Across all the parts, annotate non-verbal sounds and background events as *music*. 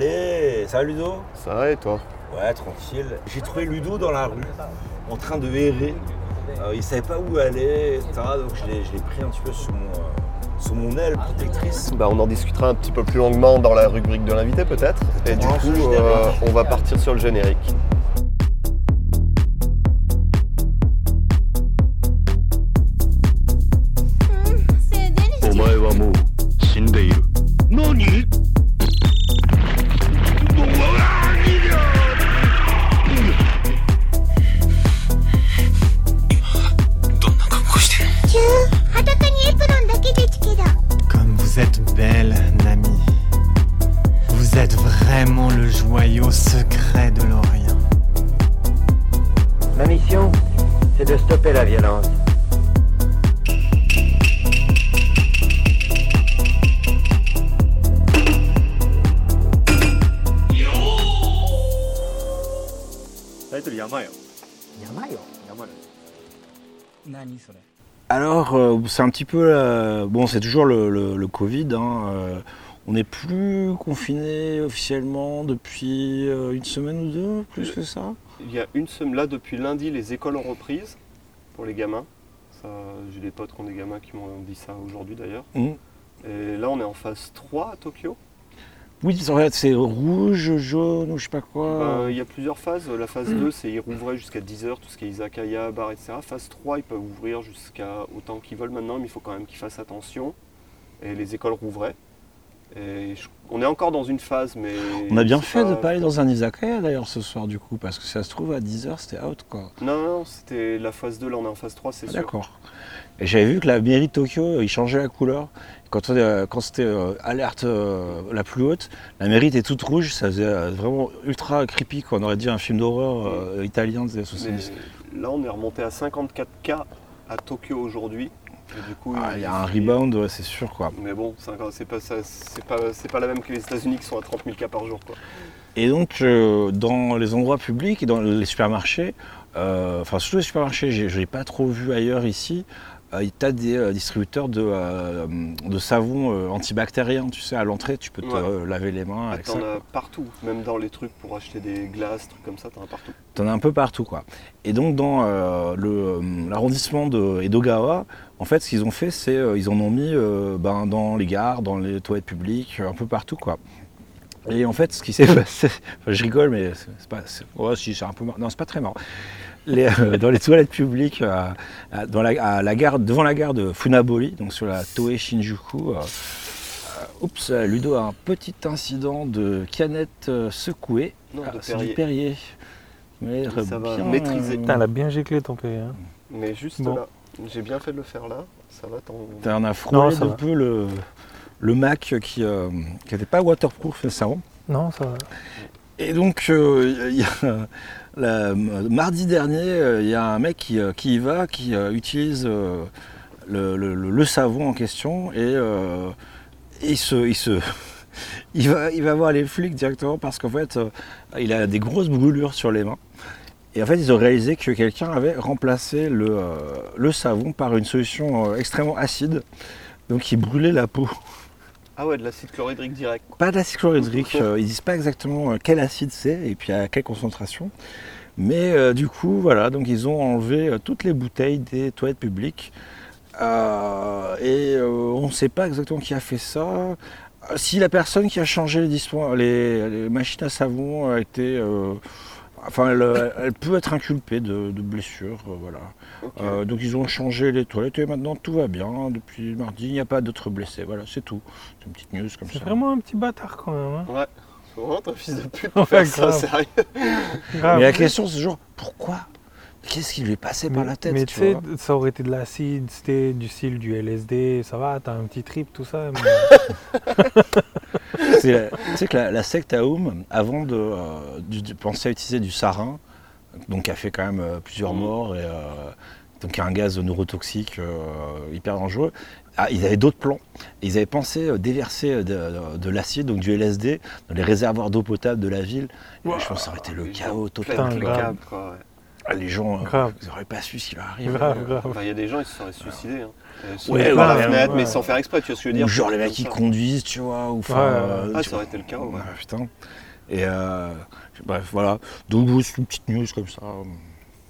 Allez, salut Ludo Ça va et toi Ouais, tranquille. J'ai trouvé Ludo dans la rue, en train de errer. Euh, il savait pas où aller, etc. Donc je l'ai je l'ai pris un petit peu sous mon, euh, sous mon aile protectrice. bah, On en discutera un petit peu plus longuement dans la rubrique de l'invité peut-être. Et du On lance le coup, générique. euh, on va partir sur le générique. C'est délicieux. お前はもう死んでいる何うわ何だ裸にエプロンだけですけど。 Comme vous êtes belle, Nami. Vous êtes vraiment le joyau secret de l'Orient. Ma mission, c'est de stopper la violence. Alors, euh, c'est un petit peu. euh, bon, c'est toujours le, le- le Covid. hein, euh, on n'est plus confiné officiellement depuis euh, une semaine ou deux, plus que ça. Il y a une semaine, là depuis lundi, les écoles ont reprise pour les gamins. Ça, J'ai des potes qui ont des gamins qui m'ont dit ça aujourd'hui d'ailleurs. Mm. Et là on est en phase 3 à Tokyo. Oui, en fait, c'est rouge, jaune ou je sais pas quoi. Euh, Il y a plusieurs phases. La phase 2 c'est ils rouvraient jusqu'à 10h, tout ce qui est izakaya, bar, etc. Phase 3 ils peuvent ouvrir jusqu'à autant qu'ils veulent maintenant, mais il faut quand même qu'ils fassent attention. Et les écoles rouvraient. Et je- on est encore dans une phase mais... On a bien c'est fait de ne pas- pas aller dans un izakaya d'ailleurs ce soir du coup, parce que ça se trouve à 10h c'était out quoi. Non, non, c'était la phase 2, là on est en phase 3, c'est Ah, sûr. D'accord. Et j'avais vu que la mairie de Tokyo, ils changeaient la couleur. Quand, on, euh, quand c'était euh, alerte euh, la plus haute, la mairie était toute rouge, ça faisait euh, vraiment ultra creepy quoi. On aurait dit un film d'horreur euh, italien des années Mais 70. là, on est remonté à 54 cas à Tokyo aujourd'hui. Et Du coup, Ah, Il y a un rebound, ouais, c'est sûr quoi. Mais bon, 50, c'est pas ça- c'est pas c'est pas la même que les États-Unis qui sont à 30 000 cas par jour. Quoi. Et donc, euh, dans les endroits publics et dans les supermarchés, euh, enfin surtout les supermarchés, j'ai- je l'ai pas trop vu ailleurs ici, euh, il t'as des euh, distributeurs de, euh, de savon euh, antibactérien, tu sais, à l'entrée, tu peux te Ouais. euh, laver les mains avec ça. T'en as partout, même dans les trucs pour acheter des glaces, trucs comme ça, t'en as partout. T'en as un peu partout, quoi. Et donc, dans euh, le, euh, l'arrondissement de Edogawa, en fait, ce qu'ils ont fait, c'est euh, ils en ont mis euh, ben, dans les gares, dans les toilettes publiques, euh, un peu partout, quoi. Et en fait, ce qui s'est *laughs* passé, enfin, je rigole, mais c'est, c'est pas, c'est- ouais, si, c'est un peu marrant. Non, c'est pas très marrant. Les, euh, *laughs* dans les toilettes publiques, à- à- dans la, à la gare, devant la gare de Funaboli, donc sur la Toei Shinjuku, euh, euh, oups, Ludo a un petit incident de canette euh, secouée. Non, Ah, de c'est du Perrier. Perrier. Mais Ça re- va bien, maîtriser. euh, Putain, elle a bien giclé ton pays. Hein. Mais juste Bon. là, j'ai bien fait de le faire là, ça va t'en... T'en as frôlé Non, ça un va. peu le, le Mac qui n'était pas waterproof nécessairement. Non, ça va. Et donc, euh, y a- y a- *laughs* la- mardi dernier, il y a un mec qui, euh, qui y va, qui euh, utilise euh, le, le- le- le savon en question et euh, il se. Il se *laughs* Il va, il va voir les flics directement parce qu'en fait, euh, il a des grosses brûlures sur les mains. Et en fait, ils ont réalisé que quelqu'un avait remplacé le, euh, le savon par une solution euh, extrêmement acide. Donc, il brûlait la peau. Ah ouais, de l'acide chlorhydrique direct. quoi. Pas d'acide chlorhydrique, euh, ils disent pas exactement euh, quel acide c'est et puis à quelle concentration. Mais euh, du coup, voilà, donc ils ont enlevé euh, toutes les bouteilles des toilettes publiques. Euh, et euh, on ne sait pas exactement qui a fait ça. Euh, Si la personne qui a changé les, dispo- les, les machines à savon a été. euh, enfin, elle, euh, elle peut être inculpée de, de blessures, euh, voilà. Ok. Euh, donc ils ont changé les toilettes et maintenant tout va bien. Depuis mardi, il n'y a pas d'autres blessés. Voilà, c'est tout. C'est une petite news comme C'est ça. vraiment un petit bâtard quand même. hein. Ouais, c'est vraiment un fils de pute Ouais, pour faire ça, grave. sérieux. Hein. Grave. Mais la question, c'est toujours pourquoi Qu'est-ce qui lui est passé par la tête mais tu tu sais, vois ça aurait été de l'acide, c'était du style, du LSD, ça va, t'as un petit trip, tout ça. mais- C'est la- *laughs* Tu sais que la, la secte Aoum, avant de, euh, du- de penser à utiliser du sarin, donc a fait quand même euh, plusieurs Mhm. morts, et, euh, donc un gaz neurotoxique euh, hyper dangereux, ah, ils avaient d'autres plans. Ils avaient pensé euh, déverser de, de- de l'acide, donc du LSD, dans les réservoirs d'eau potable de la ville. Et là, je pense que ça aurait été le Les gens chaos Ah, Plein total. de Putain, grave. câbles, quoi, ouais. Ah, Les gens, euh, Grave. *laughs* ils n'auraient pas su ce qui leur arrive. *laughs* grave, grave. Bah, Enfin, il y a des gens, ils se seraient suicidés. hein. euh, sur Ouais, par ouais, la ouais, fenêtre, ouais. mais sans faire exprès, tu vois ce que je veux dire Ou genre les mecs qui Comme ça. conduisent, tu vois, ou enfin, Ouais, ouais, euh, Ah, tu ça aurait été le cas, vois. ouais. Ouais, putain. Et euh, bref, voilà. Donc, ouais, c'est une petite news comme ça.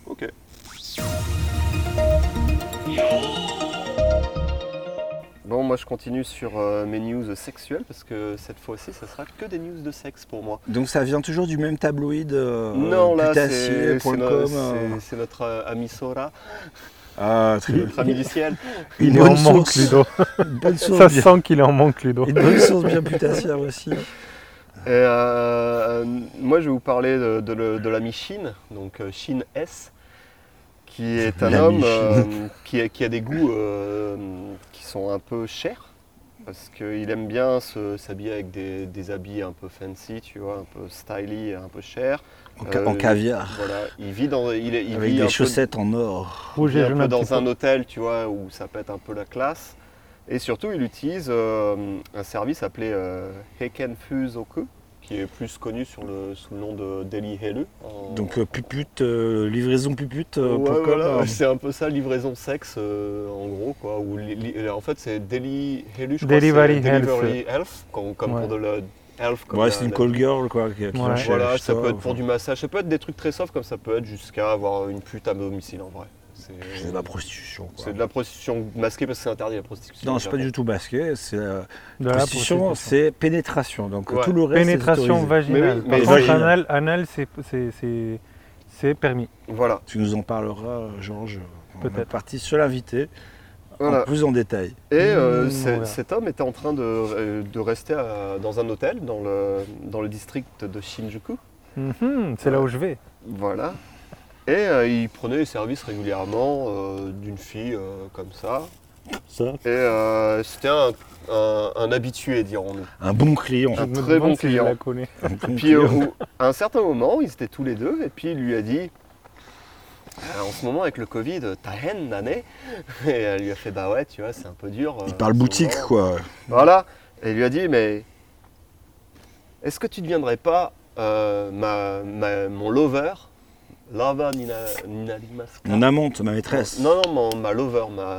Ok. Bon, moi je continue sur euh, mes news sexuelles parce que cette fois-ci, ça sera que des news de sexe pour moi. Donc, ça vient toujours du même tabloïd euh, non, là, c'est putassier, c'est point no- com, euh. c'est- c'est notre euh, ami Sora, Ah, très bien. notre ami *laughs* du ciel. Une Il est en bonne manque, source. Ludo. Une bonne source *laughs* Ça bien- sent qu'il est en manque, Ludo. Une bonne source bien putassière aussi. Et, euh, euh, moi, je vais vous parler de, de le- de l'ami Chine, donc euh, Chine S, qui est un L'ami homme euh, qui, a, qui a des goûts euh, qui sont un peu chers, parce qu'il aime bien se- s'habiller avec des, des habits un peu fancy, tu vois, un peu styly, un peu cher. En, ca- Euh, en caviar. Voilà, il vit dans, il, est- il Avec vit un des peu- chaussettes en or. Rouge il et vit un jaune peu un petit dans un peu. hôtel, tu vois, où ça pète un peu la classe. Et surtout, il utilise euh, un service appelé euh, Heiken Fusoku, qui est plus connu sur le, sous le nom de Daily Hello. en- Donc, euh, pupute, euh, livraison pupute. euh, Ouais, point com, voilà, euh, c'est un peu ça, livraison sexe, euh, en gros, quoi. Ou li- li- en fait, c'est Daily Hello, je crois, Delivery c'est Delivery Health. Health, comme, comme Ouais. pour de la health. comme Ouais, la- c'est une la- call girl quoi. Qui, qui va Ouais. chez- Voilà, chez ça toi, peut être pour enfin. du massage, ça peut être des trucs très soft, comme ça peut être jusqu'à avoir une pute à domicile, en vrai. C'est de la prostitution. quoi. C'est de la prostitution masquée parce que c'est interdit la prostitution. Non, c'est pas du tout basket. C'est euh, De la prostitution, c'est pénétration. Donc Ouais. tout le reste. est Pénétration autorisé. Mais oui, vaginale. Par mais contre, vaginale. anal, anal, c'est- c'est- c'est c'est permis. Voilà. Tu nous en parleras, Georges. On est Peut-être. parti sur l'invité en voilà. plus en détail. Et euh, Mmh, c'est- voilà. cet homme était en train de, euh, de rester à- dans un hôtel dans le, dans le district de Shinjuku. Mhm, c'est là où je vais. Voilà. Et euh, il prenait les services régulièrement euh, d'une fille euh, comme ça. Ça. Et euh, c'était un, un- un habitué, dirons-nous. Un bon client. Un Je me très demande bon si je client. la connais. Un bon Puis client. euh, au- à un certain moment, ils étaient tous les deux, et puis il lui a dit Ah, En ce moment, avec le Covid, ta haine, Nané *laughs* Et elle lui a fait Bah ouais, tu vois, c'est un peu dur. euh, Il en parle ce boutique moment. quoi. Voilà. Et il lui a dit Mais est-ce que tu ne deviendrais pas euh, ma, ma- mon lover Lover Nina, Nina Limaska Mon amante, ma maîtresse. Non, non, mon- ma lover, ma,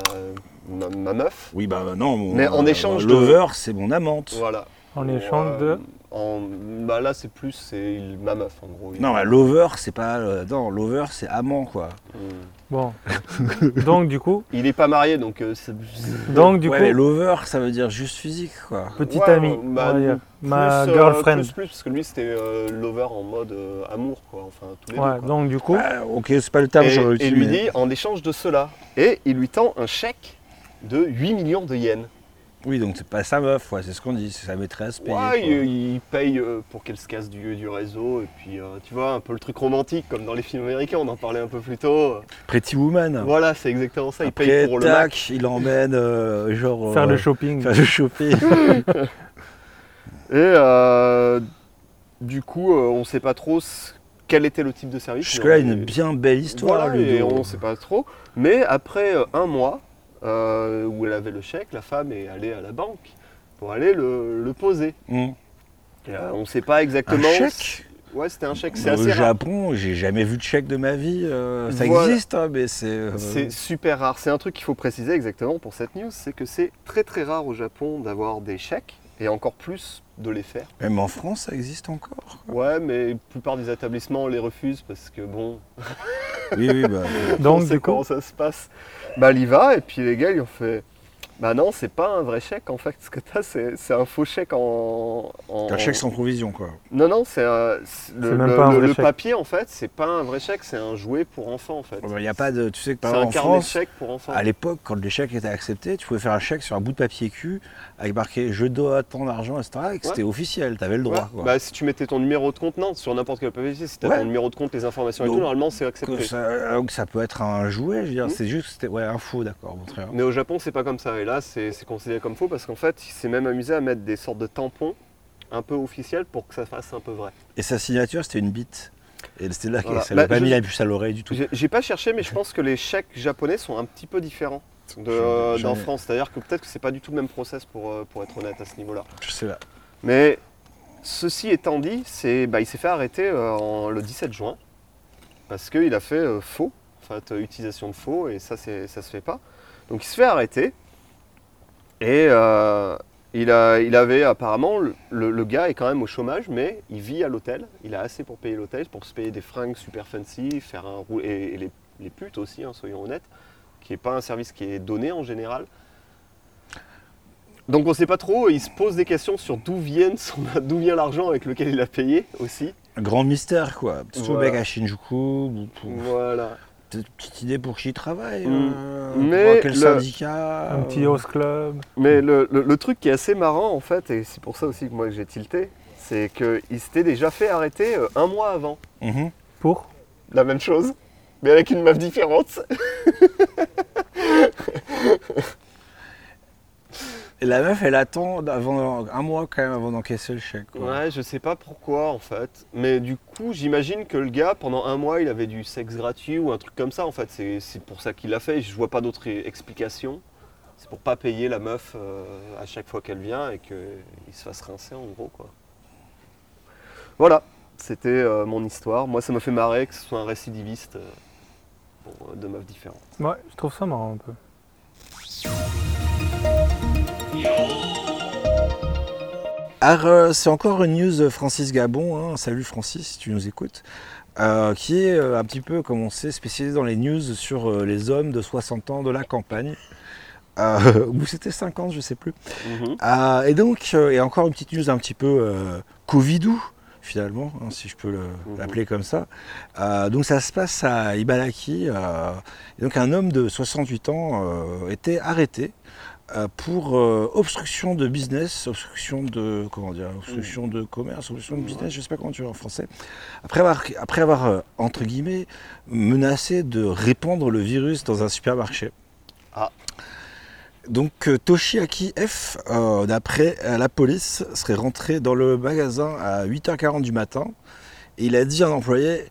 ma, ma meuf. Oui bah non. mon- Mais en euh, échange de- Lover, c'est mon amante. Voilà. En Ou, échange euh, de. en- bah là, c'est plus c'est il- ma meuf, en gros. Il- Non, bah, lover, c'est pas. euh, non, lover, c'est amant quoi. Hmm. Bon. Donc, du coup, Il est pas marié, donc euh, c'est- donc, du ouais, coup mais lover, ça veut dire juste physique quoi. petite Ouais, amie, bah, on va dire. plus, ma euh, girlfriend. plus, plus, parce que lui c'était euh, lover en mode euh, amour, quoi. Enfin, tous les Ouais, deux. quoi. donc, du coup, Ah, ok, c'est pas le terme que et, j'aurais et utilisé. lui dit en échange de cela. Et il lui tend un chèque de 8 millions de yens. Oui, donc c'est pas sa meuf, ouais, c'est ce qu'on dit, c'est sa maîtresse payée. Ouais, quoi. il, il paye euh, pour qu'elle se casse du, du réseau. Et puis, euh, tu vois, un peu le truc romantique, comme dans les films américains, on en parlait un peu plus tôt. Pretty Woman. Voilà, c'est exactement ça. Il Après, paye pour le tac, Mac. il emmène euh, genre faire euh, le shopping. faire le *laughs* shopping. Et euh, du coup, euh, on sait pas trop ce- quel était le type de service. Jusque là, mais- une bien belle histoire. Voilà, Ludo. et on sait pas trop. Mais après euh, un mois euh, où elle avait le chèque, la femme est allée à la banque pour aller le, le poser. Hum. Et, euh, on ne sait pas Un exactement. chèque. Bah, Ouais, c'était un chèque. C'est Au assez rare. Japon, j'ai jamais vu de chèque de ma vie. euh, ça Voilà. existe, hein, mais c'est. euh, C'est super rare. C'est un truc qu'il faut préciser exactement pour cette news, c'est que c'est très très rare au Japon d'avoir des chèques et encore plus de les faire. Même en France, ça existe encore. Ouais, mais la plupart des établissements les refusent parce que bon, Oui, oui, *laughs* bah. *laughs* on Donc, sait du coup, comment ça se passe. Bah, il y va, et puis les gars, ils ont fait Bah non, c'est pas un vrai chèque en fait, *laughs* ce que t'as, c'est, c'est un faux chèque en. en- Un chèque sans provision, quoi. Non, non, c'est, un- c'est le, C'est même le- pas un le- vrai le chèque. papier en fait, c'est pas un vrai chèque, c'est un jouet pour enfants en fait. Il n'y a pas de. Tu sais que c'est par un exemple, en carnet France, de chèque pour enfants. à l'époque, quand les chèques étaient acceptés, tu pouvais faire un chèque sur un bout de papier cul avec marqué je dois tant d'argent, etc. Et que Ouais. c'était officiel, t'avais le Ouais. droit. quoi. Bah, si tu mettais ton numéro de compte, non, sur n'importe quel papier, si t'as Ouais. ton numéro de compte, les informations et Donc, tout, normalement c'est Que accepté. ça, alors que ça peut être un jouet, je veux dire, Mm. c'est juste que c'était ouais, un faux, d'accord, bon, très bien. Mais au Japon, c'est pas comme ça. Et là, c'est c'est considéré comme faux parce qu'en fait, il s'est même amusé à mettre des sortes de tampons un peu officiels pour que ça fasse un peu vrai. Et sa signature, c'était une bite. Et c'était là Voilà. qu'elle n'avait Bah, pas je- mis la puce à l'oreille du tout. J'ai j'ai pas cherché, mais je pense que les chèques japonais sont un petit peu différents de- euh, J'en ai- j'en d'en ai- France. C'est-à-dire que peut-être que c'est pas du tout le même process pour, euh, pour être honnête à ce niveau-là. Je sais pas. Mais ceci étant dit, c'est- bah, il s'est fait arrêter euh, en- le 17 juin parce qu'il a fait euh, faux, en fait, euh, utilisation de faux, et ça, c'est- ça se fait pas. Donc il se fait arrêter. Et euh, il, a, il avait apparemment, le, le gars est quand même au chômage, mais il vit à l'hôtel. Il a assez pour payer l'hôtel, pour se payer des fringues super fancy, faire un rou- et, et les, les putes aussi, hein, soyons honnêtes, qui n'est pas un service qui est donné en général. Donc on ne sait pas trop, il se pose des questions sur d'où viennent son- *laughs* d'où vient l'argent avec lequel il a payé aussi. Un Grand mystère, quoi. Tsutsubek Voilà. à Shinjuku, pour- Voilà. peut-être petite idée pour qui il travaille, Mm. euh, Mais pour quel le- syndicat. Un petit Ah, euh, house club. Mais le, le- le truc qui est assez marrant en fait, et c'est pour ça aussi que moi j'ai tilté, c'est qu'il s'était déjà fait arrêter euh, un mois avant. mhm. Pour La même chose, mais avec une meuf différente. Et la meuf, elle attend avant, un mois quand même avant d'encaisser le chèque. quoi. Ouais, je sais pas pourquoi en fait. Mais du coup, j'imagine que le gars, pendant un mois, il avait du sexe gratuit ou un truc comme ça en fait. C'est c'est pour ça qu'il l'a fait. Je vois pas d'autre e- explication. C'est pour pas payer la meuf euh, à chaque fois qu'elle vient et qu'il se fasse rincer en gros quoi. Voilà, c'était euh, mon histoire. Moi, ça m'a fait marrer que ce soit un récidiviste euh, pour euh, deux meufs différentes. Ouais, je trouve ça marrant un peu. Alors, euh, c'est encore une news de Francis Gabon. hein. Salut Francis, si tu nous écoutes. Euh, qui est euh, un petit peu, comme on sait, spécialisé dans les news sur euh, les hommes de 60 ans de la campagne. Euh, *laughs* ou c'était 50, je sais plus. Mhm. Ah, et donc, euh, et encore une petite news un petit peu euh, Covidou, finalement, hein, si je peux le- l'appeler comme ça. Euh, donc, ça se passe à Ibaraki. euh, et donc, un homme de 68 ans euh, était arrêté euh, pour euh, obstruction de business, obstruction de, comment dire, obstruction de commerce, obstruction de business, je sais pas comment tu dis en français. Après avoir, après avoir euh, entre guillemets, menacé de répandre le virus dans un supermarché. Ah. Donc euh, Toshiaki F, euh, d'après euh, la police, serait rentré dans le magasin à 8h40 du matin et il a dit à un employé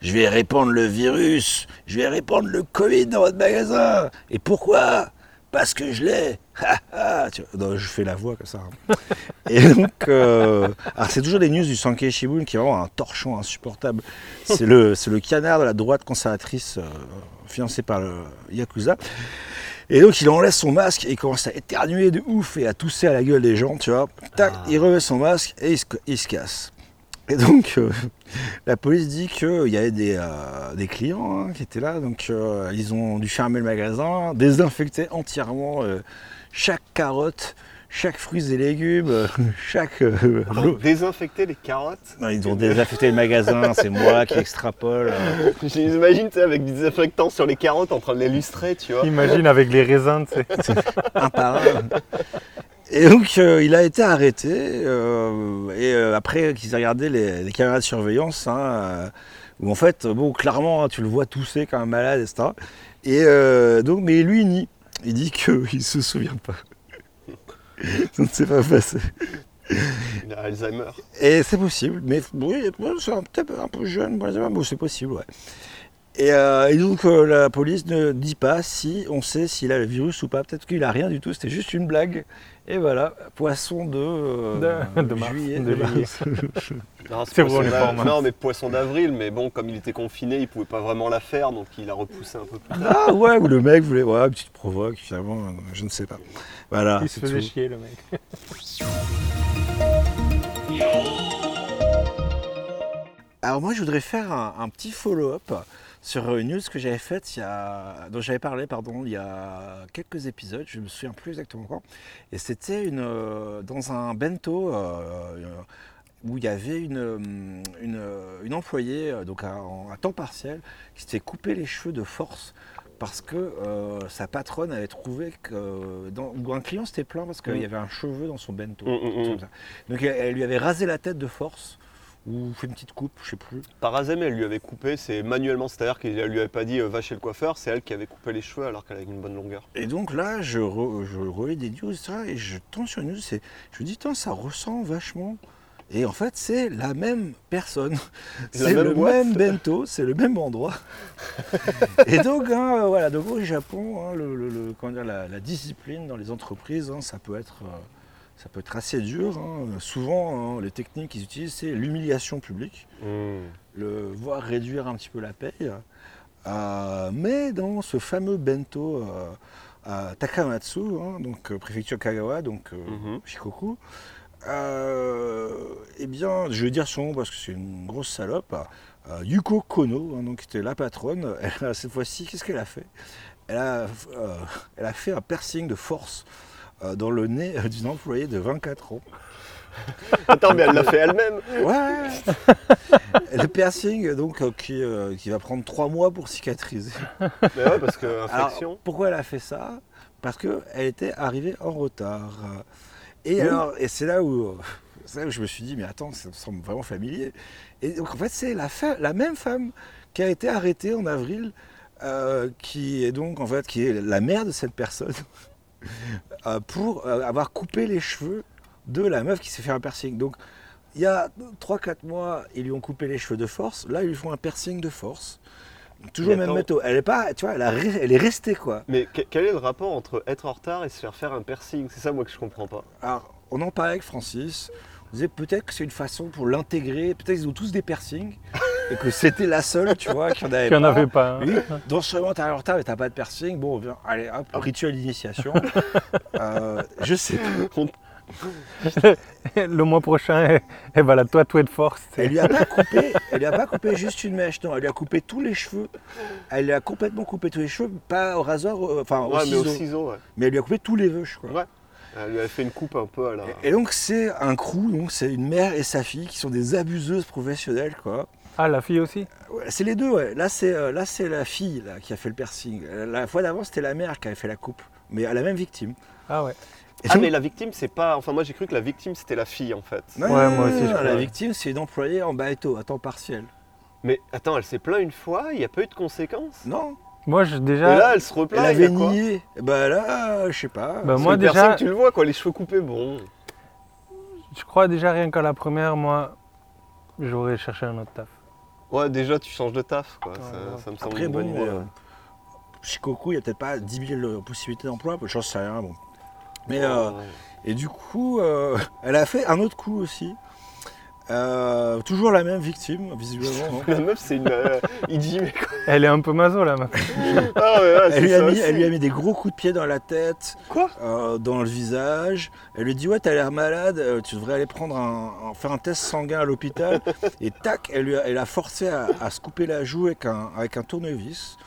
Je vais répandre le virus, je vais répandre le Covid dans votre magasin. Et pourquoi Parce que je l'ai. *laughs* Ha, ha. Tu vois, non, je fais la voix comme ça. hein. *laughs* Et donc, euh, alors c'est toujours les news du Sankei Shimbun qui est vraiment un torchon insupportable. C'est le, c'est le canard de la droite conservatrice euh, financée par le Yakuza. Et donc il enlève son masque et il commence à éternuer de ouf et à tousser à la gueule des gens, tu vois. Tac, il remet son masque et il se, il se casse. Et donc euh, la police dit qu'il y avait des, euh, des clients hein, qui étaient là, donc euh, ils ont dû fermer le magasin, désinfecter entièrement euh, chaque carotte, chaque fruit et légumes, *laughs* euh, chaque euh, Attends, Désinfecter les carottes. *laughs* non, ils ont désaffecté le magasin, c'est moi qui extrapole. euh. Je les imagine, tu sais, avec des désinfectants sur les carottes en train de les lustrer, tu vois. Imagine avec les raisins, tu sais. Ah, un par un. Et donc, euh, il a été arrêté. euh, et euh, après qu'ils aient regardé les, les caméras de surveillance, hein, euh, où en fait, euh, bon, clairement, hein, tu le vois tousser comme un malade, etc. Et euh, donc, mais lui, il nie. *laughs* Il dit qu'il se souvient pas. Ça ne s'est pas passé. Il a Alzheimer. Et c'est possible, mais oui, bon, c'est un, peut-être un peu jeune, bon, c'est- bon, c'est possible, ouais. Et, euh, et donc euh, la police ne dit pas si on sait s'il a le virus ou pas. Peut-être qu'il a rien du tout, c'était juste une blague. Et voilà, poisson de, euh, De- de mars, juillet. de juillet. *laughs* mars. Non, C'est vrai, on poisson est d'a- pas en mars. Non, mais poisson d'avril, mais bon, comme il était confiné, il pouvait pas vraiment la faire, donc il a repoussé un peu plus tard. ah ouais, ou le mec voulait, ouais, une petite provoque finalement, je ne sais pas. Ah, Voilà, Il se c'est faisait tout. chier, le mec. Eh Alors moi je voudrais faire un, un petit follow-up sur euh, une news que j'avais faite il y a, dont j'avais parlé pardon il y a quelques épisodes, je me souviens plus exactement quand. Et c'était une euh, dans un bento euh, euh, où il y avait une, euh, une, euh, une employée euh, donc à, en- à temps partiel qui s'était coupé les cheveux de force parce que euh, sa patronne avait trouvé que euh, dans, ou un client s'était plaint parce qu'il Mm. y avait un cheveu dans son bento. Mm, mm, mm. Comme ça. Donc elle, elle lui avait rasé la tête de force ou fait une petite coupe, je sais plus. Par hasard, elle lui avait coupé, c'est manuellement, c'est-à-dire qu'il lui avait pas dit euh, va chez le coiffeur, c'est elle qui avait coupé les cheveux alors qu'elle avait une bonne longueur. Et donc là, je, re- je relis des news ça, et je tombe sur une news, c'est- je me dis, tiens, ça ressemble vachement. Et en fait, c'est la même personne. C'est même le boîte. même bento, c'est le même *laughs* endroit. et donc, hein, voilà, donc au Japon, hein, le, le- le- comment dire, la, la discipline dans les entreprises, hein, ça, peut être, euh, ça peut être assez dur. hein. Souvent, hein, les techniques qu'ils utilisent, c'est l'humiliation publique le voir réduire un petit peu la paye. Euh, mais dans ce fameux bento euh, à Takamatsu, hein, donc euh, préfecture Kagawa, donc euh, Mhm. Shikoku. Euh, eh bien, je vais dire son nom parce que c'est une grosse salope. Euh, Yuko Kono, hein, donc qui était la patronne, *laughs* elle a, cette fois-ci, qu'est-ce qu'elle a fait elle a, euh, elle a fait un piercing de force euh, dans le nez *laughs* euh, d'une employée de 24 ans. Attends, Ah, mais elle l'a fait elle-même. Ouais Le piercing, donc, euh, qui, euh, qui va prendre 3 mois pour cicatriser. Mais ouais, parce que Alors, infection. pourquoi elle a fait ça Parce qu'elle était arrivée en retard. Et, alors, et c'est là, où, euh, c'est là où je me suis dit, mais attends, ça me semble vraiment familier. Et donc en fait, c'est la, fa- la même femme qui a été arrêtée en avril, euh, qui est donc en fait qui est la mère de cette personne, *laughs* euh, pour euh, avoir coupé les cheveux de la meuf qui s'est fait un piercing. Donc il y a 3-4 mois, ils lui ont coupé les cheveux de force. Là, ils lui font un piercing de force. Toujours Mais le même attends. métaux. Elle est pas, tu vois, elle, a re- elle est restée quoi. Mais que- quel est le rapport entre être en retard et se faire faire un piercing C'est ça, moi, que je comprends pas. Alors, on en parlait avec Francis. On disait peut-être que c'est une façon pour l'intégrer. Peut-être qu'ils ont tous des piercings et que c'était la seule, tu vois, qui en avait *laughs* Qu'il n'y en ben, pas. avait pas. hein. *laughs* Oui, dans ce moment, t'es en retard, mais t'as pas de piercing. Bon, viens, allez, hop, Ah rituel *laughs* d'initiation. Euh, je sais pas. Le mois prochain, elle va la toitouer de force. tu Elle sais. lui a pas coupé, elle lui a pas coupé juste une mèche, non, elle lui a coupé tous les cheveux. Elle lui a complètement coupé tous les cheveux, pas au rasoir, euh, enfin au ouais, mais ciseau. au ciseau, ouais. Mais elle lui a coupé tous les vœux, quoi. Ouais. Elle lui a fait une coupe un peu à la. Et donc c'est un crew, donc c'est une mère et sa fille qui sont des abuseuses professionnelles quoi. Ah, la fille aussi Ouais, c'est les deux, ouais. Là, c'est euh, là, c'est la fille là, qui a fait le piercing. Euh, La fois d'avant, c'était la mère qui avait fait la coupe, mais à la même victime. Ah ouais. Et Ah, donc- mais la victime, c'est pas. Enfin, moi, j'ai cru que la victime, c'était la fille, en fait. Non, non, Ouais, moi non, aussi, je non, crois, Ah, La ouais. victime, c'est une employée en bateau, à temps partiel. Mais attends, elle s'est plaint une fois, il n'y a pas eu de conséquences. Non, Moi, je, Et déjà, là, elle se replaint. elle il y a avait quoi nié. Bah là, euh, je sais pas. Bah, Parce moi, que le piercing, déjà- tu le vois, quoi, les cheveux coupés, bon. je crois déjà rien qu'à la première, moi, j'aurais cherché un autre taf. Ouais, déjà, tu changes de taf, quoi. ça, ouais. ça me semble Après, une bonne bon, idée. euh, ouais. chez Coco, il n'y a peut-être pas 10 000 possibilités d'emploi, j'en sais rien. Bon. Mais euh, Ouais. Et du coup, euh, *laughs* elle a fait un autre coup aussi. Euh, toujours la même victime, visiblement. hein. La meuf, c'est *laughs* une. euh, il dit, mais Elle est un peu maso, la meuf. quoi Ah, ouais, ouais, c'est Elle lui, ça a mis, aussi. elle lui a mis des gros coups de pied dans la tête, Quoi euh, dans le visage. Elle lui dit ouais t'as l'air malade, euh, tu devrais aller prendre un, un- faire un test sanguin à *laughs* l'hôpital. Et tac, elle, lui a, elle a forcé à, à se couper la joue avec un, avec un tournevis.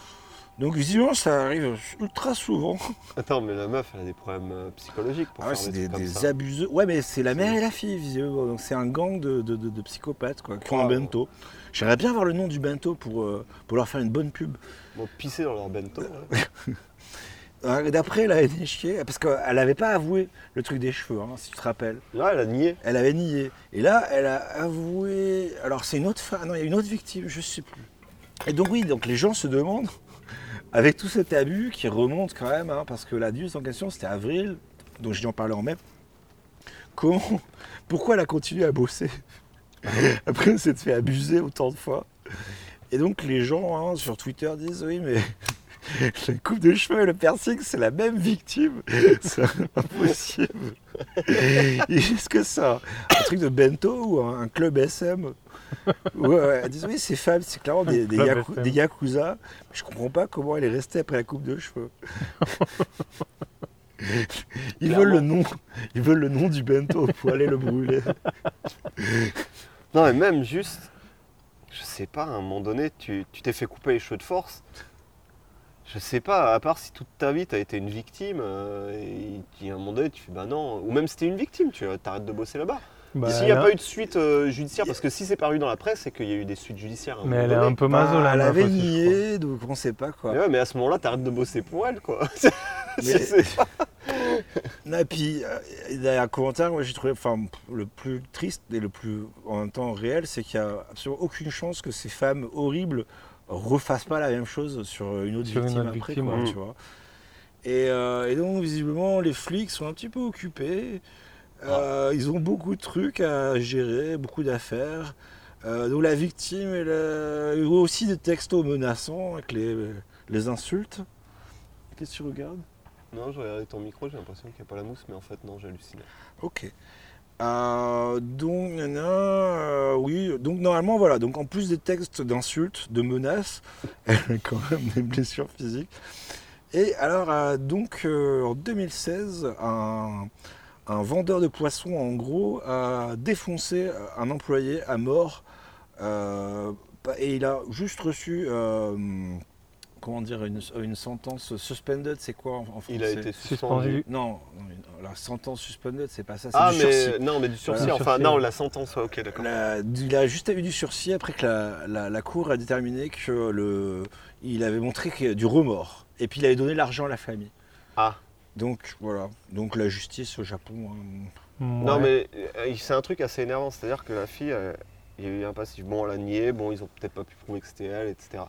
Donc visiblement ça arrive ultra souvent. Attends, mais la meuf, elle a des problèmes euh, psychologiques pour Ah ouais, faire c'est des, des, trucs comme des ça. abuseux. Ouais mais c'est la mère C'est- et la fille visiblement. Donc c'est un gang de, de- de- de psychopathes quoi, qui ont un Ah ouais. bento. J'aimerais bien avoir le nom du bento pour, euh, pour leur faire une bonne pub. Bon, pisser dans leur bento. hein. *laughs* ouais. Euh, D'après elle a été chier, parce qu'elle n'avait pas avoué le truc des cheveux, hein, si tu te rappelles. Là, elle a nié. Elle avait nié. Et là, elle a avoué. Alors, c'est une autre femme. Non, il y a une autre victime, je ne sais plus. Et donc, oui, donc les gens se demandent, avec tout cet abus qui remonte quand même, hein, parce que la news en question, c'était avril, donc je dû en parler en mai. Comment, *laughs* pourquoi elle a continué à bosser *laughs* après s'être fait abuser autant de fois Et donc, les gens hein, sur Twitter disent Oui, mais *laughs* la coupe de cheveux et le piercing, c'est la même victime. *laughs* C'est impossible. *laughs* Est-ce que ça un truc de bento ou un, un club SM. Ouais, ouais, elles disent oui, ces femmes, c'est clairement des, des, Club yaku- SM. des yakuza. Je comprends pas comment elle est restée après la coupe de *laughs* cheveux. Ils veulent le nom, ils veulent le nom du bento pour aller le brûler. Non, mais même juste, je sais pas, à un moment donné, tu tu t'es fait couper les cheveux de force. Je sais pas, à part si toute ta vie t'as été une victime, euh, et il- à un moment donné tu fais bah non, ou même si t'es une victime, tu arrêtes de bosser là-bas. Bah, S'il n'y a elle pas eu de suite euh, judiciaire, parce que si c'est paru dans la presse, c'est qu'il y a eu des suites judiciaires. à un Mais moment elle est donné. un peu maso, la Bah, elle meuf. avait aussi, je crois. nié, donc on sait pas quoi. Mais ouais, mais à ce moment-là, t'arrêtes de bosser pour elle, quoi. *laughs* C'est- Mais- c'est- Là, puis, euh, il y a un commentaire, moi j'ai trouvé enfin, le plus triste et le plus en même temps réel, c'est qu'il n'y a absolument aucune chance que ces femmes horribles refassent pas la même chose sur une autre Sur une victime autre après. victime, quoi, ouais. tu vois. Et, euh, et donc, visiblement, les flics sont un petit peu occupés. Ah. Euh, Ils ont beaucoup de trucs à gérer, beaucoup d'affaires. Euh, donc, la victime, elle a eu aussi des textos menaçants avec les, les insultes. Qu'est-ce que tu regardes Non, je regardais ton micro, j'ai l'impression qu'il n'y a pas la mousse, mais en fait, non, j'hallucinais. Ok. Euh, donc, nan, nan, euh, oui, donc normalement, voilà. Donc, en *laughs* plus des textes d'insultes, de menaces, elle a quand même des blessures physiques. Et alors, euh, donc, euh, en 2016, un, un vendeur de poissons, en gros, a défoncé un employé à mort. euh, et il a juste reçu, euh, comment dire, une, une sentence suspended, c'est quoi en, en français Il a été Suspendu. suspendu. Non, non, la sentence suspended, c'est pas ça, c'est Ah, du mais sursis. non, mais du sursis. Voilà. Enfin, Sursis, non, ouais. la sentence, ouais, ok, d'accord. La- il a juste eu du sursis après que la, la- la cour a déterminé que le, il avait montré que- du remords. Et puis il avait donné l'argent à la famille. Ah. Donc voilà. Donc la justice au Japon. hein. Non, Ouais. mais euh, c'est un truc assez énervant. C'est-à-dire que la fille, euh, il y a eu un passif. Bon, elle a nié, bon, ils ont peut-être pas pu prouver que c'était elle, etc.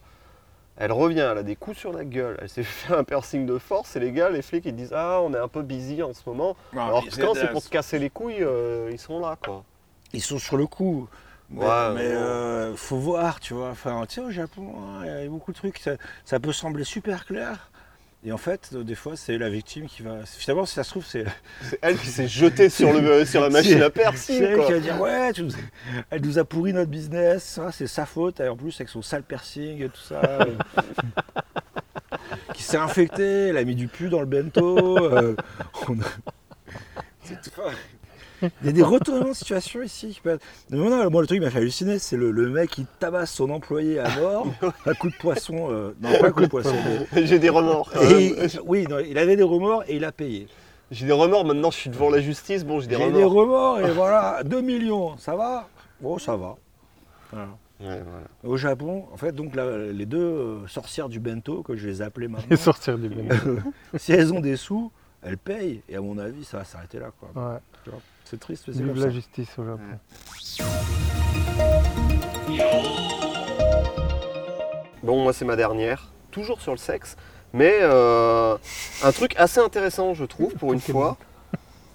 Elle revient, elle a des coups sur la gueule, elle s'est *laughs* fait un piercing de force, et les gars, les flics, ils disent Ah, on est un peu busy en ce moment. Ah, Alors que quand c'est pour te casser les couilles, euh, ils sont là, quoi. Ils sont sur le coup. Mais, Ouais, mais, ouais. euh, faut voir, tu vois. Enfin, tu sais, au Japon, hein, il y a beaucoup de trucs. Ça, ça peut sembler super clair. Et en fait, euh, des fois, c'est la victime qui va. Finalement, si ça se trouve, c'est C'est elle qui s'est jetée sur, le, euh, sur la machine à C'est piercing, elle quoi. qui va dire ouais, tu nous- elle nous a pourri notre business, hein, c'est sa faute, et en plus avec son sale piercing et tout ça. euh, *laughs* qui s'est infecté, elle a mis du pu dans le bento. euh, *laughs* on a- C'est tout. Il y a des retournements de situation ici. qui peuvent être- Non, non, moi le truc qui m'a fait halluciner, c'est le, le mec qui tabasse son employé à *laughs* mort, un coup de poisson, euh, non pas un coup de poisson, mais- *laughs* J'ai des remords. quand et- euh, même. oui, non, il avait des remords et il a payé. J'ai des remords, maintenant je suis devant la justice, bon, j'ai des J'ai des remords. remords et voilà, 2 millions, ça va Bon, ça va. Ouais, voilà. Au Japon, en fait, donc la- les deux euh, sorcières du bento, que je les *laughs* appelais maintenant, Et sortir du bain. si elles ont des sous, elles payent. Et à mon avis, ça va s'arrêter là. quoi. Ouais. C'est triste, mais c'est Vive comme la ça. justice au Japon. Bon, moi c'est ma dernière, toujours sur le sexe, mais euh, un truc assez intéressant, je trouve, pour une fois,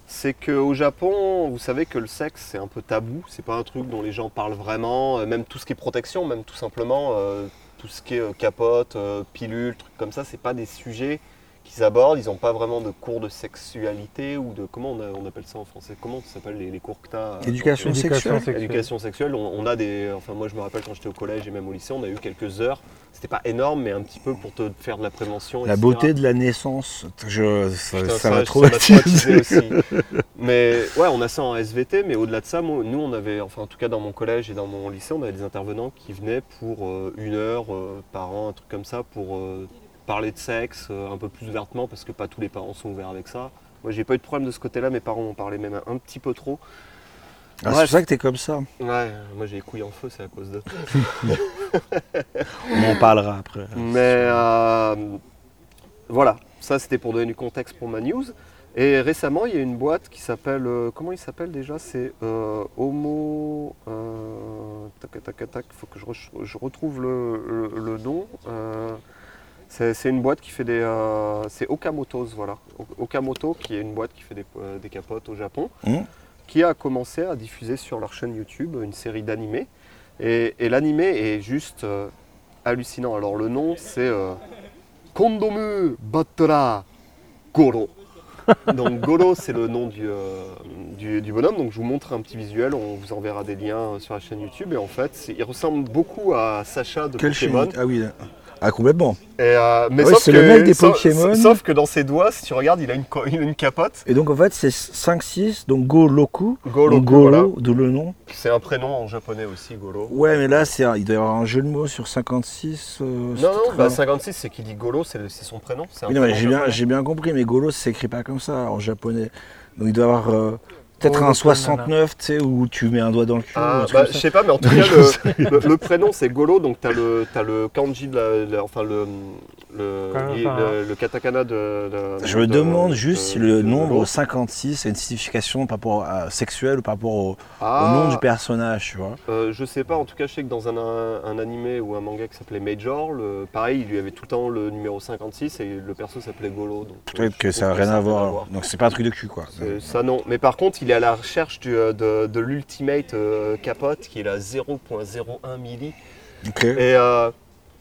c'est qu'au Japon, vous savez que le sexe c'est un peu tabou, c'est pas un truc dont les gens parlent vraiment, euh, même tout ce qui est protection, même tout simplement euh, tout ce qui est euh, capote, euh, pilule, trucs comme ça, c'est pas des sujets qu'ils abordent, ils n'ont pas vraiment de cours de sexualité ou de. Comment on, a- on appelle ça en français Comment ça s'appelle les, les cours que t'as euh, Éducation donc, euh, sexuelle. sexuelle. Éducation sexuelle, on, on a des. Enfin, moi, je me rappelle quand j'étais au collège et même au lycée, on a eu quelques heures. C'était pas énorme, mais un petit peu pour te faire de la prévention. La etc. beauté de la naissance, je- ça, Putain, ça m'a je- trop ça m'a attiré. traumatisé aussi. Mais ouais, on a ça en SVT, mais au-delà de ça, moi, nous, on avait, enfin, en tout cas, dans mon collège et dans mon lycée, on avait des intervenants qui venaient pour euh, une heure euh, par an, un truc comme ça, pour euh, parler de sexe euh, un peu plus ouvertement, parce que pas tous les parents sont ouverts avec ça. Moi, j'ai pas eu de problème de ce côté-là, mes parents m'en parlaient même un petit peu trop. *laughs* Ah, c'est Bref. pour ça que t'es comme ça. Ouais, moi, j'ai les couilles en feu, c'est à cause de. On en parlera après. Mais euh, voilà, ça c'était pour donner du contexte pour ma news. Et récemment, il y a une boîte qui s'appelle. euh, comment il s'appelle déjà C'est euh, Homo. euh, tac, tac, tac. faut que je, re- je retrouve le, le- le nom. Euh, c'est c'est une boîte qui fait des. euh, c'est Okamotos, voilà. O- Okamoto, qui est une boîte qui fait des, euh, des capotes au Japon, Mhm. qui a commencé à diffuser sur leur chaîne YouTube une série d'animés. Et, et l'animé est juste euh, hallucinant. Alors le nom, c'est euh, Kondomu Batra *laughs* Goro. Donc Goro, c'est le nom du, euh, du, du bonhomme. Donc je vous montre un petit visuel, on vous enverra des liens euh, sur la chaîne YouTube. Et en fait, c'est- il ressemble beaucoup à Sacha de Quelle Pokémon. chaîne Ah oui. Ah, complètement. Et, euh, mais Ouais, sauf c'est que- le mec des sauf- Pokémon. Sauf que dans ses doigts, si tu regardes, il a une, co- il a une capote. Et donc, en fait, c'est 5-6, donc Go Loku. Goro, donc Goro, voilà. d'où le nom. C'est un prénom en japonais aussi, Golo. Ouais, mais là, c'est un- il doit y avoir un jeu de mots sur 56. euh, c'est Non, non, très bah, long. 56, c'est qu'il dit Golo, c'est le- c'est son prénom. c'est un Oui, non, mais prénom j'ai bien, japonais. j'ai bien compris, mais Golo, ça s'écrit pas comme ça en japonais. Donc il doit y avoir euh, Oh, peut-être Golo, un 69, tu sais, où tu mets un doigt dans le cul. ou Ah, un truc bah, comme je ça. sais pas, mais *laughs* en tout cas, le, le- le prénom c'est Golo, donc t'as le, t'as le kanji, de la, la- enfin le, le, Katakana. il- le- le katakana de. la- Je me de- demande de- juste si de- de le nombre Goro. 56 a une signification par rapport à, sexuelle ou par rapport au, au Ah, nom du personnage, tu vois. euh, je sais pas, en tout cas, je sais que dans un, un, animé ou un manga qui s'appelait Major, le, pareil, il lui avait tout le temps le numéro 56 et le perso s'appelait Golo. donc, euh, Peut-être je que pense ça n'a rien à voir. voir. Donc c'est pas un truc de cul, quoi. C'est- Ça non, mais par contre il est à la recherche du, euh, de, de l'ultimate euh, capote qui est à 0.01 milli. Ok. Et, euh,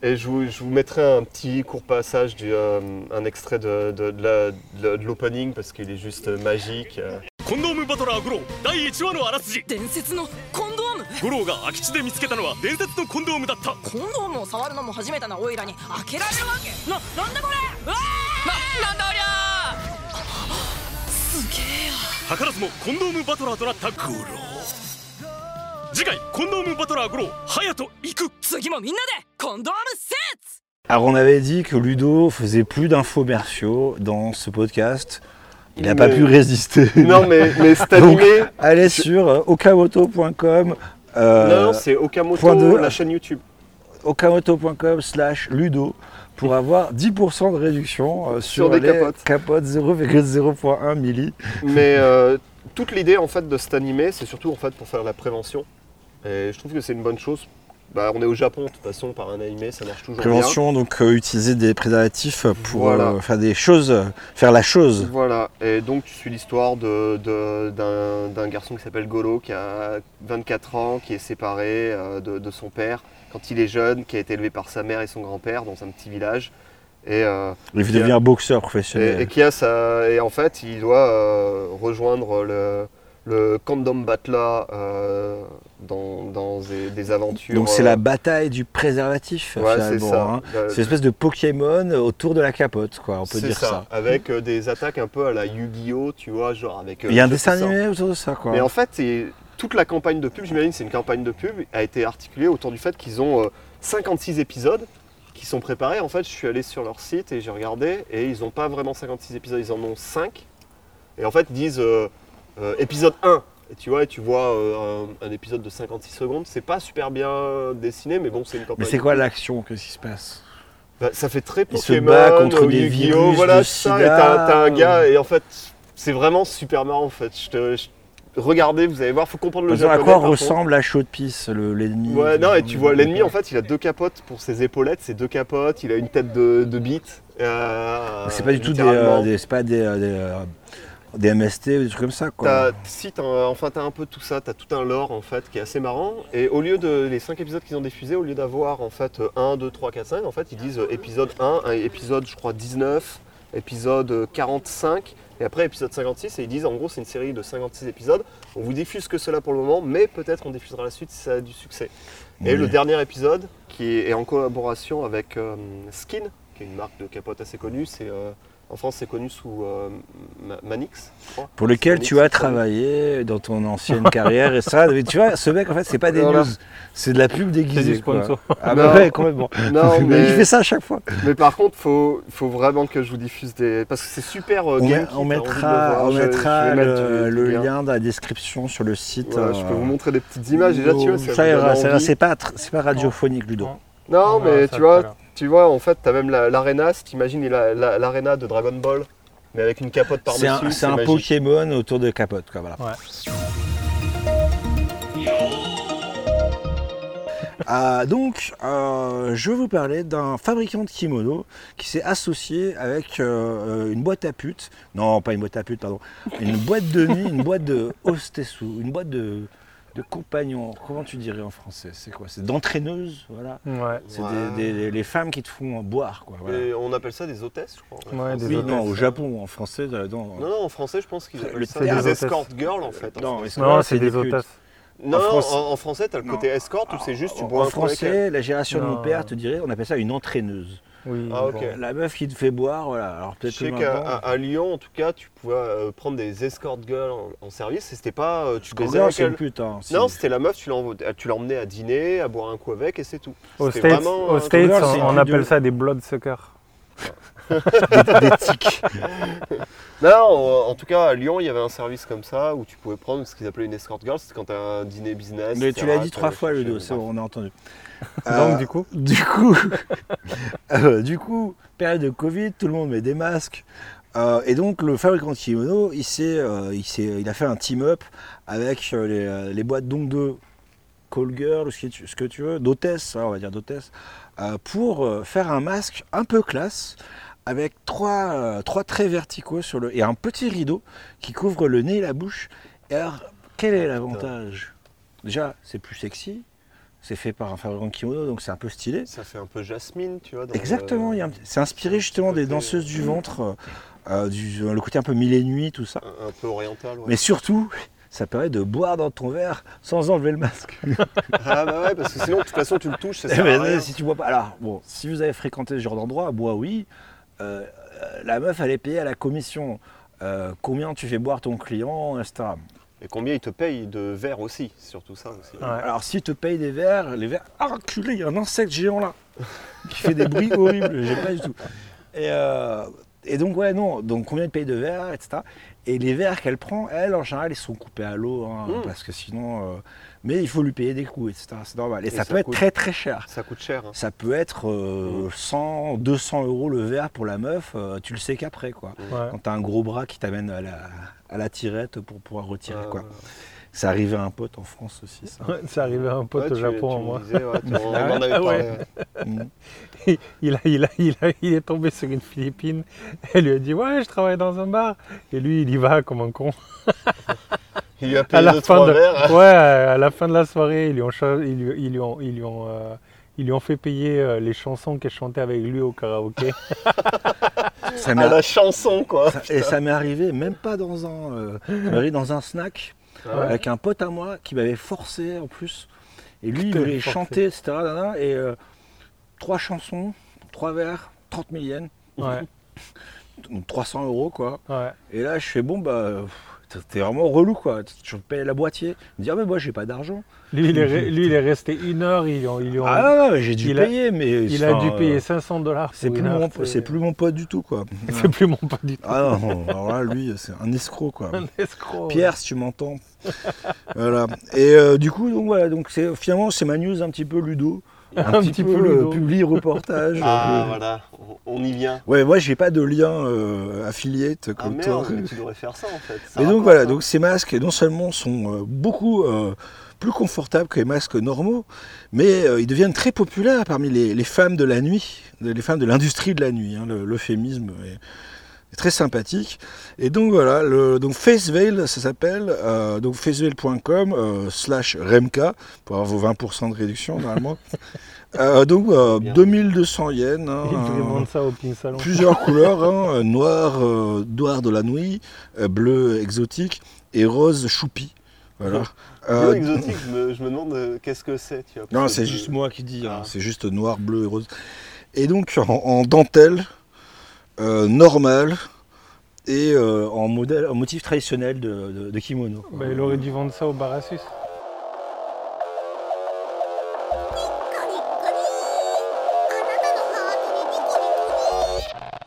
et je, vous, je vous mettrai un petit court passage, du, euh, un extrait de, de- de la- de- de l'opening parce qu'il est juste *laughs* magique. euh. コンドームバトラー五郎第1話のあらすじ伝説のコンドーム五郎が空き地で見つけたのは伝説のコンドームだったコンドームを触るのも初めてなオイラに開けられるわけななんだこれうわあなんだおりゃーすげえや図らずもコンドームバトラーとなった五郎次回コンドームバトラー五郎隼人行く次もみんなでコンドームセッツ Alors on avait dit que Ludo faisait plus d'infomerciaux dans ce podcast. Il n'a pas Mais- pu résister. Non, mais, mais cet Donc, animé. *laughs* Allez sur euh, okamoto.com. Non, euh, non, c'est point deux. Okamoto, la chaîne YouTube. okamoto.com slash ludo pour avoir 10% de réduction euh, sur, Sur des les capotes. 0,0.1 milli. Mais euh, toute l'idée en fait de cet animé, c'est surtout en fait pour faire de la prévention. Et je trouve que c'est une bonne chose. Bah, on est au Japon de toute façon par un animé, ça marche toujours Prévention, donc euh, utiliser des préservatifs euh, pour Voilà. euh, faire des choses, euh, faire la bien. chose. Voilà. Et donc tu suis l'histoire de- de- d'un d'un garçon qui s'appelle Golo, qui a 24 ans, qui est séparé euh, de, de son père quand il est jeune, qui a été élevé par sa mère et son grand-père dans un petit village. Et euh, Il devient un boxeur professionnel. Et, et qui a sa- et en fait, il doit euh, rejoindre le, le Condom Batla euh, dans, dans des, des aventures. donc c'est euh, la bataille du préservatif ouais, c'est finalement. ça. hein. Euh, C'est une espèce de Pokémon autour de la capote, quoi, on peut c'est dire ça. Avec euh, des attaques un peu à la Yu-Gi-Oh, tu vois, genre avec. euh, Il y a un je dessin sais pas ça. animé autour de ça, quoi. Mais en fait, c'est- toute la campagne de pub, j'imagine, c'est une campagne de pub, a été articulée autour du fait qu'ils ont euh, 56 épisodes qui sont préparés. En fait, je suis allé sur leur site et j'ai regardé, et ils n'ont pas vraiment 56 épisodes, ils en ont 5. Et en fait, ils disent euh, euh, épisode 1. Et tu vois, et tu vois euh, un, un épisode de 56 secondes, c'est pas super bien euh, dessiné, mais bon, c'est une campagne. Mais c'est quoi l'action Qu'est-ce qui se passe Bah, ça fait très Il se Pokémon, bat contre euh, des Yu-Gi-Oh, virus, voilà, le c'est sida. ça, euh. et t'as t'as un gars, et en fait, c'est vraiment super marrant, en fait. Je te- je- Regardez, vous allez voir, faut comprendre le Par exemple, japonais. À quoi par contre. ressemble la chaude pisse, le- l'ennemi Ouais, du- non, et tu du- vois, l'ennemi, en fait, il a deux capotes pour ses épaulettes, c'est deux capotes, il a une tête de, de bite. euh, C'est pas du tout des, littéralement. euh, des- c'est pas des, euh, des, euh, des MST ou des trucs comme ça, quoi. T'as- si, t'as un- enfin, t'as un peu tout ça, t'as tout un lore en fait qui est assez marrant. Et au lieu de les 5 épisodes qu'ils ont diffusés, au lieu d'avoir en fait euh, 1, 2, 3, 4, 5, en fait ils disent euh, épisode 1, un épisode je crois 19, épisode euh, 45, et après épisode 56, et ils disent en gros c'est une série de 56 épisodes. On vous diffuse que cela pour le moment, mais peut-être on diffusera la suite si ça a du succès. Et Oui. le dernier épisode, qui est en collaboration avec euh, Skin, qui est une marque de capote assez connue, c'est. euh, en France, c'est connu sous euh, Ma- Manix, je crois. Pour lequel Manix, tu as c'est connu. travaillé dans ton *laughs* ancienne carrière et ça. Mais tu vois, ce mec, en fait, c'est pas des Voilà. news, c'est de la pub C'est du déguisée. quoi. sponsor. Ah bah Non. ouais, complètement. *laughs* Non, Mais Il mais, fait ça à chaque fois. mais par contre, faut, faut vraiment que je vous diffuse des. Parce que c'est super euh, On, game met- kit, on hein, mettra, on envie de le voir. mettra Je- je vais mettre le, du- le du lien dans la description sur le site. Voilà, je peux euh, vous montrer des petites images déjà, tu vois. ça, vous donne ira, ça ira, envie. c'est pas, tr- c'est pas radiophonique, Ludo. Non, On verra mais ça tu tout à vois, l'heure. tu vois, en fait, t'as même la- l'arena, si t'imagines la- la- l'arena de Dragon Ball, mais avec une capote par-dessus. C'est un, c'est un magique. Pokémon autour de capote, quoi, voilà. Ouais. Ah, donc, euh, je vous parlais d'un fabricant de kimono qui s'est associé avec euh, euh, une boîte à putes. Non, pas une boîte à putes, pardon. Une boîte de nuit, une boîte de hostessu, une boîte de, de compagnons. Comment tu dirais en français C'est quoi C'est d'entraîneuse, voilà. Ouais. C'est Ouais. des, des- les femmes qui te font boire, quoi. voilà. Et on appelle ça des hôtesses, je crois. en Ouais, français. des Oui, hôtesses. non, au Japon, en français, dans, Non, non, en français, je pense qu'ils Le appellent ça terme- des escort girls, en fait. Non, en escort- français. Non, c'est c'est des des putes. hôtesses. non, en non, France- en, en français, t'as le Non. Ah, côté escort ou c'est juste tu en, bois en un coup avec elle. français, la génération de mon Non. père te dirait, on appelle ça une entraîneuse. Oui. Ah, ok. bon. La meuf qui te fait boire, voilà. Alors Je peut-être que sais ah, maintenant, qu'à à- à Lyon, en tout cas, tu pouvais euh, prendre des escort girls en, en service et c'était pas. euh, tu Scorpion, baisais avec c'est une elle. pute. hein. C'est- Non, c'était la meuf, tu l'en- tu l'emmenais à dîner, à boire un coup avec et c'est tout. Aux C'était States, vraiment, aux euh, States, Google, c'est on, on une vidéo. appelle ça des bloodsuckers. des *laughs* tics. Non, en, en tout cas, à Lyon, il y avait un service comme ça où tu pouvais prendre ce qu'ils appelaient une escort girl, c'était quand t'as un dîner business. euh, Mais etc., tu l'as dit t'allais trois fois, chercher- Ludo, c'est bon, on a entendu. *laughs* Donc, du coup Du coup, *laughs* euh, du coup, période de Covid, tout le monde met des masques. Euh, et donc, le fabricant de kimono, il, s'est, euh, il, s'est- il a fait un team-up avec euh, les, euh, les boîtes donc de call girl, ou ce, qui tu- ce que tu veux, d'hôtesse, hein, on va dire d'hôtesse, euh, pour euh, faire un masque un peu classe avec trois, euh, trois traits verticaux sur le, et un petit rideau qui couvre le nez et la bouche. Et alors, quel est l'avantage Déjà, c'est plus sexy, c'est fait par un fabricant de kimono, donc c'est un peu stylé. Ça fait un peu Jasmine, tu vois. dans euh, le- Exactement, il y a un petit- c'est inspiré justement des côté, danseuses du ventre, euh, euh, du, euh, le côté un peu mille et nuit, tout ça. Un, un peu oriental, ouais. Mais surtout, ça permet de boire dans ton verre sans enlever le masque. *laughs* Ah bah ouais, parce que sinon, de toute façon, tu le touches, ça Eh sert à ben, rien. si tu bois pas. Alors, bon, si vous avez fréquenté ce genre d'endroit, bois oui, euh, la meuf, elle est payée à la commission. Euh, combien tu fais boire ton client, etc. Et combien ils te payent de verre aussi, surtout ça aussi. Ouais. Alors, s'il te paye des verres, les verres. Ah, culé, il y a un insecte géant là qui fait des bruits horribles, j'aime pas du tout. Et, euh, et donc, ouais, non, donc combien il te paye de verres, etc. Et les verres qu'elle prend, elle, en général, ils sont coupés à l'eau, hein, Mm. parce que sinon. euh, mais il faut lui payer des coûts, etc. C'est normal. Et, Et ça, ça peut coûte. être très très cher. Ça coûte cher. hein. Ça peut être euh, 100, 200 euros le verre pour la meuf, euh, tu le sais qu'après, quoi. Ouais. Quand t'as un gros bras qui t'amène à la, à la tirette pour pouvoir retirer, Euh, quoi. Ça arrivait à un pote en France aussi, ça. Ouais, C'est arrivé à un pote ouais, au tu- Japon, tu à me moi. *laughs* disais, ouais, tu- on en Ah avait ouais. parlé, ouais. *laughs* Il, a, il, a, il, a- il est tombé sur une Philippine. Elle lui a dit Ouais, je travaille dans un bar. Et lui, il y va comme un con. *laughs* Il lui a À payé la, deux, fin trois de, *laughs* verres. ouais, à la fin de la soirée, ils lui ont, char- ils lui, ils lui ont, ils lui ont, euh, ils lui ont fait payer euh, les chansons qu'elle chantait avec lui *laughs* au karaoké. Ça m'est À la chanson, quoi. Ça- et ça m'est arrivé même pas dans un, euh, ça m'est arrivé dans un snack Ah ouais. avec un pote à moi qui m'avait forcé en plus. Et lui, il Putain, voulait forcé. chanter, etc. nanana, et euh, trois chansons, trois verres, 30 000 yens, Ouais, donc 300 euros quoi. ouais. Et là, je fais bon bah. pff, t'es- T'es vraiment relou quoi, tu payes la boîtier. Il me dit ah mais moi j'ai pas d'argent. Lui, il est, re- lui, il est resté une heure. Ils lui ont, ils lui ont- Ah non, non, mais j'ai dû il a- payer mais. il a enfin, dû euh, payer 500 dollars. C'est plus, mon, c'est plus mon pote du tout quoi. *laughs* C'est plus mon *laughs* pote du tout. Ah non, alors là lui c'est un escroc quoi. Un escroc. Pierre, si tu m'entends. *laughs* voilà. Et euh, du coup, donc voilà, donc c'est finalement c'est ma news un petit peu Ludo, un, petit, peu, Ludo. public reportage. *laughs* Euh, Ah, voilà, on- on y vient. Ouais, moi j'ai pas de lien euh, affiliate Ah comme toi. merde, mais tu devrais faire ça en fait. Ça Et donc raconte, voilà, hein. donc ces masques non seulement sont euh, beaucoup euh, plus confortables que les masques normaux, mais euh, ils deviennent très populaires parmi les, les femmes de la nuit, les femmes de l'industrie de la nuit. hein, le- L'euphémisme est, est très sympathique. Et donc voilà, le, donc Faceveil, ça s'appelle, euh, donc faceveil.com euh, slash Remka pour avoir vos 20% de réduction *laughs* normalement. Euh, donc euh, Bien. 2200 yens. hein, Il lui euh, demande ça au Pin Salon. plusieurs couleurs, hein, euh, noir, euh, noir de la nuit, euh, bleu exotique et rose choupi. Voilà. Bio Euh, exotique, je me, je me demande euh, qu'est-ce que c'est. tu vois, parce non, que c'est je- juste moi qui dis, hein, Ah. c'est juste noir, bleu et rose. Et donc en, en dentelle, euh, normale et euh, en, modèle, en motif traditionnel de, de- de kimono. quoi. Bah, il aurait dû vendre ça au Barassus.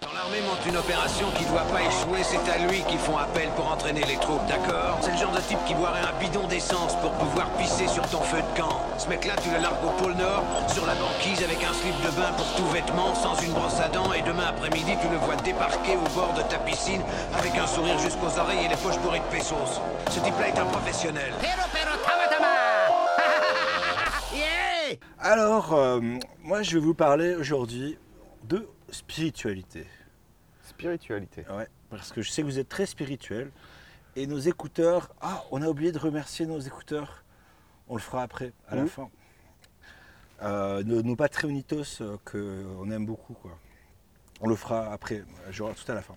Quand l'armée monte une opération qui doit pas échouer, c'est à lui qu'ils font appel pour entraîner les troupes, d'accord C'est le genre de type qui boirait un bidon d'essence pour pouvoir pisser sur ton feu de camp. Ce mec-là, tu le largues au pôle Nord, sur la banquise avec un slip de bain pour tout vêtement, sans une brosse à dents, et demain après-midi, tu le vois débarquer au bord de ta piscine avec un sourire jusqu'aux oreilles et les poches bourrées de pesos. Ce type-là est un professionnel. Alors, euh, moi je vais vous parler aujourd'hui de spiritualité. Spiritualité. Ouais, parce que je sais que vous êtes très spirituel. Et nos écouteurs. Ah, on a oublié de remercier nos écouteurs. On le fera après, à la Mhm. fin. Euh, nos, nos Patreonitos euh, que on aime beaucoup, quoi. On le fera après, genre tout à la fin.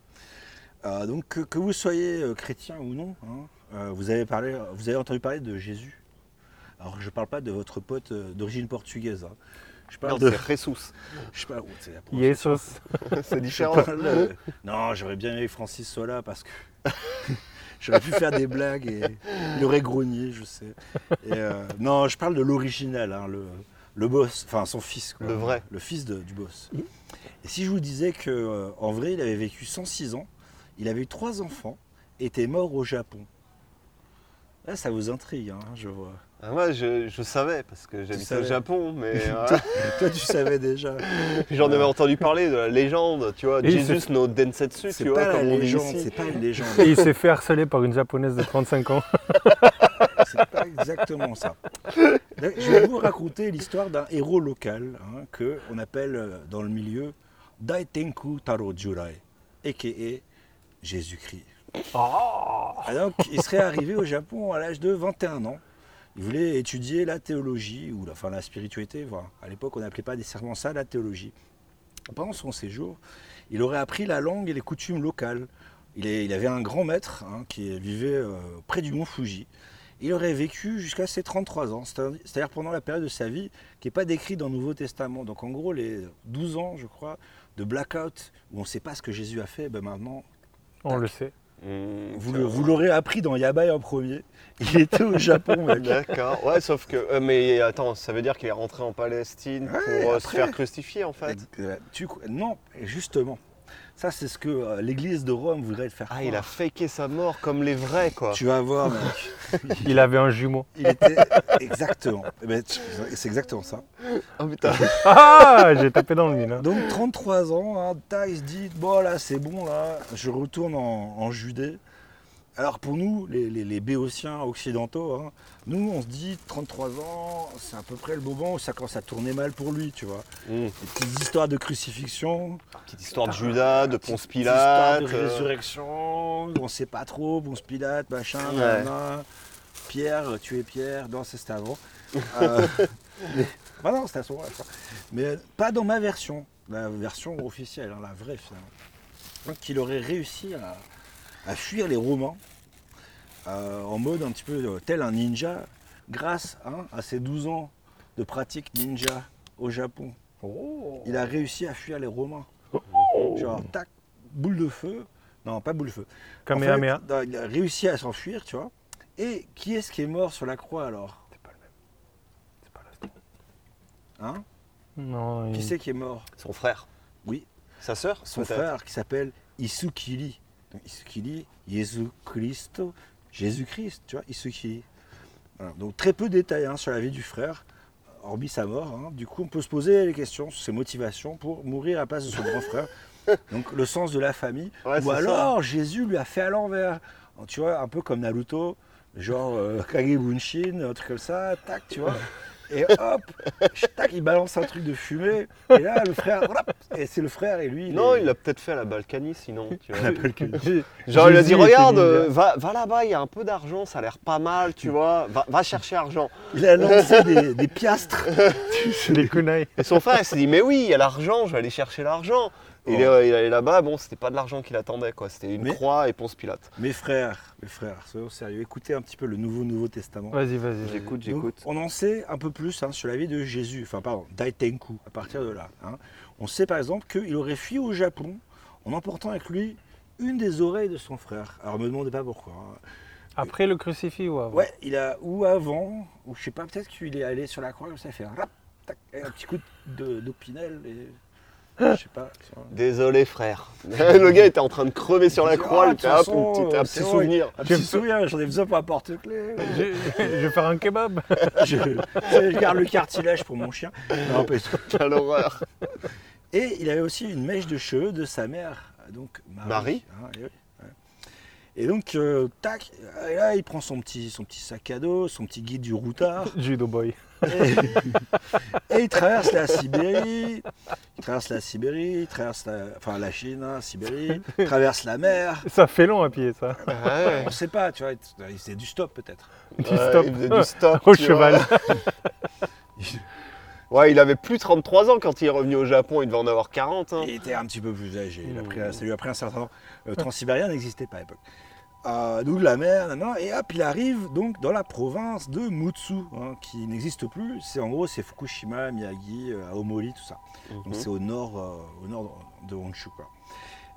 Euh, donc que, que vous soyez euh, chrétien ou non, hein, euh, vous, avez parlé, vous avez entendu parler de Jésus. Alors je ne parle pas de votre pote euh, d'origine portugaise. hein. Je Non, parle de. c'est Jesus. *laughs* Je parle, oh, c'est la Yesos. C'est je différent. parle, euh, non, j'aurais bien aimé que Francis soit là parce que *laughs* j'aurais pu faire des blagues et il aurait grogné, je sais. Et, euh, non, je parle de l'original, hein, le, le boss, enfin son fils. quoi. Le vrai. Le fils de- du boss. Et si je vous disais que euh, en vrai, il avait vécu 106 ans, il avait eu trois enfants, et était mort au Japon. Là, ça vous intrigue, hein, je vois. Ah, moi, je, je savais, parce que j'habitais au savais. Japon, *laughs* mais euh, Toi, tu savais déjà. j'en avais entendu parler de la légende, tu vois. Et Jesus no Densetsu, C'est *laughs* tu vois, pas la comme on dit légende, ici. c'est pas une légende. *laughs* *laughs* Et il s'est fait harceler par une japonaise de 35 ans. *laughs* C'est pas exactement ça. Je vais vous raconter l'histoire d'un héros local hein, que on appelle euh, dans le milieu Daitenku Taro Jurai, a.k.a. Jésus-Christ. Ah, donc, il serait arrivé au Japon à l'âge de 21 ans. Il voulait étudier la théologie, ou la, enfin, la spiritualité. Voilà. À l'époque, on n'appelait pas nécessairement ça la théologie. Pendant son séjour, il aurait appris la langue et les coutumes locales. Il, est- il avait un grand maître hein, qui vivait euh, près du mont Fuji. il aurait vécu jusqu'à ses 33 ans, c'est-à- c'est-à-dire pendant la période de sa vie qui n'est pas décrite dans le Nouveau Testament. Donc en gros, les 12 ans, je crois, de blackout, où on ne sait pas ce que Jésus a fait, ben maintenant, On le sait. Mmh, vous tiens. le- vous l'aurez appris dans Yabai en premier. Il était au *laughs* Japon, mec. D'accord. Ouais, sauf que. euh, mais attends, ça veut dire qu'il est rentré en Palestine Ouais, pour euh, se après. faire crucifier en fait. Euh, tu- non, et justement, ça c'est ce que euh, l'Église de Rome voudrait le faire. Ah, il a croire. faké sa mort comme les vrais quoi. Tu vas *laughs* voir, mec. Il avait un jumeau. Il était exactement. Eh ben, tu- c'est exactement ça. Oh *laughs* putain. Ah *laughs* J'ai tapé dans le mille. hein. Donc 33 ans, hein, taille, il se dit bon là c'est bon là, je retourne en, en Judée. Alors pour nous, les, les, les béotiens occidentaux, hein, nous on se dit 33 ans, c'est à peu près le moment où ça commence à tourner mal pour lui, tu vois. Mmh. Les petites histoires de crucifixion, Petite histoire de Judas, de Ponce petites histoires Pilate. de euh, résurrection, on sait pas trop, Ponce Pilate, machin, Ouais. nanana. Pierre, tu es Pierre, non ça, c'était avant. Euh, mais- bah non, c'était à ce moment-là, je crois. Mais euh, pas dans ma version, la version officielle, hein, la vraie finalement. Donc, Qu'il aurait réussi à, à fuir les Romains euh, en mode un petit peu euh, tel un ninja grâce hein, à ses 12 ans de pratique ninja au Japon. Il a réussi à fuir les Romains. Genre, tac, boule de feu. Non, pas boule de feu. En fait, Kamehameha. non, il a réussi à s'enfuir, tu vois. Et qui est-ce qui est mort sur la croix alors Hein Non, Qui il- c'est qui est mort Son frère. Oui. Sa sœur Son Hmm. peut-être frère qui s'appelle Isukili. Donc, Isukili, Jésus Christo, Jésus-Christ, tu vois, Isukili. Voilà. Donc très peu de détails hein, sur la vie du frère, hormis sa mort. hein. Du coup, on peut se poser les questions sur ses motivations pour mourir à la place de son grand *laughs* frère. Donc le sens de la famille. Ouais, c'est Ou ça. alors Jésus lui a fait à l'envers. Alors, Tu vois, un peu comme Naruto, genre euh, Kage Bunshin, un truc comme ça, tac, tu *laughs* vois. Et hop, tac, il balance un truc de fumée. Et là, le frère, hop, et c'est le frère et lui. Non, est- il l'a peut-être fait à la Balkany *laughs* sinon. Tu vois. Genre, *laughs* Genre, il a dit Regarde, euh, va, va là-bas, il y a un peu d'argent, ça a l'air pas mal, Mm. tu vois. Va, va chercher argent. Il a lancé des, des *laughs* piastres. euh, Les kunai. Et son frère, il s'est dit Mais oui, il y a l'argent, je vais aller chercher l'argent. Et Il est, euh, il est allé là-bas, bon, c'était pas de l'argent qu'il attendait, quoi. C'était une Mais- croix et Ponce Pilate. Mes frères, mes frères, soyons sérieux, écoutez un petit peu le nouveau Nouveau Testament. Vas-y, vas-y. vas-y. Donc, on en sait un peu plus hein, sur la vie de Jésus, enfin pardon, d'Aitenku, à partir de là. hein. On sait par exemple qu'il aurait fui au Japon en emportant avec lui une des oreilles de son frère. Alors me demandez pas pourquoi. hein. Après le crucifix ou avant Ouais, il a ou avant, ou je sais pas, peut-être qu'il est allé sur la croix comme ça, il fait un rap, tac, et un petit coup de- d'opinel, et je sais pas. ça- Désolé, frère. *laughs* le gars était en train de crever sur la Il dit, croix, Ah, il de était toute hop, façon, un petit, euh, un c'est petit vrai. souvenir. Un petit souvenir, j'en ai besoin pour un porte-clés. je, je vais faire un *laughs* kebab. *laughs* je, *laughs* je garde le cartilage pour mon chien. Non, pas du tout. *laughs* Quelle horreur. Et il avait aussi une mèche de cheveux de sa mère, donc Marie. Marie hein, et, oui, ouais. Et donc, euh, tac, et là, il prend son petit, son petit sac à dos, son petit guide du routard, Judo boy. et, et il traverse la Sibérie, il traverse la Sibérie, il traverse la, enfin, la Chine, hein, Sibérie, il traverse la mer. Ça fait long à pied, ça. Ouais. On sait pas, tu vois, il- il faisait du stop peut-être. Du Ouais, stop. il faisait du stop, Au tu *laughs* cheval. vois. Ouais, il avait plus 33 ans quand il est revenu au Japon, il devait en avoir 40. hein. Il était un petit peu plus âgé. Il a pris, ça lui a pris un certain temps. Le transsibérien n'existait pas à l'époque. Euh, D'où la mer, nanana. et hop, il arrive donc dans la province de Mutsu, hein, qui n'existe plus. C'est en gros, c'est Fukushima, Miyagi, euh, Aomori, tout ça. Donc c'est au nord, euh, au nord de Honshu. quoi.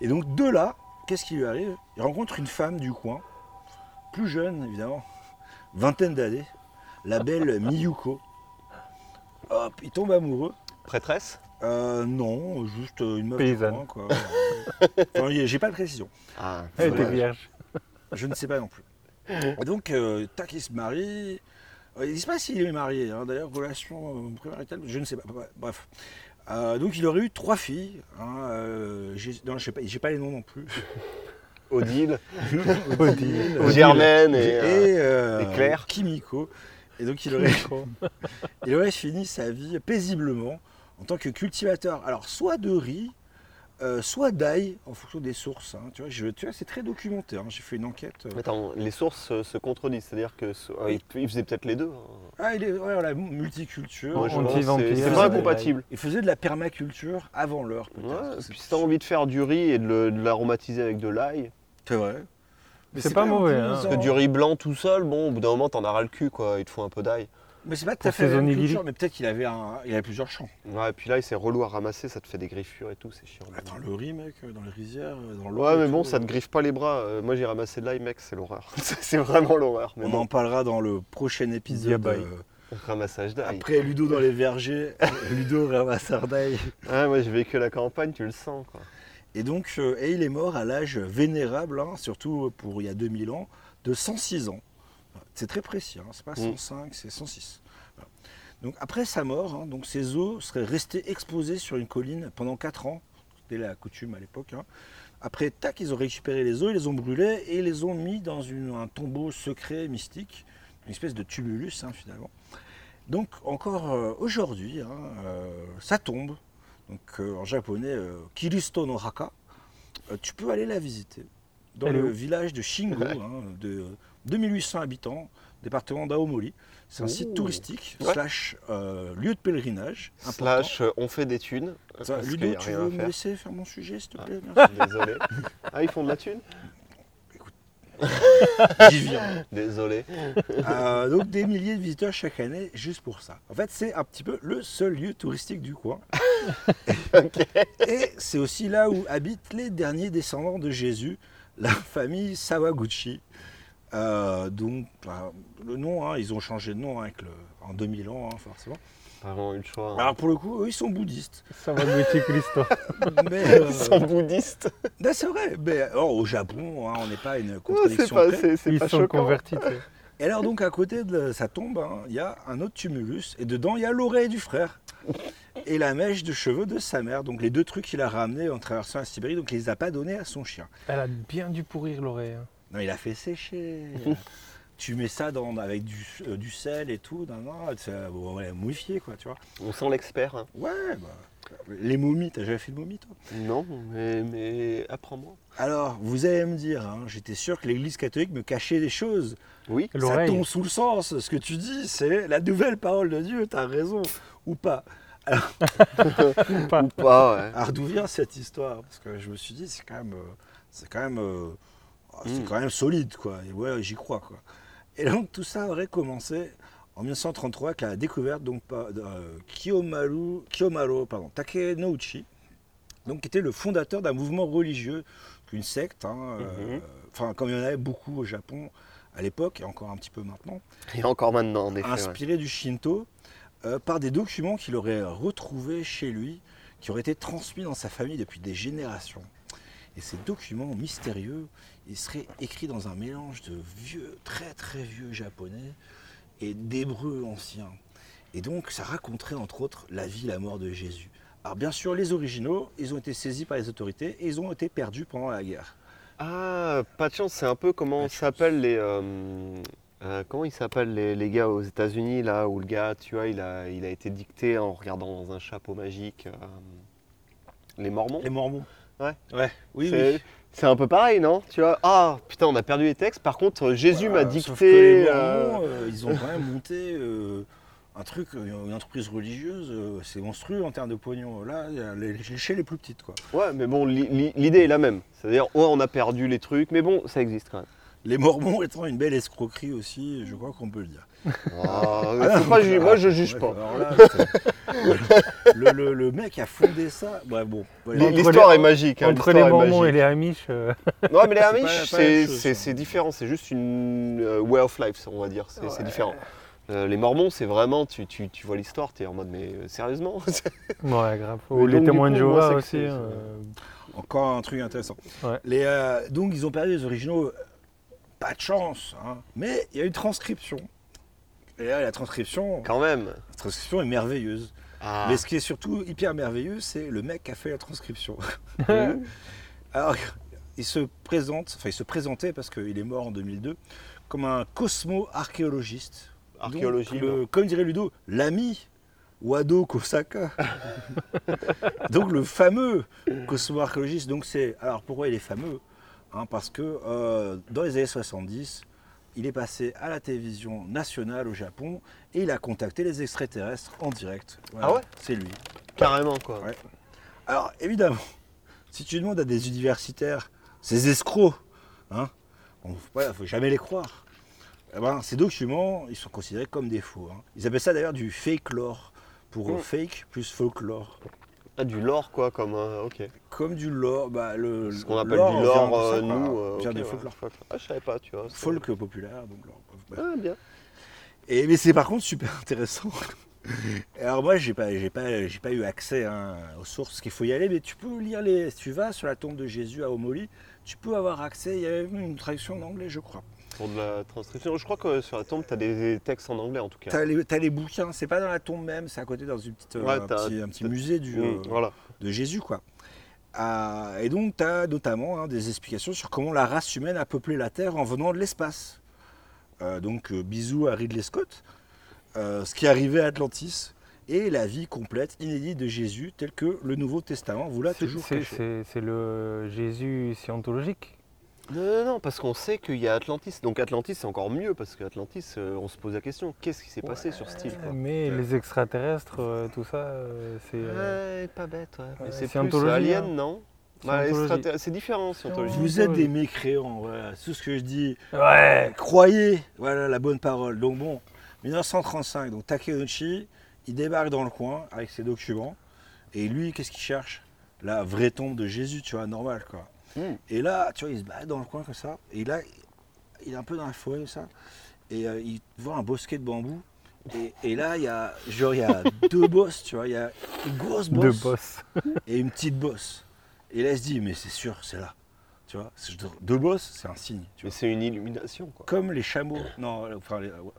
Et donc de là, qu'est-ce qui lui arrive Il rencontre une femme du coin, plus jeune évidemment, vingtaine d'années, la belle Miyuko. Hop, il tombe amoureux. Prêtresse Euh, non, juste euh, une meuf. Paysanne. de coin, quoi. Enfin, y- j'ai pas de précision. Ah, Elle était vierge. Je ne sais pas non plus. Et donc, euh, tac, il se marie. Euh, Il ne sait pas s'il est marié, hein. d'ailleurs, relation euh, prémaritale, je ne sais pas. Bah, Bref. Euh, donc, il aurait eu trois filles. hein, euh, j'ai- non, je n'ai pas, j'ai pas les noms non plus. Odile, *laughs* Odile, Germaine et, euh, et, euh, et Claire. Kimiko. Et donc, *laughs* il aurait, il aurait fini sa vie paisiblement en tant que cultivateur. Alors, soit de riz, euh, soit d'ail, en fonction des sources. hein. Tu vois, je- tu vois, c'est très documenté. hein. J'ai fait une enquête. euh. Attends, les sources euh, se contredisent, c'est-à-dire que ce- euh, il- il faisait peut-être les deux. hein. Ah, il est ouais, la multiculture. Moi, je euh, pense que c'est- Anti-vampire. c'est pas incompatible. Il faisait de la permaculture avant l'heure, peut-être. Ouais, C'est- puis si t'as envie de faire du riz et de le- de l'aromatiser avec de l'ail, C'est vrai. Mais c'est pas mauvais, hein. Parce Parce que du riz blanc tout seul, bon, au bout d'un moment, t'en as ras le cul, quoi. Il te faut un peu d'ail. Mais c'est pas tout à Pour fait ses la même onigiri. culture, mais peut-être qu'il avait, un- il avait plusieurs champs. Ouais, et puis là, c'est relou à ramasser, ça te fait des griffures et tout, c'est chiant. Attends, le riz, mec, dans les rizières, dans l'eau. Ouais, mais bon, ça te griffe pas les bras. Euh, moi, j'ai ramassé de l'ail, mec, c'est l'horreur. *laughs* c'est vraiment l'horreur. Mais On bon, en parlera dans le prochain épisode. Diabaye. euh, *laughs* ramassage d'ail. après Ludo dans les vergers, *laughs* Ludo Ramassardaï. Ouais, moi, j'ai vécu à la campagne, tu le sens, quoi. Et donc, euh, et il est mort à l'âge vénérable, hein, surtout pour il y a 2000 ans, de 106 ans. C'est très précis, hein, c'est pas 105, c'est 106. Voilà. Donc après sa mort, hein, donc ses os seraient restés exposés sur une colline pendant 4 ans, c'était la coutume à l'époque. hein. Après, tac, ils ont récupéré les os, ils les ont brûlés et ils les ont mis dans une- un tombeau secret, mystique, une espèce de tumulus hein, finalement. Donc encore euh, aujourd'hui, hein, euh, sa tombe, donc euh, en japonais euh, Kiristo no Haka, euh, tu peux aller la visiter dans Elle est le où village de Shingo, hein, de 2800 habitants, département d'Aomori. C'est un site Ouh. touristique, Ouais. slash euh, lieu de pèlerinage. important. Slash, euh, on fait des thunes. euh, Ça, parce qu'il Ludo, y a tu rien veux à me faire. laisser faire mon sujet, s'il te plaît merci. *laughs* Désolé. Ah, ils font de la thune J'y viens. *laughs* Désolé. Euh, donc des milliers de visiteurs chaque année juste pour ça. En fait, c'est un petit peu le seul lieu touristique du *laughs* coin. Et c'est aussi là où habitent les derniers descendants de Jésus, la famille Sawaguchi. Euh, donc bah, le nom, hein, ils ont changé de nom hein, avec le- en 2000 ans, hein, forcément. Pas vraiment eu le choix. hein. *laughs* Alors pour le coup, eux, ils sont bouddhistes. Ça va goûter Christo. Mais, euh, bouddhistes. non, Ben, c'est vrai. Mais oh, au Japon, hein, on n'est pas une Non, c'est contradiction. pas, près. *laughs* c'est- c'est Ils pas sont choquant. convertis. tu sais. Et alors donc à côté de sa tombe, hein, il y a un autre tumulus et dedans il y a l'oreille du frère et la mèche de cheveux de sa mère. Donc les deux trucs qu'il a ramenés en traversant la Sibérie, donc il les a pas donnés à son chien. *laughs* Elle a bien dû pourrir l'oreille. hein. Non, il a fait *laughs* sécher. tu mets ça dans, avec du, euh, du sel et tout, non, non, ça- bon, ouais, mouifié quoi, tu vois. On sent l'expert. hein. Ouais, bah, les momies, t'as jamais fait de momie toi Non, mais, mais apprends-moi. Alors vous allez me dire, hein, j'étais sûr que l'Église catholique me cachait des choses. Oui. Ça L'oreille. tombe sous le sens. Ce que tu dis, c'est la nouvelle parole de Dieu. T'as raison ou pas. Pas. Ou pas, ouais. Alors d'où vient cette histoire Parce que je me suis dit, c'est quand même, euh, c'est quand même, euh, oh, c'est Mm. quand même solide, quoi. Et ouais, j'y crois, quoi. Et donc tout ça aurait commencé en 1933 avec la découverte donc par- euh, Kiyomaru, Kiyomaro, pardon, Takenouchi, donc qui était le fondateur d'un mouvement religieux, une secte. hein, euh, Mhm. Enfin, comme il y en avait beaucoup au Japon à l'époque et encore un petit peu maintenant *laughs* Et encore maintenant, en effet. ouais. inspiré du Shinto euh, par des documents qu'il aurait retrouvés chez lui, qui auraient été transmis dans sa famille depuis des générations. Et ces documents mystérieux, ils seraient écrits dans un mélange de vieux, très très vieux japonais et d'hébreux anciens. Et donc ça raconterait entre autres la vie, la mort de Jésus. Alors bien sûr, les originaux, ils ont été saisis par les autorités et ils ont été perdus pendant la guerre. Ah, pas de chance, c'est un peu comment s'appellent les. euh, euh, comment ils s'appellent les, les gars aux États-Unis, là, où le gars, tu vois, il a, il a été dicté en regardant dans un chapeau magique. euh, les Mormons Les Mormons. Ouais. Ouais. Oui, C'est- oui. C'est un peu pareil, non Tu vois, ah putain, on a perdu les textes. Par contre, euh, Jésus m'a Voilà, dicté. sauf que les euh, Mormons, euh, *laughs* ils ont quand même monté euh, un truc, euh, une entreprise religieuse, euh, c'est monstrueux en termes de pognon. Là, il y a les- chez les plus petites, quoi. Ouais, mais bon, li- li- l'idée est la même. C'est-à-dire, ouais, on a perdu les trucs, mais bon, ça existe quand même. Les Mormons *laughs* étant une belle escroquerie aussi, je crois qu'on peut le dire. Ah, faut pas juger, moi, je juge Ouais, pas. alors là, c'est- *laughs* le, le- le mec a fondé ça. Ouais, bon. voilà. L'hi- les- L'histoire est magique. hein, Entre les l'histoire est Mormons et magique. les Amish, *laughs* euh, Non, *laughs* C'est pas- pas mais les la Amish, même c'est- chose, c'est hein. c'est différent. C'est juste une euh, way of life, on va dire. C'est c'est différent. Euh, les Mormons, c'est vraiment, tu, tu- tu vois l'histoire, t'es en mode, mais euh, sérieusement *laughs* ouais, grave. Mais Ou les donc, du témoins de coup, moi, Jéhovah c'est que aussi. c'est- euh, Encore un truc intéressant. Ouais. Les, euh, donc, ils ont perdu les originaux. euh, Pas de chance. hein. Mais il y a une transcription. Et là, la transcription, Quand même. la transcription est merveilleuse. Ah. Mais ce qui est surtout hyper merveilleux, c'est le mec qui a fait la transcription. *laughs* Mmh. Alors, il se présente, enfin, il se présentait parce qu'il est mort en 2002, comme un cosmo-archéologiste. Donc, Archéologie. le- comme dirait Ludo, l'ami Wado *laughs* Kosaka. donc, le fameux cosmo-archéologiste. Donc, c'est. Alors, pourquoi il est fameux Hein, Parce que euh, dans les années 70, il est passé à la télévision nationale au Japon et il a contacté les extraterrestres en direct. Voilà, Ah ouais C'est lui. Carrément, quoi. Ouais. Alors, *laughs* évidemment, si tu demandes à des universitaires, ces escrocs, hein, On, voilà, faut jamais les croire. Eh ben, ces documents, ils sont considérés comme des faux. hein. Ils appellent ça d'ailleurs du fake lore, pour euh, Mm. fake plus folklore. Ah, du lore, quoi, comme un. Ok. Comme du lore, bah, le, Ce le qu'on appelle du vient de lore, ça, quoi. euh, nous. euh, vient ok, du ouais, folklore. folk. Ah, je savais pas, tu vois. c'est- Folk populaire, donc lore. Bref. Ah, bien. Et, mais c'est par contre super intéressant. *laughs* Et Alors moi j'ai pas j'ai pas j'ai pas eu accès hein, aux sources parce qu'il faut y aller mais tu peux lire les si tu vas sur la tombe de Jésus à Omoli tu peux avoir accès il y a même une traduction en anglais je crois Pour de la transcription. Je crois que sur la tombe, t'as des des textes en anglais, en tout cas. t'as les t'as les bouquins c'est pas dans la tombe même c'est à côté dans une petite euh, Ouais, un, t'as- petit, un petit t'as- musée du Mm, euh, Voilà. de Jésus quoi Ah, et donc tu as notamment hein, des explications sur comment la race humaine a peuplé la terre en venant de l'espace Euh, donc euh, bisous à Ridley Scott euh, ce qui arrivait à Atlantis et la vie complète inédite de Jésus telle que le Nouveau Testament vous l'a C'est- toujours c'est- cachée. C'est c'est le Jésus scientologique. Non, non, non, parce qu'on sait qu'il y a Atlantis. Donc Atlantis, c'est encore mieux, parce qu'Atlantis, on se pose la question qu'est-ce qui s'est passé sur cette île quoi Mais les extraterrestres, euh, tout ça, euh, c'est. euh, Ouais, pas bête, ouais. Mais ouais, c'est plus scientologie, alien, hein. non Bah, les Scientologie. straté- C'est différent, scientologie. Vous êtes des mécréants, voilà, tout ce que je dis. Ouais. Croyez, voilà la bonne parole. Donc bon, 1935, donc Takeuchi, il débarque dans le coin avec ses documents. Et lui, qu'est-ce qu'il cherche La vraie tombe de Jésus, tu vois, normal quoi. Mm. Et là, tu vois, il se bat dans le coin comme ça. Et là, il est un peu dans la forêt comme ça. Et euh, il voit un bosquet de bambou. Et, et là, il y a, genre, il y a deux bosses, tu vois, il y a une grosse Deux bosse boss. et une petite bosse. Et là, elle se dit, mais c'est sûr, c'est là. Tu vois, c'est- deux bosses, c'est un signe. Tu Mais vois. c'est une illumination, quoi. Comme les chameaux. Non, euh, enfin, les- ouais.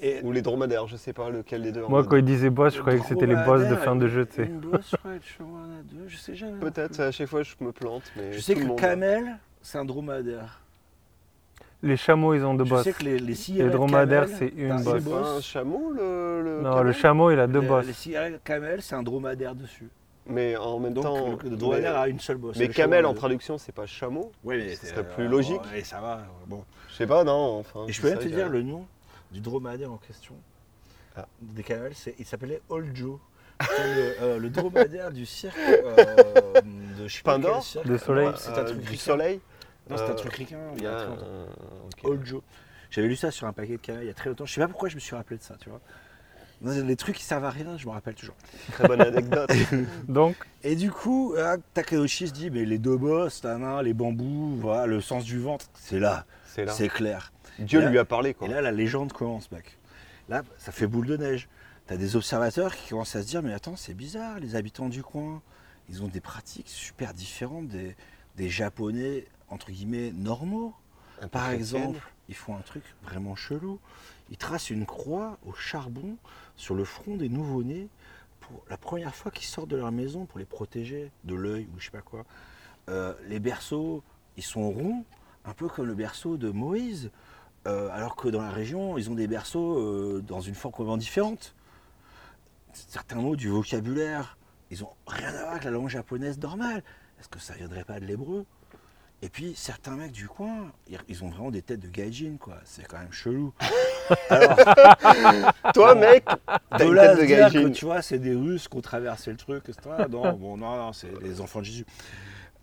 Et Ou les dromadaires, je sais pas lequel des deux. en Moi, fait. quand ils disaient boss, je croyais que c'était les boss de fin de jeu, tu sais. Une bosse, ouais, le chameau en a deux, je sais jamais. Peut-être, à chaque fois, je me plante, mais. Je sais que tout le le monde- camel, c'est un dromadaire. Les chameaux, ils ont deux je boss. sais que les, les cigarettes. Les dromadaires, camel, c'est une t'as C'est bosse. pas un chameau, le. le Non, camel le chameau, il a deux les- boss. Les cigarettes camel, c'est un dromadaire dessus. Mais en même Donc, temps. le, le dromadaire mais- a une seule bosse. Mais le camel chameau a en deux. traduction, c'est pas chameau. Ouais, mais ce c'est- serait plus euh, logique. Ouais, ça va. Bon. Je sais pas, non, enfin. Et je Hein, c'est peux même ça, te il y a- dire le nom du dromadaire en question. Ah. Des cannibales, c'est- il s'appelait Old Joe. C'était le, euh, le dromadaire du cirque euh, de je sais pas Pandore quel cirque. De Soleil. Non, C'est un Euh, truc du ricain. soleil. Non, c'est un Euh, truc ricain. Il y a. un truc. euh, ok. Old Joe. J'avais lu ça sur un paquet de cannibales il y a très longtemps. Je sais pas pourquoi je me suis rappelé de ça, tu vois. Dans Les trucs qui servent à rien, je me rappelle toujours. Très bonne anecdote. Donc, Et du coup, là, Takayoshi se dit, mais les deux bosses, la main, les bambous, voilà, le sens du ventre, c'est là, *laughs* C'est là. c'est clair. Dieu Et là- lui a parlé, quoi. Et là, la légende commence, mec. Là, ça fait boule de neige. T'as des observateurs qui commencent à se dire, mais attends, c'est bizarre, les habitants du coin, ils ont des pratiques super différentes des, des Japonais, entre guillemets, normaux. Un peu Par chrétienne. exemple, ils font un truc vraiment chelou. Ils tracent une croix au charbon sur le front des nouveau-nés pour la première fois qu'ils sortent de leur maison pour les protéger de l'œil ou je sais pas quoi. Euh, les berceaux, ils sont ronds, un peu comme le berceau de Moïse, euh, alors que dans la région, ils ont des berceaux euh, dans une forme complètement différente. Certains mots du vocabulaire, ils ont rien à voir avec la langue japonaise normale. Est-ce que ça viendrait pas de l'hébreu et puis certains mecs du coin, ils- ils ont vraiment des têtes de gaijin, quoi. C'est quand même chelou. Alors, Toi, mec, t'as de une là à se dire tête Ah, de que gaijin. tu vois, c'est des Russes qui ont traversé le truc, etc. *laughs* Non, bon, non, non, c'est les enfants de Jésus.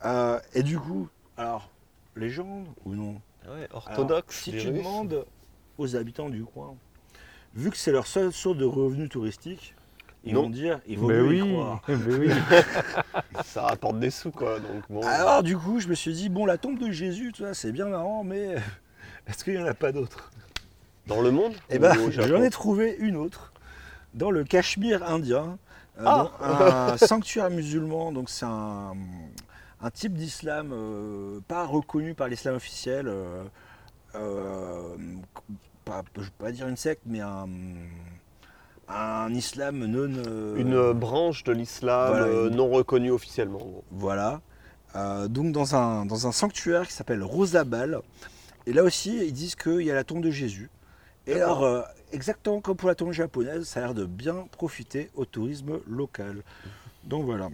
Euh, et du coup, alors, légende ou non Ouais, Alors, orthodoxe. Si je tu dirais. demandes aux habitants du coin, vu que c'est leur seule source de revenus touristiques, ils Non. vont dire, il vaut ben mieux y oui, croire. *laughs* ben oui. Ça rapporte des sous, quoi. Donc, bon. Alors du coup, je me suis dit, bon, la tombe de Jésus, tout ça, c'est bien marrant, mais *laughs* est-ce qu'il n'y en a pas d'autres Dans le monde Eh ou ben, au Japon j'en ai trouvé une autre dans le Cachemire indien, euh, Ah dans un *laughs* sanctuaire musulman. Donc c'est un, un type d'islam euh, pas reconnu par l'islam officiel. euh, euh, pas, je vais pas dire une secte, mais un, un islam non. euh, Une euh, branche de l'islam voilà, euh, une- non reconnue officiellement. en gros. Voilà. Euh, donc dans un, dans un sanctuaire qui s'appelle Rosabal. Et là aussi, ils disent qu'il y a la tombe de Jésus. Et alors, euh, exactement comme pour la tombe japonaise, ça a l'air de bien profiter au tourisme local. Donc voilà.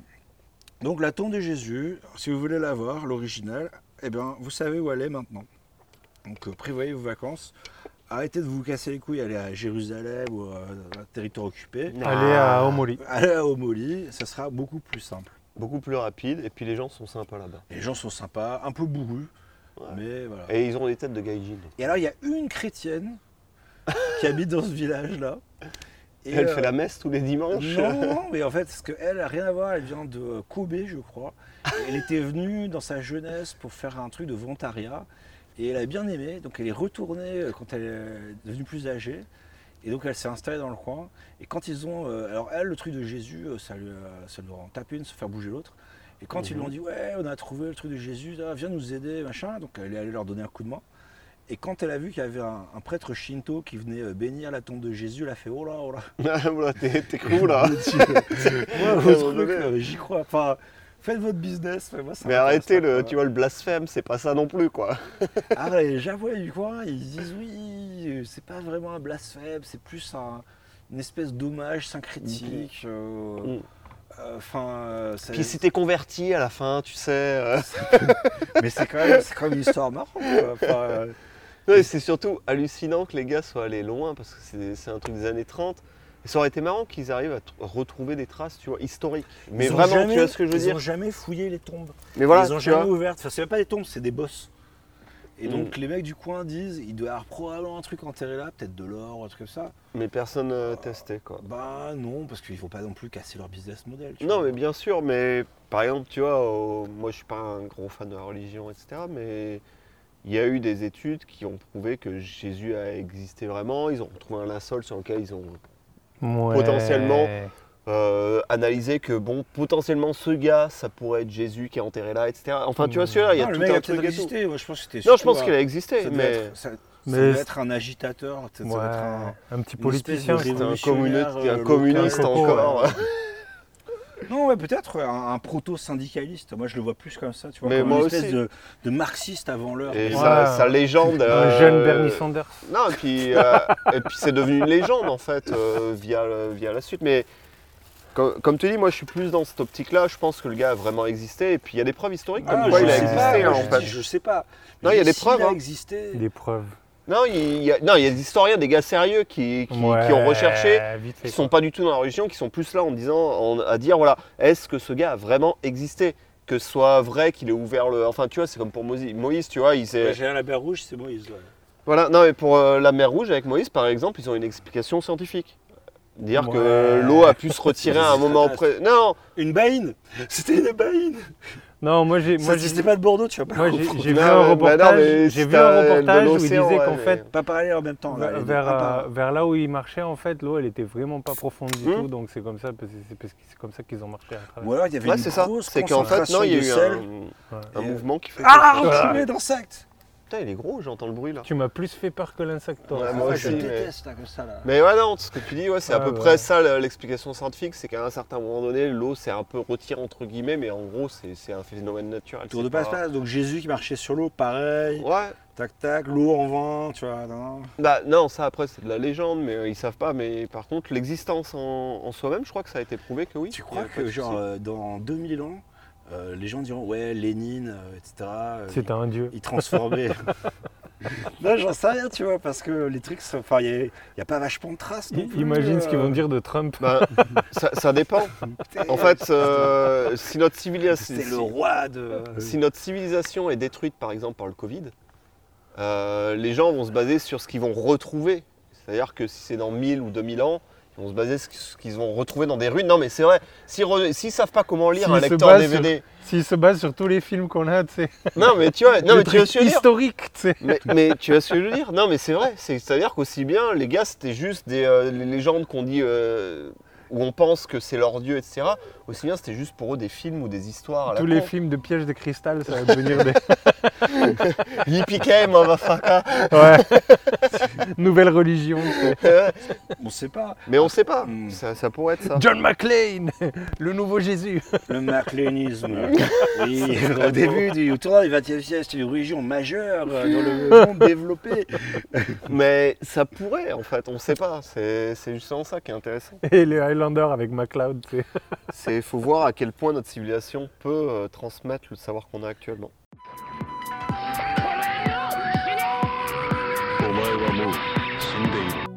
Donc la tombe de Jésus, si vous voulez la voir, l'original, eh bien, vous savez où elle est maintenant. Donc euh, prévoyez vos vacances. Arrêtez de vous casser les couilles, allez à Jérusalem ou euh, dans un territoire occupé. Allez Ah. à Omori. Allez à Omoli, ça sera beaucoup plus simple. Beaucoup plus rapide, et puis les gens sont sympas là-bas. Les gens sont sympas, un peu bourrus. Mais voilà. Et ils ont des têtes de gaijin. Et alors, il y a une chrétienne qui habite dans ce village-là. Et, elle euh, fait la messe tous les dimanches. *laughs* Non, non, mais en fait, parce qu'elle n'a rien à voir, elle vient de euh, Kobe, je crois. Et Elle était venue dans sa jeunesse pour faire un truc de volontariat. Et elle a bien aimé, donc elle est retournée euh, quand elle est devenue plus âgée. Et donc elle s'est installée dans le coin. Et quand ils ont. euh, alors elle, le truc de Jésus, euh, ça lui, a- ça lui en tape une, se faire bouger l'autre. Et quand ils lui ont dit, ouais, on a trouvé le truc de Jésus, ah, viens nous aider, machin. Donc elle est allée leur donner un coup de main. Et quand elle a vu qu'il y avait un, un prêtre Shinto qui venait euh, bénir la tombe de Jésus, elle a fait, oh là, oh là. Ah, Voilà, t'es t'es cool hein. *laughs* là. Moi, Ouais, le truc, ouais, ouais. euh, j'y crois. Enfin, faites votre business. mais moi, ça Mais m'intéresse arrêtez pas, le, quoi. tu vois, le blasphème, c'est pas ça non plus quoi. Ah, les Japonais du coin, ils disent oui, euh, c'est pas vraiment un blasphème, c'est plus un- une espèce d'hommage syncrétique. euh, Mm. euh, Enfin, euh, ça- Puis si t'es converti à la fin, tu sais. euh, *laughs* mais c'est quand, même- c'est quand même une histoire marrante. quoi. Enfin, euh, Non, et c'est surtout hallucinant que les gars soient allés loin parce que c'est- c'est un truc des années 30. Et ça aurait été marrant qu'ils arrivent à tr- retrouver des traces, tu vois, historiques. Mais ils ont vraiment, jamais- tu vois ce que je veux ils dire ont jamais fouillé les tombes. Mais voilà, ils ont tu jamais vois. ouvert. Enfin, c'est même pas des tombes, c'est des bosses. Et Mm. donc les mecs du coin disent, il doit y avoir probablement un truc enterré là, peut-être de l'or ou un truc comme ça. Mais personne n'a testé quoi. Bah non, parce qu'ils ne faut pas non plus casser leur business model. tu Non, vois. mais bien sûr, mais par exemple, tu vois, au- moi je suis pas un gros fan de la religion, etc. Mais il y a eu des études qui ont prouvé que Jésus a existé vraiment. Ils ont retrouvé un linceul sur lequel ils ont Potentiellement. euh, analysé que, bon, potentiellement ce gars, ça pourrait être Jésus qui est enterré là, etc. Enfin, tu vois, celui-là, il bah, y a Non, Ah, le tout mec un a truc peut-être et tout. existé. Moi, je pense que c'était Non, je surtout pense un- qu'il a ça existé, devait mais être- ça, ça Mais devait c'est- être un agitateur, ça devait Ouais, être un... un petit une espèce de politicien. révolution. c'est un, révolutionnaire, communiste, euh, un local, communiste coco, encore. ouais. Non, ouais, peut-être un, un proto-syndicaliste. Moi, je le vois plus comme ça, tu vois, Mais comme moi une espèce aussi. de, de marxiste avant l'heure. Et Ouais. sa, sa légende. Un euh, jeune Bernie Sanders. Non, et puis, euh, et puis c'est devenu une légende en fait euh, via, le- via la suite. Mais comme, comme tu dis, moi je suis plus dans cette optique-là. Je pense que le gars a vraiment existé. Et puis il y a des preuves historiques comme Ah, quoi je il a sais existé pas, hein, moi, en je fait. dis, Je sais pas. Non, Je il y a dis, des s'il preuves, hein. existé. Des preuves. Non, il y a, non, il y a des historiens, des gars sérieux qui, qui- qui ont recherché, Vite fait, qui sont pas du tout dans la religion, qui sont plus là en disant, en- à dire voilà, est-ce que ce gars a vraiment existé que ce soit vrai qu'il ait ouvert le. Enfin, tu vois, c'est comme pour Moïse. Moïse, tu vois, il s'est. Ouais, bah, J'ai la mer rouge, c'est Moïse. ouais. Voilà, non mais pour euh, la mer Rouge avec Moïse par exemple, ils ont une explication scientifique. Dire que Ouais. l'eau a pu se *laughs* retirer à un moment près. Non, Une baïne *laughs* C'était une baïne Non, moi j'ai moi Ça, j'ai Si c'était pas de Bordeaux, tu vas pas moi, j'ai- comprendre. j'ai vu Non, un mais- bah non, mais reportage, j'ai c'est vu un- un de reportage où il l'océan, disait ouais, qu'en mais- fait Pas parler en même temps. là, les vers, deux, vers, un par un. euh, vers là où ils marchaient en fait, l'eau elle était vraiment pas profonde du Hmm. tout, donc c'est comme ça parce que c'est parce que c'est comme ça qu'ils ont marché à travers. Ou alors il y avait ouais, une c'est ça. grosse C'est qu'en fait, concentration non, il y a de eu sel. un, Ouais. un mouvement qui fait. Ah, Voilà. enculé d'insectes Putain, il est gros, j'entends le bruit là. Tu m'as plus fait peur que l'insecte. toi. Ouais, Ah, moi ouais, aussi, Je mais- déteste là, comme ça là. Mais ouais, non, ce que tu dis, ouais, c'est à Ouais, peu ouais. près ça le- l'explication scientifique, c'est qu'à un certain moment donné, l'eau s'est un peu retirée entre guillemets, mais en gros, c'est c'est un phénomène naturel. Tour c'est de pas- passe-passe, donc Jésus qui marchait sur l'eau, pareil, Ouais, tac tac, l'eau en vin, tu vois. non. bah non, ça après, c'est de la légende, mais euh, ils savent pas. Mais par contre, l'existence en, en soi-même, je crois que ça a été prouvé que oui. Tu il y crois avait pas de que genre souci. euh, dans 2000 ans, euh, les gens diront ouais, Lénine, euh, etc. euh, C'était un dieu. il *laughs* transformait. non, j'en sais rien, tu vois, parce que les trucs, sont- enfin, il n'y a, il y a pas vachement de traces. non I- plus, Imagine ce qu'ils euh, *laughs* vont dire de Trump. *laughs* Bah, ça, ça dépend. En fait, euh, si, notre civilisation, C'est le roi de. Ah si notre civilisation est détruite par exemple par le Covid, euh, les gens vont se baser sur ce qu'ils vont retrouver. C'est-à-dire que si c'est dans 1000 ou 2000 ans, ils vont se baser sur ce qu'ils vont retrouver dans des ruines. Non mais c'est vrai, s'ils re- s'ils savent pas comment lire S'ils un se lecteur basent DVD. S'ils se basent sur tous les films qu'on a, tu sais. *laughs* Non mais tu vois, *laughs* non, les mais tu vois trucs ce que je veux dire historiques, tu sais. mais, mais tu vois ce que je veux dire Non, mais c'est vrai. C'est- C'est-à-dire qu'aussi bien, les gars, c'était juste des euh, les légendes qu'on dit, euh, où on pense que c'est leur dieu, etc. Aussi bien, c'était juste pour eux des films ou des histoires. À Tous la les films de pièges de cristal, ça va devenir des. films. Yippee *laughs* motherfucker Ouais. Nouvelle religion. On sait pas. Mais on sait pas. Hmm. Ça, ça pourrait être ça. *laughs* John McClane, le nouveau Jésus. *laughs* Le *laughs* maclénisme. Oui, au début du tournant du XXe siècle, c'était une religion majeure euh, dans *laughs* le monde développé. Mais ça pourrait, en fait. On sait pas. C'est c'est justement ça qui est intéressant. Et les Highlanders avec McLeod, tu sais. Il faut voir à quel point notre civilisation peut euh, transmettre le savoir qu'on a actuellement. お前はもう死んでいる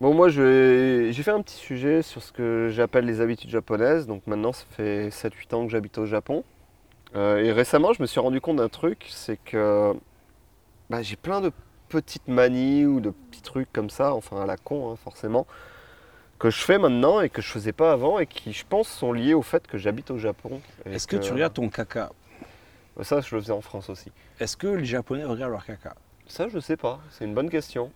Bon, moi, je vais- j'ai fait un petit sujet sur ce que j'appelle les habitudes japonaises. Donc maintenant, ça fait 7-8 ans que j'habite au Japon. Euh, et récemment, je me suis rendu compte d'un truc, c'est que bah, j'ai plein de petites manies ou de petits trucs comme ça, enfin à la con hein, forcément, que je fais maintenant et que je faisais pas avant et qui je pense sont liés au fait que j'habite au Japon. et Euh, Est-ce que tu regardes ton caca Ça je le faisais en France aussi. Est-ce que les Japonais regardent leur caca Ça je sais pas, c'est une bonne question.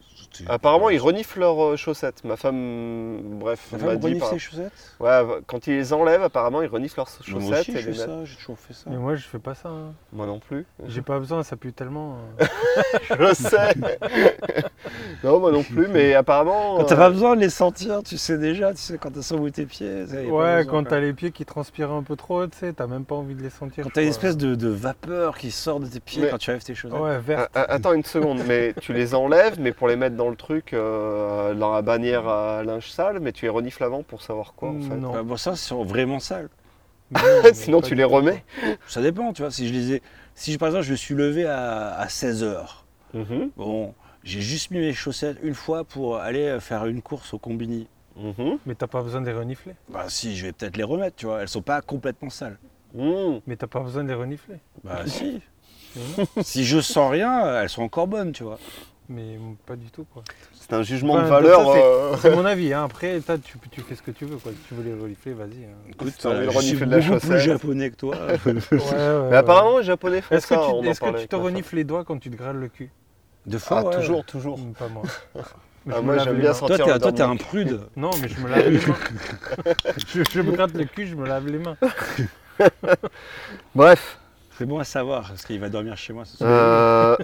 Apparemment ils reniflent leurs euh, chaussettes. Ma femme, bref, Ta m'a femme dit renifle par- ses chaussettes Ouais, quand ils les enlèvent, apparemment ils reniflent leurs Moi chaussettes aussi, et je fais les mettent. ça, j'ai toujours fait ça. Mais moi, je fais pas ça. hein. Moi non plus. *laughs* J'ai pas besoin, ça pue tellement. hein. je le *laughs* sais. non, moi non plus, mais apparemment. T'as euh, pas besoin de les sentir, tu sais déjà, tu sais quand t'as sans bout de tes pieds. ça, y a pas ouais, besoin, quand quoi. t'as les pieds qui transpirent un peu trop, tu sais, t'as même pas envie de les sentir. Quand je t'as une crois. espèce de, de vapeur qui sort de tes pieds Mais- quand tu lèves tes chaussettes. hein. Ouais, *laughs* vert. Ah, ah, Attends une seconde, mais tu les enlèves, mais pour les mettre dans le truc, euh, dans la bannière à linge sale, mais tu les renifles avant pour savoir quoi en fait. *laughs* Non. Bah, bon, ça, c'est vraiment sale. Mais non, mais Sinon pas tu du les tout. remets. Ça dépend, tu vois. Si je les ai... si par exemple je me suis levé à, 16h, Mhm, bon, j'ai juste mis mes chaussettes une fois pour aller euh, faire une course au combini. mhm, Mais t'as pas besoin de les renifler. Bah si, je vais peut-être les remettre, tu vois. Elles sont pas complètement sales. mhm. Mais t'as pas besoin de les renifler. Bah si. *laughs* si je sens rien, elles sont encore bonnes, tu vois. Mais pas du tout, quoi. C'est un jugement de Enfin, valeur. ça, c'est- *laughs* euh, C'est mon avis, hein. Après, t'as- tu, tu fais ce que tu veux, quoi. Si tu veux les renifler, vas-y. hein. Écoute, euh, t'as envie de je suis renifler de la beaucoup plus chaussette. Ah, japonais que *laughs* toi. Ouais, ouais, Mais ouais. apparemment les japonais font Est-ce ça. que on en tu, est-ce que parlait tu te avec ma femme. renifles les doigts quand tu te grattes le cul Deux fois, Ah, ouais. toujours, toujours. Hum, *laughs* Pas moi. Ah, Mais je me moi, lave j'aime les bien mains. sentir Toi, t'es le toi, dans t'es mon un cul. prude. Non, mais je me lave les mains. *laughs* je, je me gratte le cul, je me lave les mains. Bref. C'est bon à savoir, parce qu'il va dormir chez moi ce soir. euh,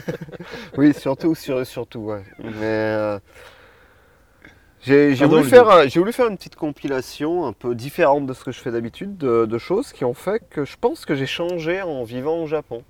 *laughs* oui, surtout, sur- surtout, ouais. Mais euh, j'ai j'ai Pardon, voulu, Ludo. faire un- j'ai voulu faire une petite compilation un peu différente de ce que je fais d'habitude, de, de choses qui ont fait que je pense que j'ai changé en vivant au Japon.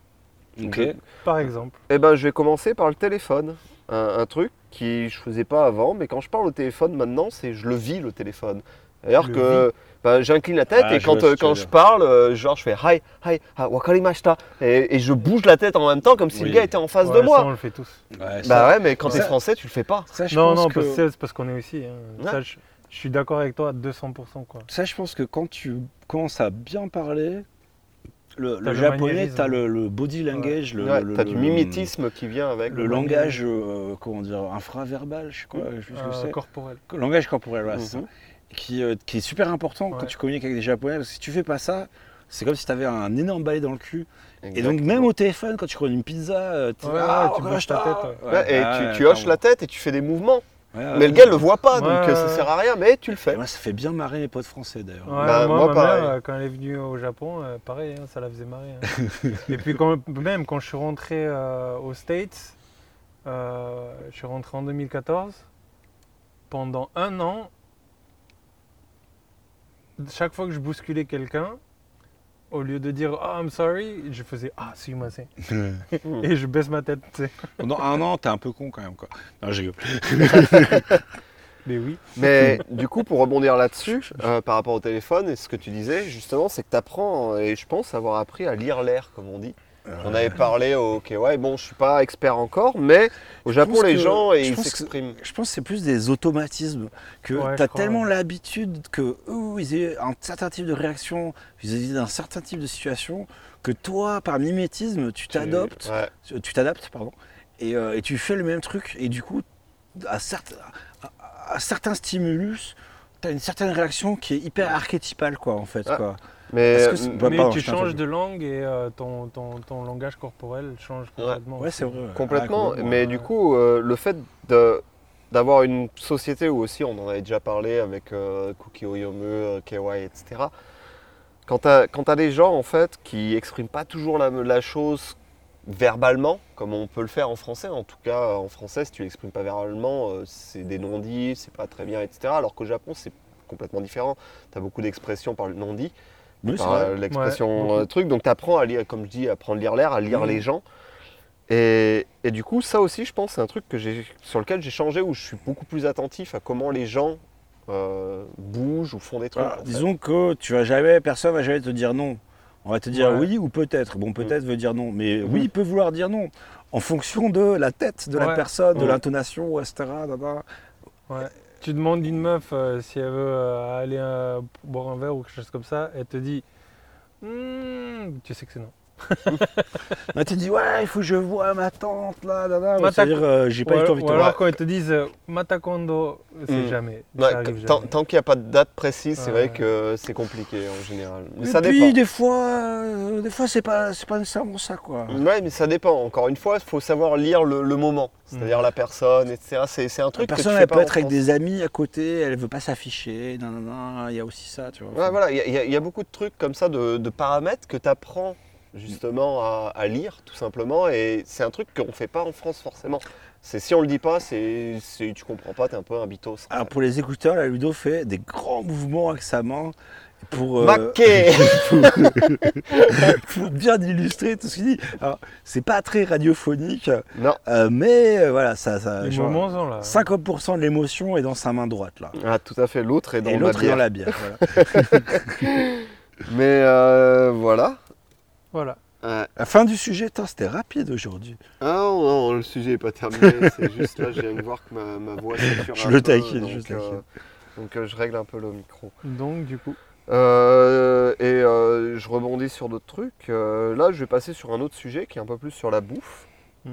Ah, Ok. Par exemple. Eh ben, je vais commencer par le téléphone. Un, un truc qui je faisais pas avant, mais quand je parle au téléphone maintenant, c'est je le vis le téléphone. D'ailleurs Le que ben, j'incline la tête Ah, et je quand, vois ce euh, que tu quand veux je dire. parle, euh, genre je fais hi, hi, ah, wakarimashita et, et je bouge la tête en même temps comme si Oui. le gars était en face Ouais, de ça, moi. on le fait tous. Ouais, ça- Bah ouais, mais quand Ouais. t'es français, tu le fais pas. ça, je non, pense non, que- parce que c'est parce qu'on est aussi. hein. Ouais. Ça, je, je suis d'accord avec toi à 200%. Quoi. Ça, je pense que quand tu commences à bien parler, le, le le japonais, maniérisme. tu as le, le body language, le, Ouais, le- T'as le- du mimétisme qui vient avec. le langage, euh, comment dire, infraverbal, je sais quoi, je sais pas ce que Euh, c'est. corporel. Co- Langage corporel, voilà, c'est ça. Mhm. Qui, euh, qui est super important quand Ouais. tu communiques avec des japonais, parce que si tu fais pas ça, c'est comme si tu avais un énorme balai dans le cul. Et Exactement. donc, même au téléphone, quand tu commandes une pizza, euh, t'es- Ouais, ouais, Ah, tu oh, bouges ta gosh, ah. tête, Ouais, et Ah, tu, ouais, tu hoches pardon. la tête et tu fais des mouvements. Ouais, Mais ouais. le gars le voit pas, donc Ah Ouais, euh, ça ouais. sert à rien, mais tu le Et fais. moi, ça fait bien marrer mes potes français d'ailleurs. Ouais, Bah, moi, moi, ma pareil. mère, euh, quand elle est venue au Japon, euh, pareil, hein, ça la faisait marrer. hein. Et puis quand, même quand je suis rentré euh, aux States, euh, je suis rentré en 2014, pendant un an, chaque fois que je bousculais quelqu'un, au lieu de dire Ah, I'm sorry, je faisais Ah, si, moi, c'est. Et je baisse ma tête, tu sais. *laughs* Pendant un an, t'es un peu con quand même. Quoi. Non, je rigole. Mais oui. *laughs* Mais du coup, pour rebondir là-dessus, euh, par rapport au téléphone et ce que tu disais, justement, c'est que tu apprends, et je pense avoir appris à lire l'air, comme on dit. On avait parlé au ouais bon, je suis pas expert encore, mais au Japon, pense les que- gens, et je ils pense que- s'expriment. Je pense que c'est plus des automatismes. Que Ouais, tu as je crois, tellement ouais. l'habitude que eux, ils aient un certain type de réaction vis-à-vis d'un certain type de situation que toi, par mimétisme, tu t'adoptes. Ouais. Euh, Tu t'adaptes, pardon. Et, euh, et tu fais le même truc. Et du coup, à, certes- à- à certains stimulus, tu as une certaine réaction qui est hyper archétypale, quoi, en fait. Ah. quoi. Mais Parce que c'est- euh, Bah, mais pardon, tu je t'ai interrompu. changes de langue et euh, ton, ton, ton langage corporel change complètement. Ouais, c'est vrai. ouais. Complètement, Ah, complètement. mais du coup, euh, le fait de- d'avoir une société où aussi, on en avait déjà parlé avec euh, Kuki Oyome, euh, KY, etc. Quand t'as quand t'as des gens, en fait, qui expriment pas toujours la, la chose verbalement, comme on peut le faire en français, en tout cas, en français, si tu l'exprimes pas verbalement, euh, c'est des non-dits, c'est pas très bien, etc. Alors qu'au Japon, c'est complètement différent. T'as beaucoup d'expressions par le non-dit, Oui, c'est par vrai. euh, l'expression Ouais, Mm. euh, truc. Donc tu apprends à lire, comme je dis, à prendre lire l'air, à lire Mhm. les gens. Et, et du coup, ça aussi, je pense, c'est un truc que j'ai- sur lequel j'ai changé, où je suis beaucoup plus attentif à comment les gens euh, bougent ou font des trucs. Voilà, en fait. Ah, disons que tu vas jamais, personne va jamais te dire non. On va te dire Ouais. oui ou peut-être. Bon, peut-être veut dire non, mais oui peut vouloir dire non en fonction de la tête de la Ouais. personne, de Ouais. l'intonation, etc. blablabla. Tu demandes une meuf euh, si elle veut euh, aller euh, boire un verre ou quelque chose comme ça, elle te dit Hmm, tu sais que c'est non. Là, tu dis, ouais, il faut que je voie ma tante, là, là, là. Ma C'est-à-dire, tante. euh, j'ai pas ou eu le temps alors, vite. ou alors ouais. quand ils te disent euh, Matakondo, c'est Hmm. jamais. Ouais, ça arrive tant jamais. tant qu'il n'y a pas de date précise, c'est vrai Ouais. que c'est compliqué en général. Mais Et ça puis, dépend. des fois, euh, des fois c'est pas, c'est pas nécessairement ça, quoi. Ouais, mais ça dépend. Encore une fois, il faut savoir lire le, le moment, Mm. c'est-à-dire la personne, etc. C'est, c'est un La truc que personne, tu fais elle pas peut en être avec France. des amis à côté, elle veut pas s'afficher, nan, nan, nan, il y a aussi ça, tu vois. Ouais, voilà, il y a- il y, a- il y a beaucoup de trucs comme ça, de, de paramètres que tu apprends justement à, à lire, tout simplement. Et c'est un truc qu'on fait pas en France forcément. C'est si on le dit pas, c'est, c'est tu comprends pas, t'es un peu un bitos. Alors, pour les écouteurs, la Ludo fait des grands mouvements avec sa main pour... euh, Maquet *laughs* pour bien illustrer tout ce qu'il dit. Alors, c'est pas très radiophonique, Non. euh, mais euh, voilà, ça. ça Les genre, moments euh, sont hein, là. 50% de l'émotion est dans sa main droite, là. Ah, tout à fait. L'autre est dans et la l'autre est dans bière. la bière. voilà. Mais euh, voilà. Voilà. Ouais. La fin du sujet, putain, c'était rapide aujourd'hui. Ah non, non, le sujet est pas *laughs* terminé. c'est juste là, je viens de voir que ma, ma voix sature Je un le peu, taquine, donc, je le taquine. euh, donc euh, je règle un peu le micro. Donc, du coup, Euh, et euh, je rebondis sur d'autres trucs. Euh, là, je vais passer sur un autre sujet qui est un peu plus sur la bouffe. hmm,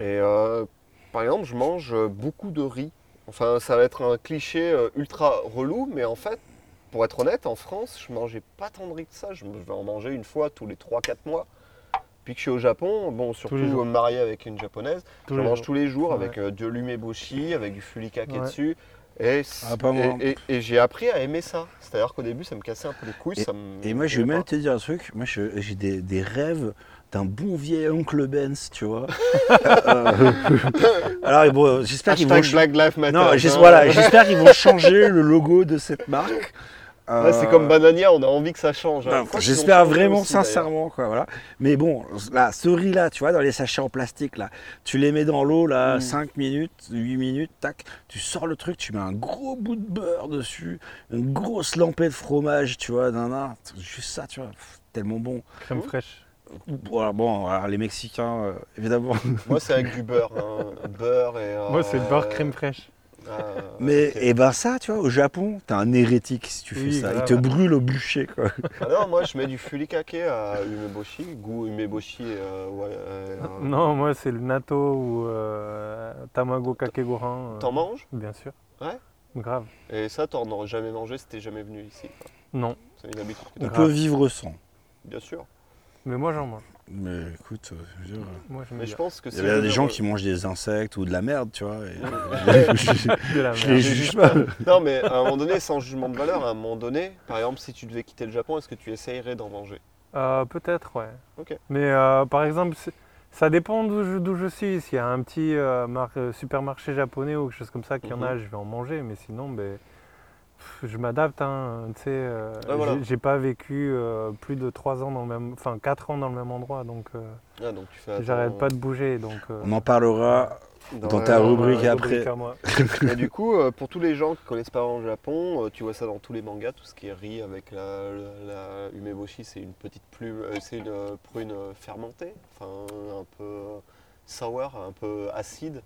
Et euh, par exemple, je mange beaucoup de riz. Enfin, ça va être un cliché euh, ultra relou, mais en fait, pour être honnête, en France, je mangeais pas tant de riz que ça. Je me- je vais en manger une fois tous les 3-4 mois. Puis que je suis au Japon, bon, surtout les jours. euh, marié avec une japonaise, tous je les mange jours. tous les jours Ouais. avec euh, de l'umeboshi, avec du furika Ouais. dessus. Et, c- Ah, pas moi. et, et- et j'ai appris à aimer ça. C'est-à-dire qu'au début, ça me cassait un peu les couilles. ça me- Et moi, je vais pas. même te dire un truc. Moi, je- j'ai des, des rêves d'un bon vieil oncle Benz, tu *laughs* vois. Euh, Alors, bon, j'espère qu'ils vont. Hashtag Black Lives Matter. Non, j'es- hein. voilà, *laughs* j'espère qu'ils vont changer le logo de cette marque. Là, c'est Euh, comme Banania, on a envie que ça change. hein. Ben, Je crois qu'ils ont J'espère changé vraiment aussi, sincèrement quoi voilà. Mais bon, là, ce riz là, tu vois, dans les sachets en plastique là, tu les mets dans l'eau là, Hmm. 5 minutes, 8 minutes, tac, tu sors le truc, tu mets un gros bout de beurre dessus, une grosse lampée de fromage, tu vois, nana, juste ça, tu vois, pff, tellement bon. Crème fraîche. Bon, alors, bon, alors, les Mexicains, euh, évidemment. d'ailleurs. Moi, c'est avec du beurre. hein. Beurre et. euh, Moi, c'est beurre crème fraîche. euh, Mais ok. et ben ça, tu vois, au Japon, t'es un hérétique si tu fais Oui, ça, voilà. il te brûle au bûcher quoi. Ah non, moi, je mets du fulikake à umeboshi. Goût umeboshi. euh, ouais, euh, *laughs* Non, moi, c'est le natto ou euh, tamago kake gohan. euh, T'en manges Bien sûr. Ouais. Grave. Et ça, t'en aurais jamais mangé si t'es jamais venu ici. quoi. Non. C'est une habitude que On t'as. Grave. peut vivre sans. Bien sûr. Mais moi, j'en mange. Mais écoute, euh, je veux dire, Moi, je Mais me je pense que Il c'est. euh. y a des le- gens *laughs* qui mangent des insectes ou de la merde, tu vois. et- *laughs* Ah, de la je merde. les juge pas. Non, mais à un moment donné, sans jugement de valeur, à un moment donné, par exemple, si tu devais quitter le Japon, est-ce que tu essayerais d'en manger Euh, Peut-être, ouais. Ok. Mais euh, par exemple, c'est- ça dépend d'où je, d'où je suis. S'il y a un petit euh, mar- euh, supermarché japonais ou quelque chose comme ça qu'il y Mhm. en a, je vais en manger. Mais sinon, ben, pff, je m'adapte. hein. Tu sais, euh, Ouais, voilà. j'ai- j'ai pas vécu euh, plus de 3 ans dans le même... Enfin, 4 ans dans le même endroit. Donc, euh, Ah, donc tu fais j'arrête pas de bouger. Donc, euh, On en parlera. dans ta la- euh, rubrique rubrique après. à moi. Mais du coup, euh, pour tous les gens qui connaissent pas le Japon, euh, tu vois ça dans tous les mangas, tout ce qui est riz avec la, la, la umeboshi, c'est une petite plume, euh, c'est une euh, prune euh, fermentée, enfin un peu euh, sour, un peu acide.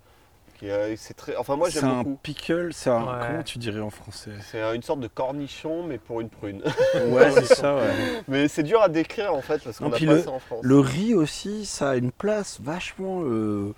qui, euh, c'est très, enfin moi c'est j'aime un beaucoup. pickle, c'est un. Ouais. Comment tu dirais en français C'est euh, une sorte de cornichon mais pour une prune. Ouais, c'est ça, ouais. mais c'est dur à décrire en fait parce qu'on Non, n'a puis pas le- ça en France. Le riz aussi, ça a une place vachement euh,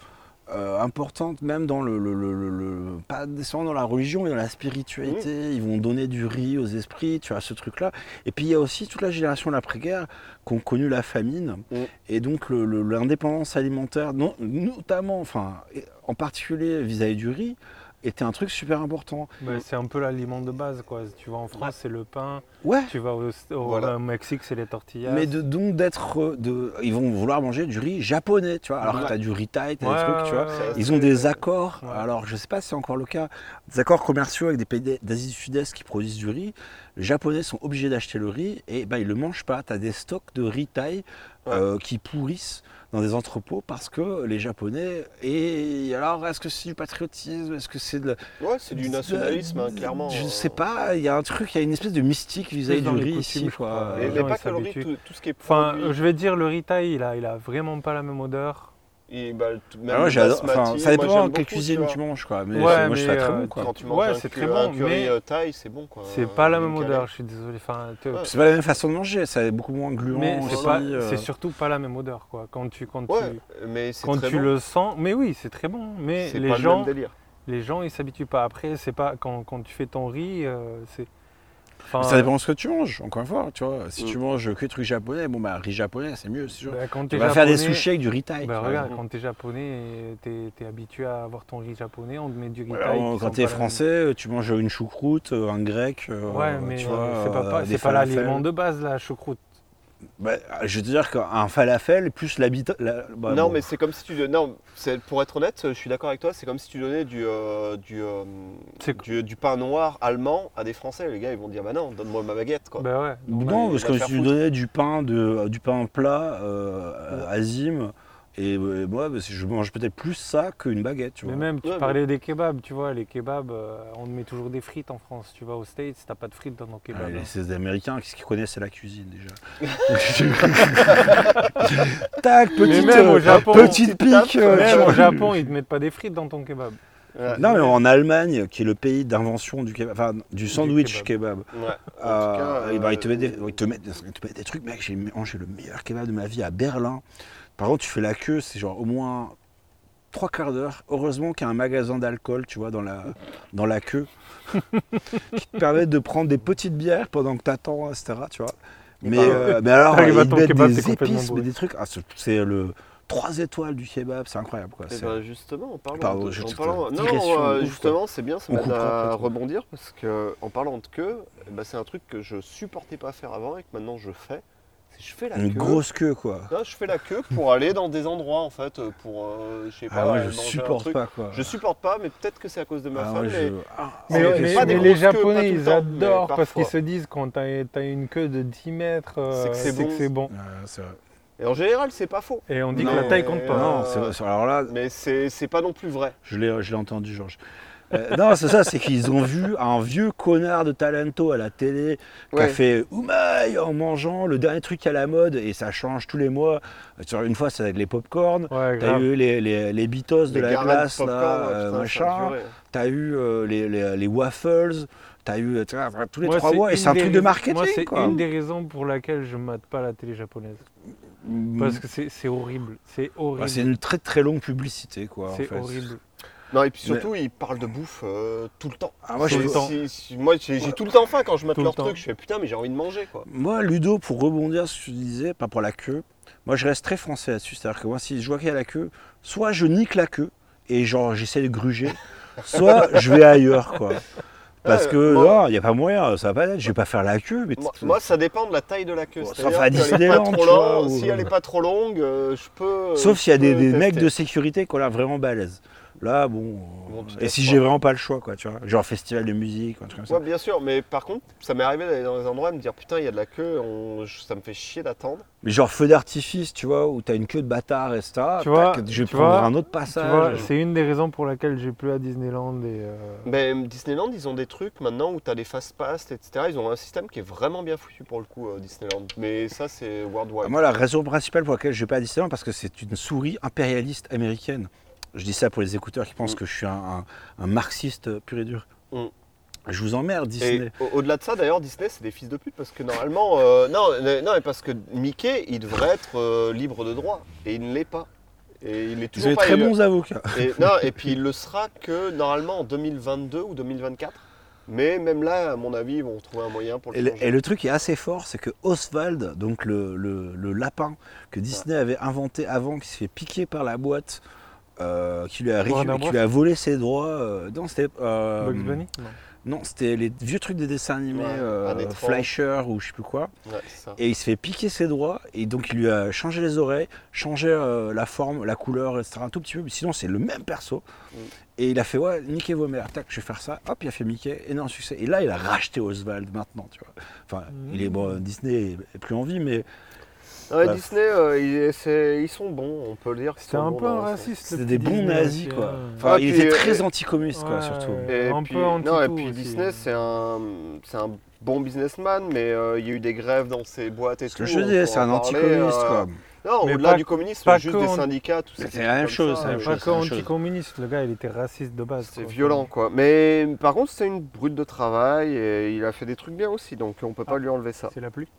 euh, importante, même dans le. le- le- le- le- pas nécessairement dans la religion, mais dans la spiritualité. Ils vont donner du riz aux esprits, tu vois, ce truc-là. Et puis il y a aussi toute la génération de l'après-guerre qui ont connu la famine. Mm. Et donc le- le- l'indépendance alimentaire, non- notamment, enfin, et en particulier vis-à-vis du riz, était un truc super important. Ben, c'est un peu l'aliment de base. quoi. Tu vas en France, c'est le pain. Ouais. Tu vas au, au- Voilà. au Mexique, c'est les tortillas. Mais de, donc d'être. euh, De, ils vont vouloir manger du riz japonais, tu vois. Alors Ouais. que tu as du riz thaï, tu as Ouais, des trucs, tu ouais, vois. ouais, Ils ont ouais. des accords, Ouais. alors je sais pas si c'est encore le cas, des accords commerciaux avec des pays d'A- d'Asie du Sud-Est qui produisent du riz. Les Japonais sont obligés d'acheter le riz et bah, ils le mangent pas. Tu as des stocks de riz thaï euh, qui pourrissent dans des entrepôts parce que les Japonais. Et alors, est-ce que c'est du patriotisme Est-ce que c'est de. la- Ouais, c'est du nationalisme hein, clairement. Je euh, sais pas, il y a un truc, il y a une espèce de mystique vis-à-vis Plus du dans les riz coutumes, ici, je quoi. crois. Et Les mais gens, pas ils que le riz, s'habituent. tout, tout ce qui est Enfin, produit. euh, je vais dire, le ritail, il a, il a vraiment pas la même odeur. Et bah, le- même Ah ouais, le j'adore. basmati, Enfin, ça moi, dépend j'aime quelle beaucoup, cuisine vois. tu manges, quoi. Mais Ouais, c'est- moi, je mais, fais très euh, bon, quoi. Quand tu manges Ouais, un c'est cu- très un bon, curry, mais- euh, thaï, c'est bon quoi. C'est Un pas la curry même calais. odeur, je suis désolé. Enfin, tu- Ouais, C'est pas la même façon de manger, c'est beaucoup moins gluant. mais aussi, c'est pas- euh, c'est surtout pas la même odeur, quoi. Quand tu, quand Ouais, tu, mais c'est quand très tu bon. le sens, mais oui, c'est très bon. Mais C'est les pas le gens, même délire. les gens, ils s'habituent pas. Après, c'est pas quand, quand tu fais ton riz, euh, c'est. Enfin, Ça dépend de ce que tu manges, encore une fois, tu vois. Si Mm. tu manges que des trucs japonais, bon bah riz japonais c'est mieux, c'est sûr. bah, quand Tu t'es vas faire des japonais- sushis avec du riz thaï. Bah, tu vois. regarde, quand t'es japonais, et t'es es habitué à avoir ton riz japonais, on te met du riz Voilà, thaï qui on- sont quand t'es pas la même- français, euh, tu manges une choucroute, euh, un grec, euh, Ouais, mais tu euh, vois, c'est pas, euh, pas, des c'est pas falafels. l'aliment de base, la choucroute. Bah, je veux te dire qu'un falafel plus l'habitat. la- bah, non, bon. mais c'est comme si tu. Non, c'est- pour être honnête, je suis d'accord avec toi, c'est comme si tu donnais du, euh, du, euh, C'est- du, du pain noir allemand à des Français. Les gars, ils vont dire Bah non, donne-moi ma baguette quoi. Bah ouais. Non, Bah, parce il va que faire si tu foutre. donnais du pain, de, du pain plat euh, azim, et, euh, moi, bah, je mange peut-être plus ça qu'une baguette. Tu vois. Mais même, tu Ouais, parlais des kebabs, tu vois, les kebabs, euh, on met toujours des frites en France. Tu vas aux States, t'as pas de frites dans nos Ah, kebabs. les- hein. ces Américains, qu'est-ce qu'ils connaissent C'est la cuisine déjà. *laughs* Tac, petite, même au euh, Japon, petite pique. euh, tu Même vois. au Japon, ils te mettent pas des frites dans ton kebab. Ouais. Non, mais en Allemagne, qui est le pays d'invention du kebab, enfin, du sandwich kebab. kebab, Ouais. En tout euh, cas, eh ben, ils, te euh, mettent des, ils te mettent des- ils te mettent des trucs, mec, j'ai mangé le meilleur kebab de ma vie à Berlin. Par contre, tu fais la queue, c'est genre au moins trois quarts d'heure. Heureusement qu'il y a un magasin d'alcool, tu vois, dans la, dans la *laughs* queue, qui te permet de prendre des petites bières pendant que t'attends, etc., tu vois. Mais, ben, euh, mais alors, ils t'arrives à te ton mettent kebab, t'es des complètement épices, mais bourré. des trucs, ah, c'est- c'est le trois étoiles du kebab, c'est incroyable, quoi. Eh C'est- ben, justement, en parlant, Pardon, de, je en te- parlant- digression non, de euh, ouf, justement, c'est bien, ça On m'aide coupera à après, toi. rebondir parce que en parlant de queue, eh ben, c'est un truc que je supportais pas faire avant et que maintenant je fais. C'est je fais la Une queue. grosse queue, quoi. Là, je fais la queue pour *laughs* aller dans des endroits en fait, pour euh, je sais pas, Ah ouais, euh, je manger un supporte truc. pas quoi. Je supporte pas, mais peut-être que c'est à cause de ma Ah femme. ouais, mais- je- Ah, Mais, c'est- mais- c'est- des mais les grosses queues, pas Japonais, tout le ils temps, mais adorent parce parfois. qu'ils se disent quand t'as as une queue de 10 mètres, euh, C'est que c'est c'est que bon. c'est bon. Ouais, Ah, c'est vrai. Et en général, c'est pas faux. Et on dit Non, que la taille compte mais- euh, pas. Non, c'est vrai, c'est- alors là, Mais c'est c'est pas non plus vrai. je l'ai, je l'ai entendu, Georges. Euh, non, c'est ça, c'est qu'ils ont vu un vieux connard de talento à la télé qui a Ouais. fait oumaï en mangeant le dernier truc à la mode et ça change tous les mois. Euh, Sur- Une fois, ça va être les popcorn. Ouais, T'as grave. eu les, les, les Beatles de Les la Garrett glace, Popcorn, là, euh, ouais, putain, ça a machin. duré. T'as eu euh, les, les, les waffles. T'as eu euh, tu vois, tous les Moi, trois mois et une c'est un des truc de rais- marketing. Moi, c'est quoi. une des raisons pour laquelle je mate pas la télé japonaise. Parce que c'est c'est horrible. Mm. Bah, C'est Mm. Ouais, horrible. c'est une très très longue publicité quoi. en c'est fait. horrible. Non, et puis surtout, ils parlent de bouffe euh, tout le temps. Ah, moi, C'est- je- si- si- moi, j'ai j'ai tout le temps faim quand je mate Tout le leur temps. truc. Je fais putain, mais j'ai envie de manger quoi. Moi, Ludo, pour rebondir sur ce que tu disais, pas pour la queue, moi je reste très français là-dessus. C'est-à-dire que moi, si je vois qu'il y a la queue, soit je nique la queue et genre j'essaie de *laughs* gruger, soit je vais ailleurs quoi. Parce que Ouais, Euh, moi- non, il n'y a pas moyen, ça va pas être, je vais pas faire la queue. Mais Moi, t- moi, ça dépend de la taille de la queue. Bon, sauf C'est-à-dire à qu'elle est pas Disneyland, trop tu vois, longue, ou- Si elle est pas trop longue, euh, je peux. Sauf je s'il y a des, peux des mecs de tester. sécurité qui ont l'air vraiment balèzes. Là, bon. euh, Bon, tu et si testes j'ai pas. vraiment pas le choix, quoi, tu vois. Genre festival de musique, ou un truc comme ça. Ouais, bien sûr, mais par contre, ça m'est arrivé d'aller dans des endroits et de me dire putain, il y a de la queue, on- je- ça me fait chier d'attendre. Mais genre feu d'artifice, tu vois, où t'as une queue de bâtard, etc. Tu vois, Tac, je vais tu prendre vois, un autre Tu passage. vois, c'est une des raisons pour laquelle j'ai plus à Disneyland et. euh, Mais Disneyland, ils ont des trucs maintenant où t'as des fast pass, etc. Ils ont un système qui est vraiment bien foutu pour le coup, euh, Disneyland. Mais ça, c'est Bah, worldwide. Moi, la raison principale pour laquelle je vais pas à Disneyland, parce que c'est une souris impérialiste américaine. Je dis ça pour les écouteurs qui pensent Mm. que je suis un, un- un marxiste pur et dur. Mm. Je vous emmerde, Disney. Et au- au-delà de ça, d'ailleurs, Disney, c'est des fils de pute parce que normalement, euh, non, mais- non, mais parce que Mickey, il devrait être euh, libre de droit et il ne l'est pas. Et il est Vous toujours avez pas. euh, très il- bons avocats. et, non, et puis il le sera que normalement en 2022 ou 2024. Mais même là, à mon avis, ils vont trouver un moyen pour Et le le, changer. et le truc qui est assez fort, c'est que Oswald, donc le, le- le lapin que Disney avait inventé avant, qui s'est fait piquer par la boîte, euh, qui, lui a récu- Warner qui lui a volé ses droits. euh, non, c'était. euh, Bugs Bunny Non. Non, c'était les vieux trucs des dessins animés, Ouais, euh, un étrange. Fleischer ou je sais plus quoi. Ouais, c'est ça. Et il se fait piquer ses droits, et donc il lui a changé les oreilles, changé euh, la forme, la couleur, etc. Un tout petit peu, mais sinon c'est le même perso. Mm. Et il a fait, ouais, niquez vos mères, tac, je vais faire ça. Hop, il a fait Mickey, énorme succès. Et là, il a racheté Oswald maintenant, tu vois. Enfin, Mm. il est, bon, Disney est plus en vie, mais Non, mais Bah, Disney, euh, ils, c'est- ils sont bons, on peut le dire. qu'ils C'était sont un bons peu dans un leur raciste. le c'est petit des bons Disney, nazis, aussi, quoi. hein. Enfin, Ah, il puis, était euh, très anticommuniste, quoi, Ouais, surtout. ouais. Et un puis, peu anti non, et tout puis aussi. Disney, c'est un, c'est un bon businessman, mais euh, il y a eu des grèves dans ses boîtes et Ce tout. que je on dis, pourra c'est un en parler, anticommuniste, euh, quoi. Non, Mais au-delà pas- du communisme, pas juste que des en- syndicats, tout ça. C'est la même chose, c'est la même Pas chose, que c'est la même chose. anticommuniste, le gars il était raciste de base. C'est quoi. violent, quoi. Mais par contre, c'est une brute de travail et il a fait des trucs bien aussi, donc on peut pas Ah. lui enlever ça. C'est la pluie.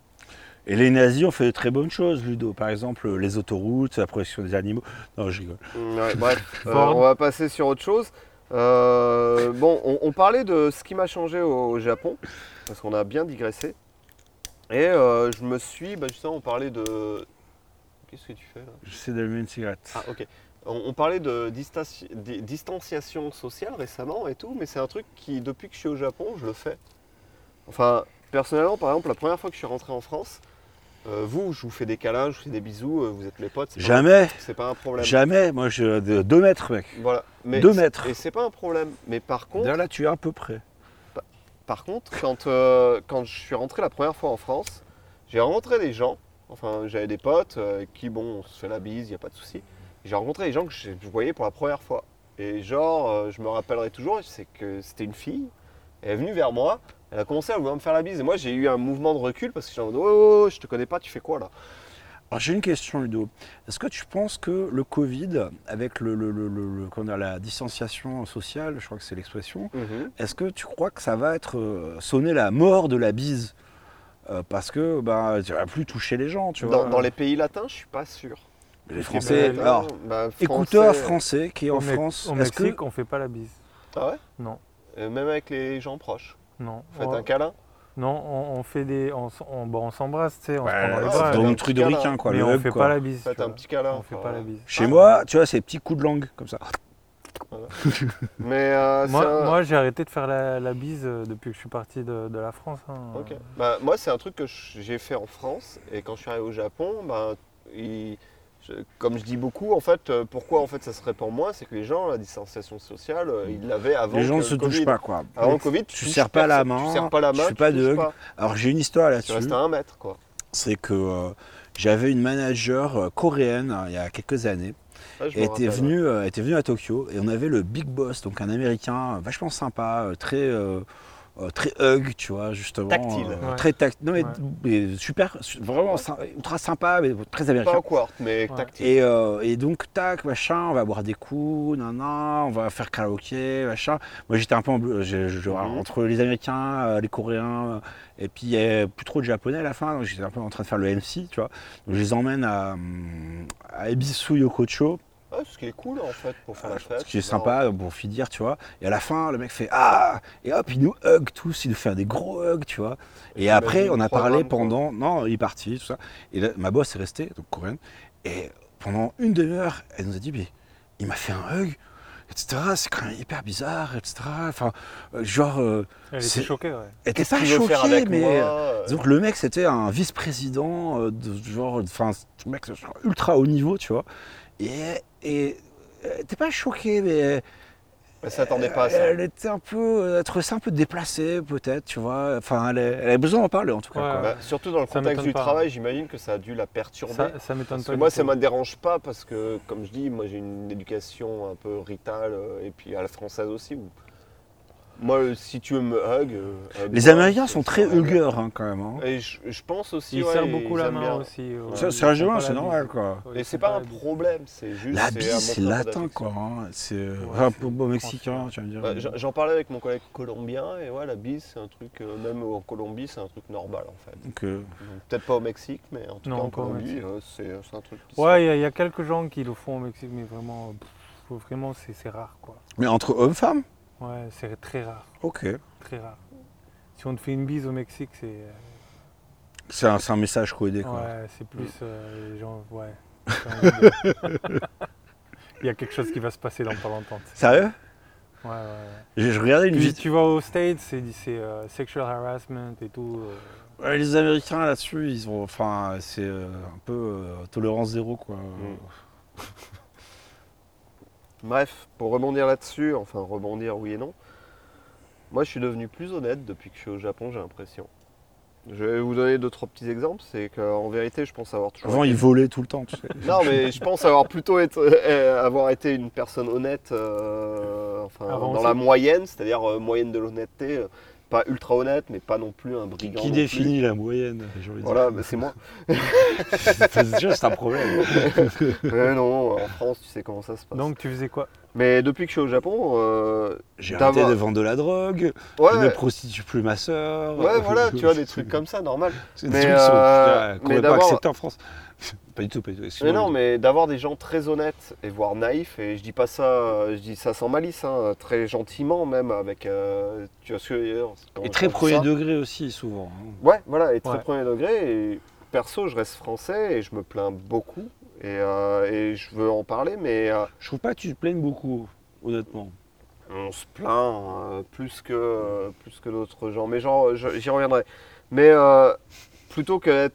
Et les nazis ont fait de très bonnes choses, Ludo. Par exemple, euh, les autoroutes, la protection des animaux. Non, je rigole. Ouais, bref, euh, Ford. on va passer sur autre chose. Euh, bon, on, on parlait de ce qui m'a changé au, au Japon, parce qu'on a bien digressé. Et euh, je me suis, bah justement, on parlait de. Qu'est-ce que tu fais là J'essaie d'allumer une cigarette. Ah, ok. On, on parlait de distanci- di- distanciation sociale récemment et tout, mais c'est un truc qui, depuis que je suis au Japon, je le fais. Enfin, personnellement, par exemple, la première fois que je suis rentré en France, euh, vous, je vous fais des câlins, je vous fais des bisous, euh, vous êtes mes potes, c'est pas, jamais, c'est pas un problème. jamais. Moi, je de 2 mètres, mec. Voilà. Mais Deux mètres. Et c'est pas un problème. Mais par contre, D'ailleurs, là, tu es à peu près. par contre, quand, euh, quand je suis rentré la première fois en France, j'ai rencontré des gens, enfin j'avais des potes euh, qui, bon, on se fait la bise, il n'y a pas de souci. J'ai rencontré des gens que je je voyais pour la première fois. Et genre, euh, je me rappellerai toujours, c'est que c'était une fille, elle est venue vers moi, elle a commencé à vouloir me faire la bise. Et moi, j'ai eu un mouvement de recul parce que j'ai en mode, oh, oh, oh, je te connais pas, tu fais quoi là Alors, j'ai une question, Ludo. Est-ce que tu penses que le Covid, avec le, le- le- le- le- qu'on a la distanciation sociale, je crois que c'est l'expression, est-ce que tu crois que ça va être euh, sonner la mort de la bise Euh, Parce que bah, tu vas plus toucher les gens, tu dans, vois. euh, dans les pays latins, je suis pas sûr. Les Français. Mais- alors, Bah, français, écouteur français qui est en Au Me- France. Au est-ce que- Mexique, on fait pas la bise. Ah ouais Non. Euh, Même avec les gens proches. Non. Faites on, un câlin. non, on, on fait des. On, s- on, bon, on s'embrasse, tu sais, on Ouais, se prend dans les c'est bras. dans ouais. le truc de ricain, quoi. mais le on hug, fait quoi. pas la bise. Faites tu un vois. petit câlin. On fait enfin, pas la bise. Ah, Chez moi, tu vois, ces petits coups de langue comme ça. Mais euh, c'est Moi, un- moi, j'ai arrêté de faire la, la bise euh, depuis que je suis parti de, de la France. hein. Ok. Bah, moi, c'est un truc que je- j'ai fait en France et quand je suis arrivé au Japon, bah, il- je- comme je dis beaucoup, en fait, euh, pourquoi en fait ça se répand moins, c'est que les gens, la distanciation sociale, euh, ils l'avaient avant. Les gens que ne se le Covid. Ah, touchent pas, quoi. Avant le Covid, Tu touches serres pas la personne, main, tu serres pas la tu main, fais pas de touches hug. Alors, j'ai une histoire tu là-dessus. restes à un mètre, quoi. C'est que euh, j'avais une manager euh, coréenne hein, il y a quelques années. Ah, je Elle me était, rappelle. venue, euh, elle était venue à Tokyo et on avait le Big Boss, donc un américain euh, vachement sympa, euh, très. euh, euh, très hug, tu vois, justement. Tactile. euh, Ouais. Très tactile. Non, mais, Ouais. mais super, vraiment sy- ultra sympa, mais très américain. Pas awkward, mais Ouais. tactile. Et, euh, et donc, tac, machin, on va boire des coups, nanan, on va faire karaoké, machin. Moi, j'étais un peu en bleu- je- je- je- Mhm. entre les Américains, euh, les Coréens, euh, et puis il n'y avait plus trop de Japonais à la fin, donc j'étais un peu en train de faire le MC, tu vois. Donc, je les emmène à, hum, à Ebisu Yokocho, Ah, ce qui est cool en fait pour faire la fête. ce qui est c'est marrant. sympa pour finir, tu vois. Et à la fin, le mec fait Ah Et hop, il nous hug tous, il nous fait des gros hugs, tu vois. Et J'imagine après, on a le parlé programme, quoi. pendant. Non, il est parti, tout ça. Et là, ma boss est restée, donc coréenne. Et pendant une demi-heure, elle nous a dit Mais il m'a fait un hug, etc. C'est quand même hyper bizarre, etc. Enfin, euh, genre, euh, Elle était C'est- choquée, ouais. elle était Qu'est-ce pas qu'il veut faire choquée, avec mais. euh, moi donc le mec c'était un vice-président euh, de genre, enfin un mec genre, ultra haut niveau, tu vois. Et, et elle était pas choquée, mais euh, Elle s'attendait pas à bah, ça. elle était un peu, elle trouvait ça un peu déplacé peut-être, tu vois. Enfin, elle, a- elle avait besoin d'en parler en tout cas. Ouais. quoi. Bah, surtout dans le Ça contexte m'étonne du pas. travail, j'imagine que ça a dû la perturber. Ça, ça m'étonne Parce pas. que du moi, tout. ça ne me dérange pas parce que, comme je dis, moi j'ai une éducation un peu ritale euh, et puis à la française aussi. où- Moi, euh, si tu veux me hug. euh, Les hug-moi, Américains c'est- sont c'est très normal. hugueurs hein, quand même. hein. Et je, je pense aussi. Ils ouais, serrent beaucoup ils la aiment main bien. aussi. euh, Ça, ils c'est font un jeu, pas la c'est bise. normal quoi. Ouais, Et ils c'est font pas un la bise. problème, c'est juste. La c'est un bise, c'est moteur latin d'affection. quoi. hein. C'est euh, Ouais, un c'est peu beau français. mexicain, tu vas me dire. Ouais, Bah, j'en- J'en parlais avec mon collègue colombien et ouais, la bise, c'est un truc, euh, même en Colombie, c'est un truc normal en fait. Donc, euh, Donc, Peut-être pas au Mexique, mais en tout Non, cas en pas au Colombie, Mexique. euh, c'est c'est un truc. qui se Ouais, il y a- il y, a quelques gens qui le font au Mexique, mais vraiment, pff, vraiment c'est c'est rare, quoi. Mais entre hommes-femmes Ouais, c'est très rare, Ok. très rare. Si on te fait une bise au Mexique, c'est euh, C'est un, c'est un message codé quoi. ouais, c'est plus euh, les gens, *laughs* ouais. c'est un peu de- Il y a quelque chose qui va se passer dans pas longtemps. tu sais. Sérieux Ouais, ouais, ouais. J'ai- Je regardais une Puis vidéo. tu vas aux States, c'est c'est, euh, sexual harassment et tout. euh, Ouais, les Américains là-dessus, ils ont, enfin, c'est euh, un peu euh, tolérance zéro quoi. Mm. Bref, pour rebondir là-dessus, enfin rebondir oui et non, moi je suis devenu plus honnête depuis que je suis au Japon, j'ai l'impression. Je vais vous donner deux, trois petits exemples, c'est qu'en vérité je pense avoir toujours... Avant ils été- volaient tout le temps. Tu sais. *laughs* Non mais je pense avoir plutôt été, euh, avoir été une personne honnête, euh, enfin Avant dans aussi. la moyenne, c'est-à-dire euh, moyenne de l'honnêteté. euh, pas ultra honnête, mais pas non plus un brigand. Qui non plus. définit la moyenne j'ai envie de Voilà, dire. bah, c'est moi. *laughs* C'est déjà c'est un problème. Mais non, en France, tu sais comment ça se Oh, passe. Donc tu faisais quoi Mais depuis que je suis au Japon, euh, J'ai D'avoir- arrêté de vendre de la drogue, ouais, je euh, ne prostitue plus ma sœur. ouais, voilà, tu vois, des trucs comme ça, normal. C'est des Mais, trucs qui sont, euh, putain, qu'on mais va pas d'avoir- accepter en France. *laughs* Pas du tout, pas du tout. Mais excuse-moi, non, mais- mais d'avoir des gens très honnêtes et voire naïfs, et je dis pas ça, euh, je dis ça sans malice, hein, très gentiment même, avec. euh, tu vois ce que je veux dire, quand- Et très quand je dis premier ça. degré aussi, souvent. hein. Ouais, voilà, et très Ouais. premier degré. Et perso, je reste français et je me plains beaucoup. Et, euh, et je veux en parler, mais euh, Je trouve pas que tu te plaignes beaucoup, honnêtement. on se plaint euh, plus que, euh, plus que d'autres gens. Mais genre, je- j'y reviendrai. Mais euh, plutôt que d'être-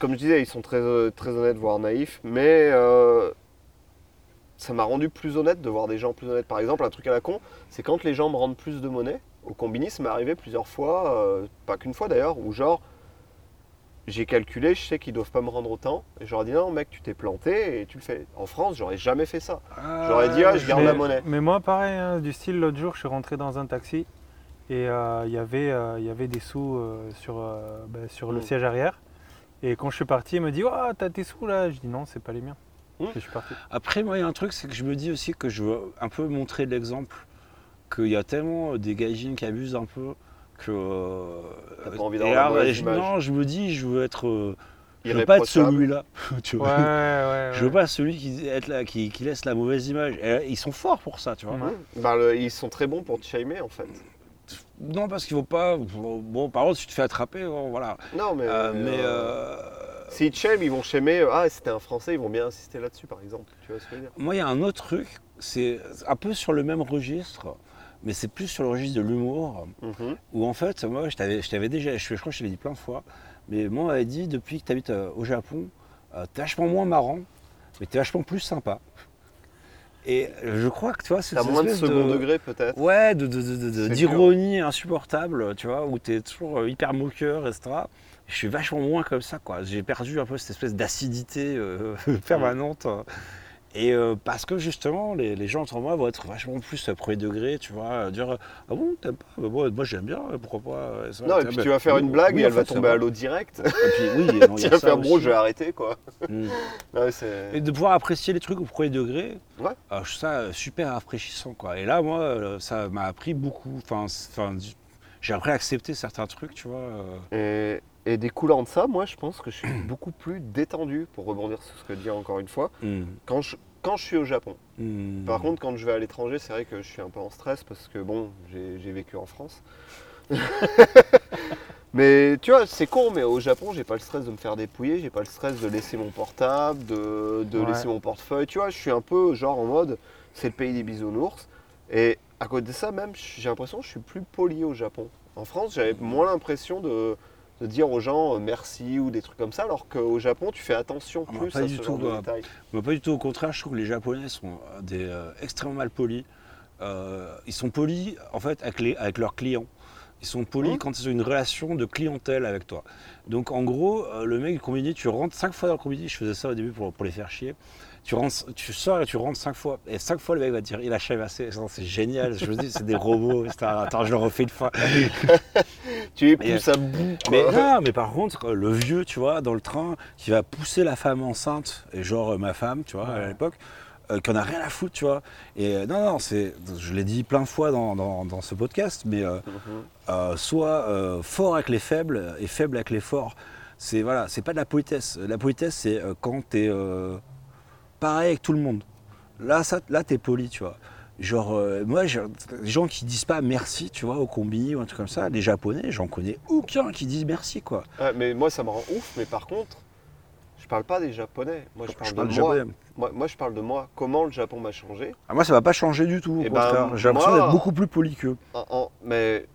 comme je disais, ils sont très, euh, très honnêtes, voire naïfs, mais euh, ça m'a rendu plus honnête de voir des gens plus honnêtes. Par exemple, un truc à la con, c'est quand les gens me rendent plus de monnaie. Au combini, ça m'est arrivé plusieurs fois, euh, pas qu'une fois d'ailleurs, où genre, j'ai calculé, je sais qu'ils doivent pas me rendre autant, et j'aurais dit non, mec, tu t'es planté et tu le fais. En France, j'aurais jamais fait ça. J'aurais dit, ah, je garde mais, la monnaie. mais moi, pareil, hein, du style, l'autre jour, je suis rentré dans un taxi et euh, il y avait, euh, il y avait des sous euh, sur, euh, bah, sur le Mm. siège arrière. Et quand je suis parti, il me dit Ah, t'as tes sous là Je dis Non, c'est pas les miens. Mm. Et je suis *laughs* parti. Euh, Après, moi, il y a un truc, c'est que je me dis aussi que je veux un peu montrer de l'exemple qu'il y a tellement euh, des gaijins qui abusent un peu que. euh, T'as pas envie et d'avoir la alors, mauvaise je- image. Non, je me dis, je veux être. euh, je veux pas être Irréprochable. celui-là. *laughs* tu Ouais, vois. ouais, ouais. Je veux pas être celui qui, être là, qui, qui laisse la mauvaise image. Et euh, ils sont forts pour ça, tu vois. Ouais. Bah, le- ils sont très bons pour te shamer en fait. Non, parce qu'il faut pas. Bon, par contre, si tu te fais attraper, bon, voilà. Non, mais. Euh, mais. euh, euh, S'ils te shamed, ils vont shamer. euh, Ah, c'était un français, ils vont bien insister là-dessus par exemple. Tu vois ce que je veux dire Moi, il y a un autre truc, c'est un peu sur le même registre, mais c'est plus sur le registre de l'humour, Mhm. où en fait, moi, je t'avais je t'avais déjà, je, je crois que je t'avais dit plein de fois, mais moi, on m'avait dit, depuis que tu habites au Japon, euh, t'es vachement moins marrant, mais t'es vachement plus sympa. Et euh, je crois que, tu vois, c'est T'as moins de second degré peut-être. Ouais, de- de- de- de- de- C'est d'ironie insupportable, tu vois, où t'es toujours euh, hyper moqueur, etc. Je suis vachement moins comme ça, quoi. J'ai perdu un peu cette espèce d'acidité euh, *laughs* permanente. Et euh, parce que justement, les, les gens autour de moi vont être vachement plus à premier degré, tu vois, euh, dire Ah bon, t'aimes pas Bah, Moi, moi, j'aime bien, pourquoi pas euh, ça, Non, et t'aimes- puis tu vas faire Oui, une blague oui, et en elle va fait, ça tomber à va. l'eau direct. Et puis, oui, *laughs* non, il y tu a vas ça faire bro, aussi. je vais arrêter quoi. Mm. Non, c'est. Et de pouvoir apprécier les trucs au premier degré, Ouais. euh, je trouve ça euh, super rafraîchissant. Quoi. Et là, moi, euh, ça m'a appris beaucoup. Enfin, c'est- enfin, du- j'ai appris à accepter certains trucs, tu vois. euh. Et, et découlant de ça, moi je pense que je suis beaucoup plus détendu pour rebondir sur ce que dit encore une fois quand je, quand je suis au Japon. Mm. Hmm. Par contre, quand je vais à l'étranger, c'est vrai que je suis un peu en stress parce que bon, j'ai j'ai vécu en France. *laughs* mais tu vois, c'est con, mais au Japon, j'ai pas le stress de me faire dépouiller, j'ai pas le stress de laisser mon portable, de, de Ouais. laisser mon portefeuille. Tu vois, je suis un peu genre en mode, c'est le pays des bisounours. Et à côté de ça, même, j'ai l'impression que je suis plus poli au Japon. En France, j'avais moins l'impression de, de dire aux gens euh, merci ou des trucs comme ça, alors qu'au Japon, tu fais attention Ah bah, plus pas à du ce tout, genre de bah, détails. Moi, pas du tout. Au contraire, je trouve que les Japonais sont euh, des, euh, extrêmement mal polis. Euh, ils sont polis, en fait, avec, les- avec leurs clients. Ils sont polis Mhm. quand ils ont une relation de clientèle avec toi. Donc, en gros, euh, le mec du comédie, tu rentres cinq fois dans le comédie. Je faisais ça au début pour, pour les faire chier. Tu, rentres, tu sors et tu rentres cinq fois. Et cinq fois, le mec va te dire il a assez. C'est génial. Je me dis, c'est des robots. etc. Attends, je le refais une fois. Tu Mais, es plus à bout. Mais quoi. non, mais par contre, euh, le vieux, tu vois, dans le train, qui va pousser la femme enceinte, et genre euh, ma femme, tu vois, à l'époque, euh, qui en a rien à foutre, tu vois. Et euh, non, non, c'est, je l'ai dit plein de fois dans, dans- dans ce podcast, mais euh, Mhm. euh, soit euh, fort avec les faibles et faible avec les forts. C'est voilà, c'est pas de la politesse. La politesse, c'est euh, quand t'es euh, pareil avec tout le monde. Là, ça, là, t'es poli, tu vois. Genre, euh, moi, j'ai- les gens qui disent pas merci, tu vois, au combini ou un truc comme ça, les japonais, j'en connais aucun qui disent merci, quoi. Ouais, Ah, mais moi, ça me rend ouf. Mais par contre, je parle pas des Japonais. Moi, je parle, de, moi. japonais. moi. Moi, je parle de moi. Comment le Japon m'a changé. Ah, moi, ça va pas changer du tout, au Eh ben, contraire. J'ai l'impression moi- d'être beaucoup plus poli qu'eux. En- en- mais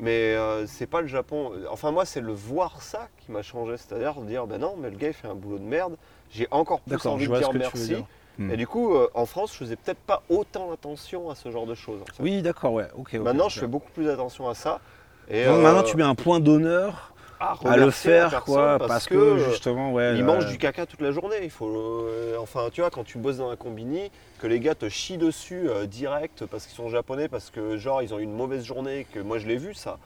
mais euh, c'est pas le Japon. Enfin, moi, c'est le voir ça qui m'a changé. C'est-à-dire de dire, ben non, mais le gars, il fait un boulot de merde. J'ai encore plus D'accord, envie je de vois ce que dire tu veux merci. dire. Hmm. Et du coup, euh, en France, je faisais peut-être pas autant attention à ce genre de choses. en fait. Oui, d'accord, ouais, ok. ok, Maintenant, je ok. fais beaucoup plus attention à ça. Et Donc, maintenant, euh, tu mets un point d'honneur à, à le remercier la faire, quoi, personne parce, que, euh, justement, ouais. ouais. Ils mangent du caca toute la journée. Il faut, euh, enfin, tu vois, quand tu bosses dans un combini, que les gars te chient dessus euh, direct parce qu'ils sont japonais, parce que genre ils ont eu une mauvaise journée, que moi je l'ai vu ça.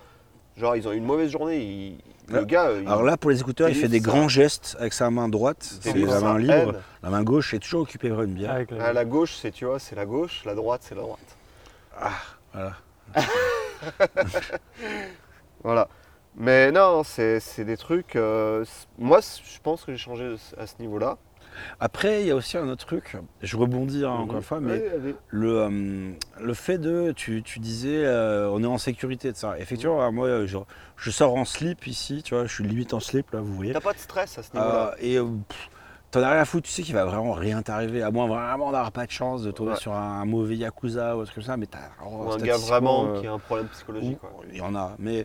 Genre, ils ont eu une mauvaise journée. ils- Là- le gars. euh, il- Ah. Alors là, pour les écouteurs, il fait des ça. grands gestes avec sa main droite, c'est lui, la ça main libre. aide. La main gauche est toujours occupée par une bière. Ah, la gauche, c'est tu vois, c'est la gauche, la droite, c'est la droite. Ah, Voilà. *laughs* Voilà. Mais non, c'est c'est des trucs. euh, c'est- moi, c'est- je pense que j'ai changé de ce- à ce niveau-là. Après, il y a aussi un autre truc, je rebondis hein, encore une fois, mais Ouais, allez. le, euh, le fait de, tu, tu disais, euh, on est en sécurité, etc. Effectivement, euh, moi, euh, je, je sors en slip ici, tu vois, je suis limite en slip, là, vous voyez. T'as pas de stress à ce Euh, niveau-là. et euh, pff, t'en as rien à foutre, tu sais qu'il va vraiment rien t'arriver, à moins vraiment d'avoir pas de chance de tomber Ouais. sur un, mauvais Yakuza ou autre comme ça, mais t'as euh, Ou un gars vraiment qui a un problème Ou- psychologique. quoi. Il y en a, mais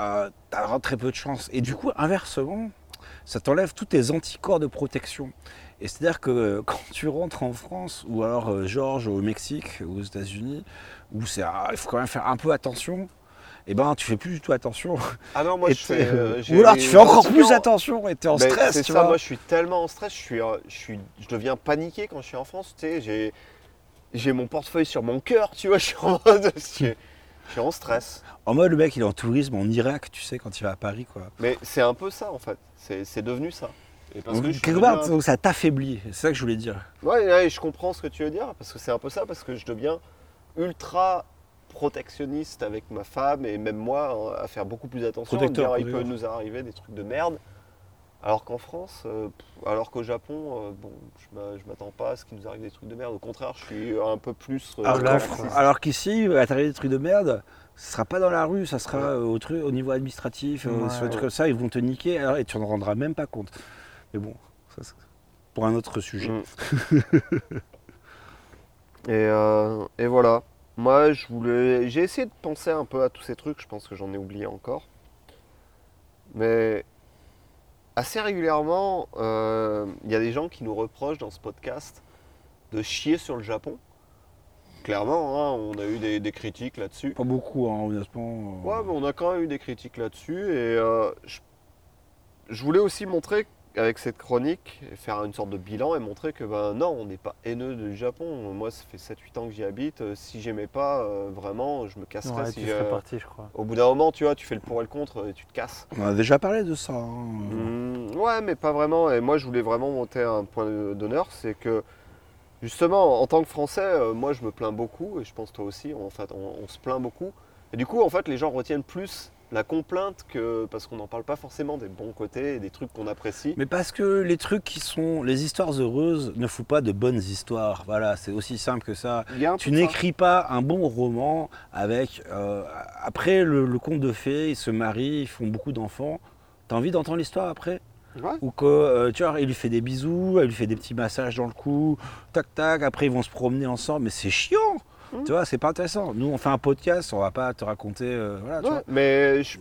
euh, t'as vraiment très peu de chance. Et du coup, inversement, ça t'enlève tous tes anticorps de protection. Et c'est-à-dire que euh, quand tu rentres en France, ou alors euh, George au Mexique, ou aux États-Unis, où c'est, ah, il faut quand même faire un peu attention, et ben tu fais plus du tout attention. Ah non, moi, Et je fais. t'es- euh, j'ai ou alors des- tu fais encore des plus clients- attention et t'es en Mais stress, Ben, c'est tu ça, vois. moi je suis tellement en stress, je, suis, euh, je, suis, je deviens paniqué quand je suis en France, tu sais, j'ai, j'ai mon portefeuille sur mon cœur, tu vois, *laughs* je suis en mode, je suis, je suis en stress. En mode, le mec, il est en tourisme en Irak, tu sais, quand il va à Paris, quoi. Mais c'est un peu ça en fait, c'est, c'est devenu ça. Et parce Donc, que je suis quelque part, devenu donc, ça t'affaiblit, c'est ça que je voulais dire. un- ouais, ouais, je comprends ce que tu veux dire, parce que c'est un peu ça, parce que je deviens ultra protectionniste avec ma femme et même moi hein, à faire beaucoup plus attention, à me Protecteur, dire, il peut protecteur. nous arriver des trucs de merde. Alors qu'en France, euh, pff, alors qu'au Japon, euh, bon, je m'a- je m'attends pas à ce qu'il nous arrive des trucs de merde. Au contraire, je suis un peu plus. euh, Alors, relax. qu'en Fran- Ah, alors qu'ici, à t'arriver des trucs de merde, ce sera pas dans la rue, ça sera euh, au, truc, au niveau administratif, euh, Ouais, sur des trucs ouais. comme ça, ils vont te niquer alors, et tu n'en rendras même pas compte. Mais bon, ça c'est pour un autre sujet. Mm. Et, euh, et voilà. Moi, je voulais. J'ai essayé de penser un peu à tous ces trucs. Je pense que j'en ai oublié encore. Mais assez régulièrement, euh, il y a des gens qui nous reprochent dans ce podcast de chier sur le Japon. Clairement, hein, on a eu des, des critiques là-dessus. Pas beaucoup, hein, honnêtement. euh, Ouais, mais on a quand même eu des critiques là-dessus. Et euh, je, je voulais aussi montrer avec cette chronique, et faire une sorte de bilan et montrer que ben non, on n'est pas haineux du Japon. Moi, ça fait 7-8 ans que j'y habite. Euh, Si j'aimais pas, euh, vraiment, je me casserais. Ouais, si tu je- serais parti, je crois. Au bout d'un moment, tu vois, tu fais le pour et le contre et tu te casses. On a déjà parlé de ça. hein. Mm, ouais, mais pas vraiment. Et moi, je voulais vraiment monter un point de- d'honneur, c'est que justement, en tant que Français, euh, moi, je me plains beaucoup, et je pense toi aussi. En fait, on, on se plaint beaucoup. Et du coup, en fait, les gens retiennent plus la complainte que parce qu'on n'en parle pas forcément des bons côtés et des trucs qu'on apprécie. Mais parce que les trucs qui sont. Les histoires heureuses ne font pas de bonnes histoires. Voilà, c'est aussi simple que ça. Il y a un Tu peu de ça. n'écris pas un bon roman avec. euh, après le, le conte de fées, ils se marient, ils font beaucoup d'enfants. T'as envie d'entendre l'histoire après Ouais. Ou que, euh, tu vois, il lui fait des bisous, elle lui fait des petits massages dans le cou, tac tac, après ils vont se promener ensemble, mais c'est chiant Tu vois, c'est pas intéressant. Nous, on fait un podcast, on va pas te raconter. euh, voilà, tu Ouais, vois. mais je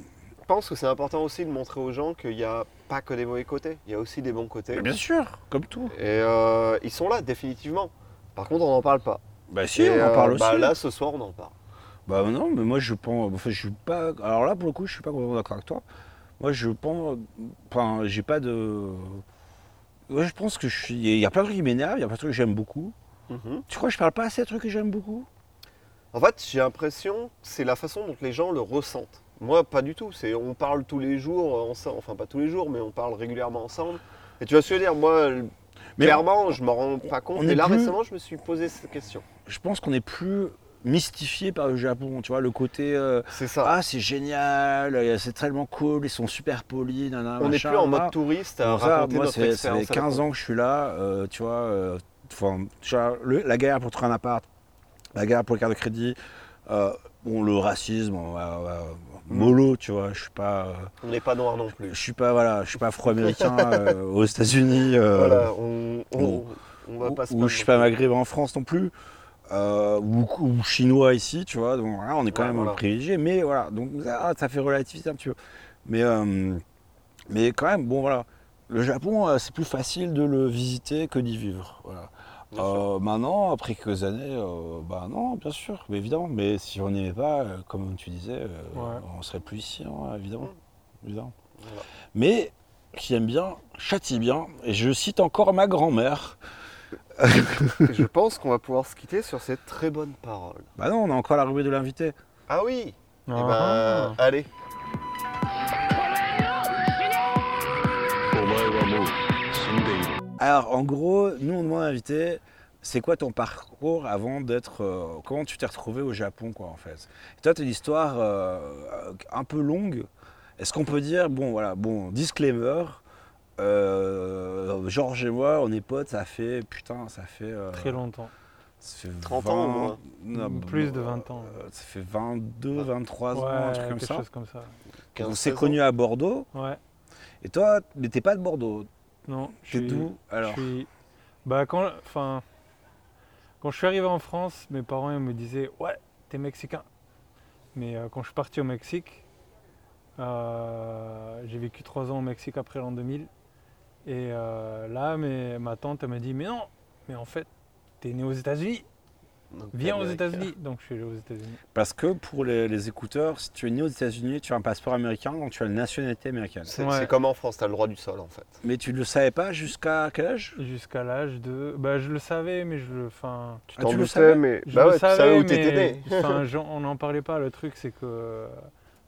pense que c'est important aussi de montrer aux gens qu'il n'y a pas que des mauvais côtés. Il y a aussi des bons côtés. Mais bien sûr, comme tout. Et euh, ils sont là définitivement. Par contre, on n'en parle pas. Bah si, Et, on en euh, parle aussi. bah, là, ce soir, on en parle. Bah non, mais moi je pense. enfin, je suis pas. Alors là pour le coup, je suis pas complètement d'accord avec toi. Moi je pense. Enfin, j'ai pas de. Ouais, je pense que je suis. Il y a plein de trucs qui m'énervent, il y a plein de trucs que j'aime beaucoup. Mhm. Tu crois que je parle pas assez de trucs que j'aime beaucoup En fait, j'ai l'impression que c'est la façon dont les gens le ressentent. Moi, pas du tout. C'est on parle tous les jours ensemble, enfin pas tous les jours, mais on parle régulièrement ensemble. Et tu vas se dire, moi, Mais clairement, je m'en rends pas compte. on Et est là, plus- récemment, je me suis posé cette question. Je pense qu'on est plus mystifié par le Japon, tu vois, le côté. euh, C'est ça. ah, c'est génial, euh, c'est tellement cool, ils sont super polis, nanana, on n'est Ah, machin, plus en voilà. mode touriste à Bon, ça, raconter moi, notre c'est- ça fait expérience. 15 ans que je suis là, euh, tu vois, euh, enfin, tu vois, le- la guerre pour trouver un appart, la guerre pour le carte de crédit, euh, bon, le racisme, on va- on va- Mm. mollo, tu vois, je suis pas, euh, On n'est pas noir non je plus. suis pas, voilà, je suis pas afro-américain *laughs* euh, aux États-Unis, euh, Voilà, on, on, bon. on va ou- pas se ou plaindre je suis non pas plus. maghrébin en France non plus, euh, ou, ou chinois ici, tu vois, donc voilà, on est quand Ouais, même voilà. privilégié, mais voilà, donc ça, ah, ça fait relativiser un petit peu. Mais, euh, mais quand même, bon voilà, le Japon, euh, c'est plus facile de le visiter que d'y vivre. Voilà. Bien Euh, maintenant, après quelques années, euh, bah non, bien sûr, mais évidemment, mais si on n'aimait pas, euh, comme tu disais, euh, Ouais. on serait plus ici, hein, évidemment. évidemment. Voilà. Mais qui aime bien, châtie bien, et je cite encore ma grand-mère. Et je pense qu'on va pouvoir se quitter sur cette très bonne parole. Bah non, on a encore la ruée de l'invité. Ah oui Ah, Eh ben, eh allez. もう死んでいる Alors, en gros, nous, on demande à l'invité, c'est quoi ton parcours avant d'être. euh, comment tu t'es retrouvé au Japon, quoi, en fait Et Toi, tu as une histoire euh, un peu longue. Est-ce qu'on peut dire, bon, voilà, bon, disclaimer, euh, Georges et moi, on est potes, ça fait. Putain, ça fait. euh, Très longtemps. ça fait 30 ans, au moins. non, bah, Plus bah, de 20 ans. euh, Ça fait 22, 23 ans, un truc comme quelque ça. chose comme ça. On 15, s'est 16 ans. connus à Bordeaux. Ouais. Et toi, mais t'es pas de Bordeaux. Non. T'es suis- d'où Alors, Je suis... Bah quand, enfin, quand je suis arrivé en France, mes parents ils me disaient ouais, t'es mexicain. Mais euh, quand je suis parti au Mexique, euh, j'ai vécu trois ans au Mexique après l'an 2000. Et euh, là, mes- ma tante elle m'a dit mais non, mais en fait, t'es né aux États-Unis, Donc, viens aux Américain. États-Unis. Donc je suis allé aux États-Unis. Parce que pour les, les écouteurs, si tu es né aux États-Unis, tu as un passeport américain, donc tu as une nationalité américaine. C'est Ouais. c'est comme en France, t'as le droit du sol en fait. Mais tu ne le savais pas jusqu'à quel âge Jusqu'à l'âge de, bah je le savais, mais je le, enfin, Ah, tu le doutais, savais mais Je bah le ouais, tu savais, savais où mais- t'étais né. *laughs* enfin, j'en- on n'en parlait pas. Le truc, c'est que euh,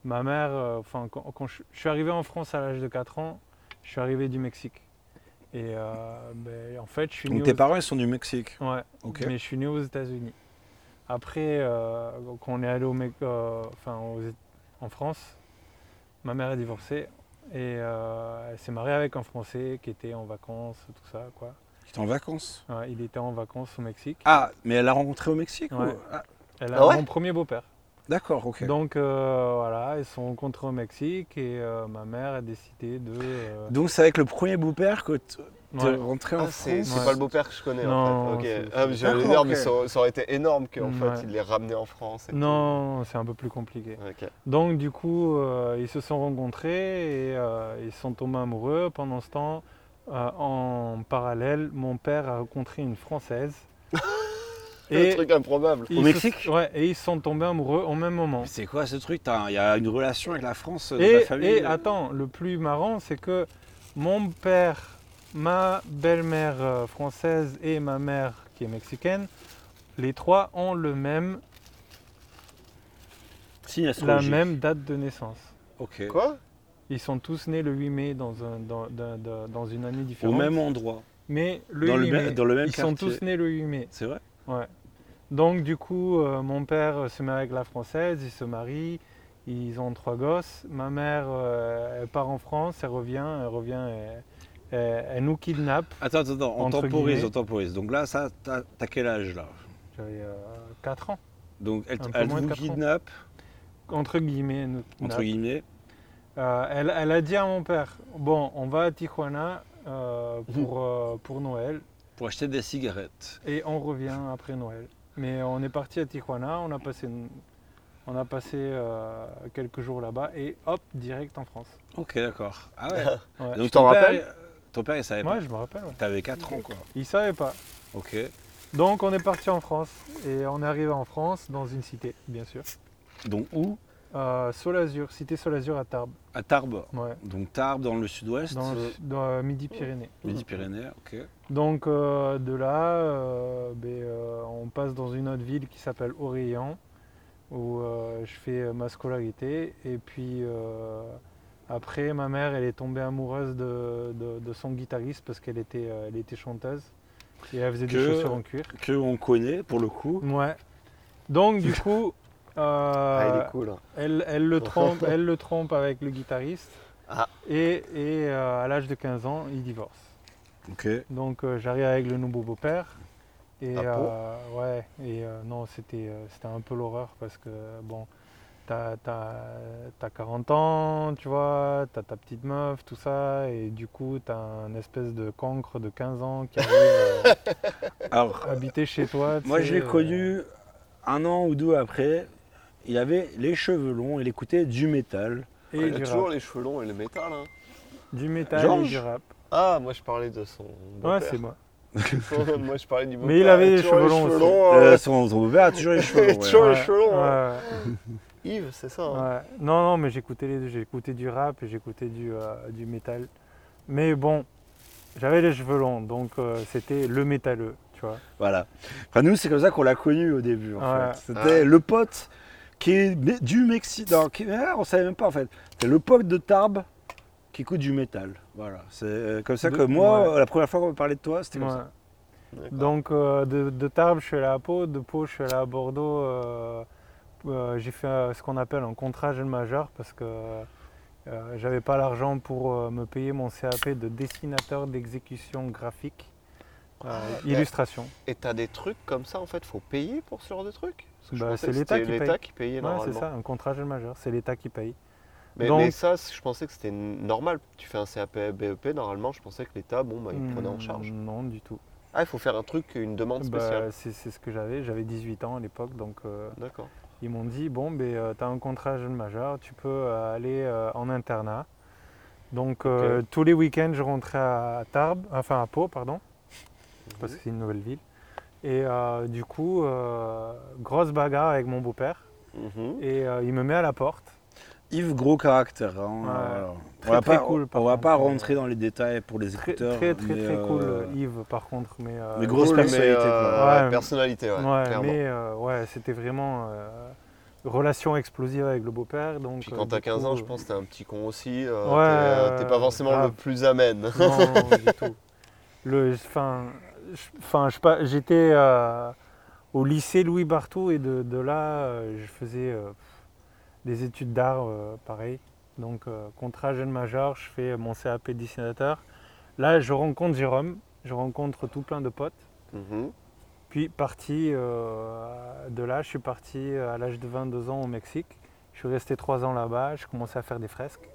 ma mère, euh, enfin, quand, quand je, je suis arrivé en France à l'âge de 4 ans, je suis arrivé du Mexique. Et euh, ben, en fait, je suis né Donc aux- tes parents, ils sont du Mexique. Ouais, Ok. mais je suis né aux États-Unis. Après, euh, quand on est allé au Mec- euh, enfin, aux Éta- en France, ma mère est divorcée et euh, elle s'est mariée avec un Français qui était en vacances, tout ça, quoi. Ils sont en vacances. Ouais, il était en vacances au Mexique. Ah, mais elle l'a rencontré au Mexique ou- Ouais. Ah, Elle a Ah ouais mon premier beau-père. D'accord, ok. Donc, Donc euh, voilà, ils se sont rencontrés au Mexique et euh, ma mère a décidé de. euh, c'est avec le premier beau-père que tu es ouais. rentré en Ah, France. c'est c'est Ouais. pas le beau-père que je connais Non, en fait. c'est- Ok. Ah, mais J'allais D'accord, dire, mais ok. ça, ça aurait été énorme qu'en Mm, Ouais. fait il les ramenait en France. et Non, c'est un peu plus compliqué. tout. Ok. Donc du coup, euh, ils se sont rencontrés et euh, ils sont tombés amoureux. Pendant ce temps, euh, en parallèle, mon père a rencontré *laughs* une Française. Le truc improbable. ils Au se- Mexique Ouais, et ils sont tombés amoureux au même moment. Mais C'est quoi ce truc T'as un- Il y a une relation avec la France de Et, la famille et attends, le plus marrant, c'est que mon père, ma belle-mère euh, française et ma mère qui est mexicaine, les trois ont le même, Signe la astrologique. même date de naissance. Ok. Quoi Ils sont tous nés le 8 mai dans, un- dans, dans- dans- dans une année Au différente. même endroit. mais le dans le 8 même- mai, dans le même ils sont quartier. tous nés le 8 mai. C'est vrai Ouais. Donc du coup, euh, mon père euh, se met avec la française, ils se marient, ils ont trois gosses. Ma mère, euh, elle part en France, elle revient, elle revient, elle, elle- elle nous kidnappe. Attends, attends, attends, on Entre temporise, guillemets. on temporise. Donc là, ça, t'as t'as quel âge là J'avais 4 ans. Donc elle, Un peu elle moins de vous quatre ans. kidnappe, Entre guillemets, elle nous kidnappe. entre guillemets. Euh, elle, elle a dit à mon père, bon, on va à Tijuana euh, pour, euh, pour Noël pour acheter des cigarettes. et on revient après Noël. Mais on est parti à Tijuana, on a passé, une- on a passé euh, quelques jours là-bas et hop, direct en France. Ok, d'accord. Ah ouais. Ouais. Donc Tu t'en ton père, rappelles Ton père, il savait Moi, pas. je me rappelle. ouais. T'avais 4 ans, quoi. Il savait pas. Ok. Donc, on est parti en France et on est arrivé en France dans une cité, bien sûr. Donc où Euh, Solazur, cité Solazur à Tarbes, À Tarbes. ouais, Donc Tarbes, dans le sud-ouest, dans, le- dans, euh, Midi-Pyrénées. Midi-Pyrénées, ok. Donc, euh, de là, euh, ben, euh, on passe dans une autre ville qui s'appelle Orléans, où euh, je fais euh, ma scolarité. Et puis, euh, après, ma mère, elle est tombée amoureuse de, de- de son guitariste parce qu'elle était, euh, elle était chanteuse et elle faisait des Que- chaussures en cuir. Que on connaît, pour le coup. Ouais. Donc du coup, *laughs* euh, Ah, il elle, est cool. hein. elle le *laughs* trompe, elle le trompe avec le guitariste. Ah. Et, et, euh, à l'âge de 15 ans, ils divorcent. Ok. Donc euh, j'arrive avec le nouveau beau-père. Et Ah bon euh, ouais, et euh, non, c'était euh, c'était un peu l'horreur parce que bon, t'as as, 40 ans, tu vois, t'as ta petite meuf, tout ça, et du coup, t'as un espèce de cancre de 15 ans qui arrive *laughs* euh, Alors, habiter chez toi. tu moi, je sais, l'ai euh, connu un an ou deux après. Il avait les cheveux longs, il écoutait du métal. Et Il du a rap. toujours les cheveux longs et le métal. Hein. Du métal et Georges du rap. Ah, moi je parlais de son. Ouais, beau-père. *laughs* c'est moi. moi je parlais du beau-père. Mais il avait les toujours cheveux longs aussi. hein. Euh, son, son beau-père a toujours les cheveux longs. ouais. Toujours les cheveux longs, ouais, Yves, c'est ça. ouais, hein. ouais. Non, non, mais j'écoutais les deux. J'écoutais du rap et j'écoutais du, euh, du métal. Mais bon, j'avais les cheveux longs, donc euh, c'était le métalleux, tu vois. Voilà. Enfin, nous, c'est comme ça qu'on l'a connu au début. En Ouais. fait. C'était Ah. le pote qui est mé- du Mexique. non, qui- ah, on savait même pas en fait. C'était le pote de Tarbes qui écoute du métal. Voilà. C'est euh, comme ça De- que moi, ouais. euh, la première fois qu'on me parlait de toi, c'était comme Ouais. ça. Donc euh, de, de Tarbes, je suis allé à Pau, de Pau, je suis allé à Bordeaux. euh, euh, j'ai fait euh, ce qu'on appelle un contrat jeune majeur parce que euh, j'avais pas l'argent pour euh, me payer mon CAP de dessinateur d'exécution graphique, euh, ouais. illustration. Et t'as des trucs comme ça en fait, faut payer pour ce genre de trucs Parce que je Bah, pensais c'est que l'État c'était qui paye. l'État qui payait Ouais, normalement. c'est ça, un contrat jeune majeur, c'est l'État qui paye. Mais, Donc- mais ça, c- je pensais que c'était normal. Tu fais un CAP, BEP, E normalement, je pensais que l'État, bon, bah, il prenait en Hmm, charge. Non, du tout. Ah, il faut faire un truc, une demande Bah, spéciale. c'est c'est ce que j'avais, j'avais 18 ans à l'époque, donc euh, D'accord. ils m'ont dit, bon, ben, tu as un contrat jeune majeur, tu peux euh, aller euh, en internat. Donc euh, tous les week-ends, je rentrais à Tarbes, enfin à Pau, pardon, parce que c'est une nouvelle ville. Et euh, du coup, euh, grosse bagarre avec mon beau-père, Mhm. et euh, il me met à la porte. Yves, gros caractère. hein, Ouais. voilà. Très, on va très pas, cool, par on va contre. pas rentrer dans les détails pour les Très écouteurs. très très, mais, très euh, cool euh, Yves par contre mais euh, mais grosse Cool, personnalité, mais, euh, quoi. ouais, personnalité, ouais, clairement. mais euh, ouais c'était vraiment euh, relation explosive avec le beau-père donc Puis euh, quand t'as du 15 ans, coup, je pense que t'es un petit con aussi. euh, Ouais, t'es, euh, t'es pas ouais, forcément grave. le plus amène. *laughs* *laughs* Non, non, du tout. Le, enfin, je- enfin, je sais pas, j'étais euh, au lycée Louis Barthou et de, de là, euh, je faisais euh, des études d'art, euh, pareil. Donc, euh, contrat jeune majeur, je fais mon CAP dessinateur. Là, je rencontre Jérôme, je rencontre tout plein de potes. Mhm. Puis parti euh, de là, je suis parti à l'âge de 22 ans au Mexique. Je suis resté trois ans là-bas, je commençais à faire des fresques.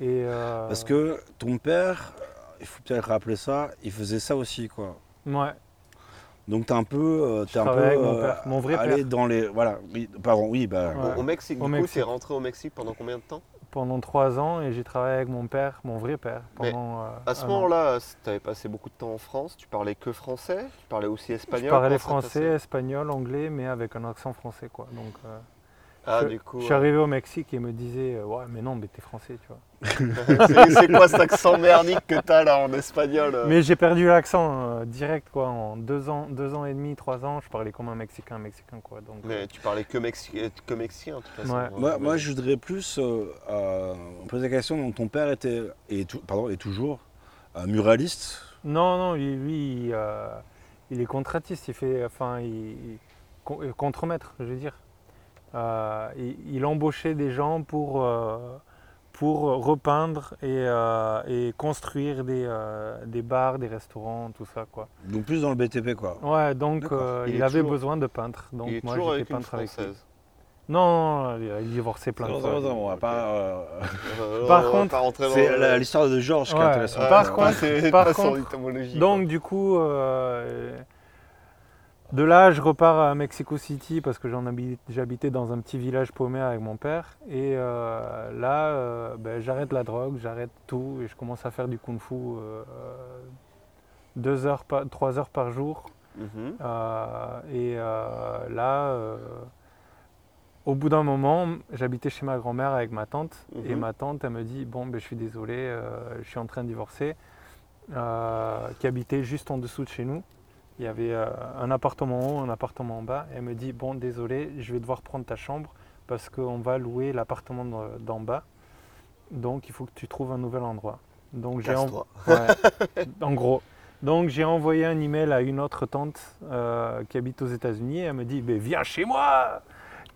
Et, euh, Parce que ton père, il faut peut-être rappeler ça, il faisait ça aussi, quoi. Ouais, Donc t'es un peu, euh, t'es un peu travaille avec mon euh, père, mon vrai allé père. dans les, voilà, oui, pardon, oui, bah, Ouais. Au- Au Mexique, Au du coup, Mexique. t'es rentré au Mexique pendant combien de temps pendant trois ans et j'ai travaillé avec mon père, mon vrai père, Mais pendant. euh, À ce un an. moment-là, c- t'avais passé beaucoup de temps en France, tu parlais que français, tu parlais aussi espagnol. je parlais comment ça français, passait espagnol, anglais, mais avec un accent français, quoi. Donc, euh, Ah, je, du coup. je suis ouais. arrivé au Mexique et ils me disait euh, ouais, mais non, mais t'es français, tu vois. c'est, c'est quoi cet accent merdique que t'as là en espagnol euh Mais j'ai perdu l'accent euh, direct, quoi. En deux ans, deux ans et demi, trois ans, je parlais comme un Mexicain, Mexicain, quoi. Donc, Mais tu parlais que, Mexi- euh, que mexicain, de toute façon. Ouais. hein, Moi, moi, mais- je voudrais plus euh, euh, on pose la question dont ton père était, et tou- pardon, est toujours euh, muraliste. Non, non, lui, lui, il, euh, il est contratiste, il fait, enfin, il, il- con- euh, contremaître, je veux dire. Euh, il, il embauchait des gens pour, euh, pour repeindre et, euh, et construire des, euh, des bars, des restaurants, tout ça, quoi. Donc plus dans le BTP, quoi. Ouais, donc D'accord. euh, Il il, est avait toujours- besoin de peintres, donc Il est moi toujours j'étais avec une peintre avec lui. française. Non, non, non, il divorçait plein de Non, fois. non, non, on va ok. pas, euh, Euh, Par on va contre, pas rentrer *laughs* dans- c'est la- l'histoire de Georges qui est Ouais. intéressante. Par Ouais. contre- c'est par pas son contre, étymologie, Donc du coup, euh, de là, je repars à Mexico City parce que j'en habi- j'habitais dans un petit village paumé avec mon père. Et euh, là, euh, ben, j'arrête la drogue, j'arrête tout et je commence à faire du kung-fu euh, deux heures, par- trois heures par jour. quoi. Mhm. Euh, et euh, là, euh, au bout d'un moment, j'habitais chez ma grand-mère avec ma tante. Et Mhm. ma tante, elle me dit Bon, ben, je suis désolé, euh, je suis en train de divorcer. Euh, qui habitait juste en dessous de chez nous. Il y avait euh, un appartement en haut, un appartement en bas. Elle me dit Bon, désolé, je vais devoir prendre ta chambre parce qu'on va louer l'appartement d'en- d'en bas. Donc, il faut que tu trouves un nouvel endroit. Donc, j'ai en- Casse-toi. Ouais, en gros. Donc j'ai envoyé un email à une autre tante euh, qui habite aux États-Unis. Elle me dit Ben, Viens chez moi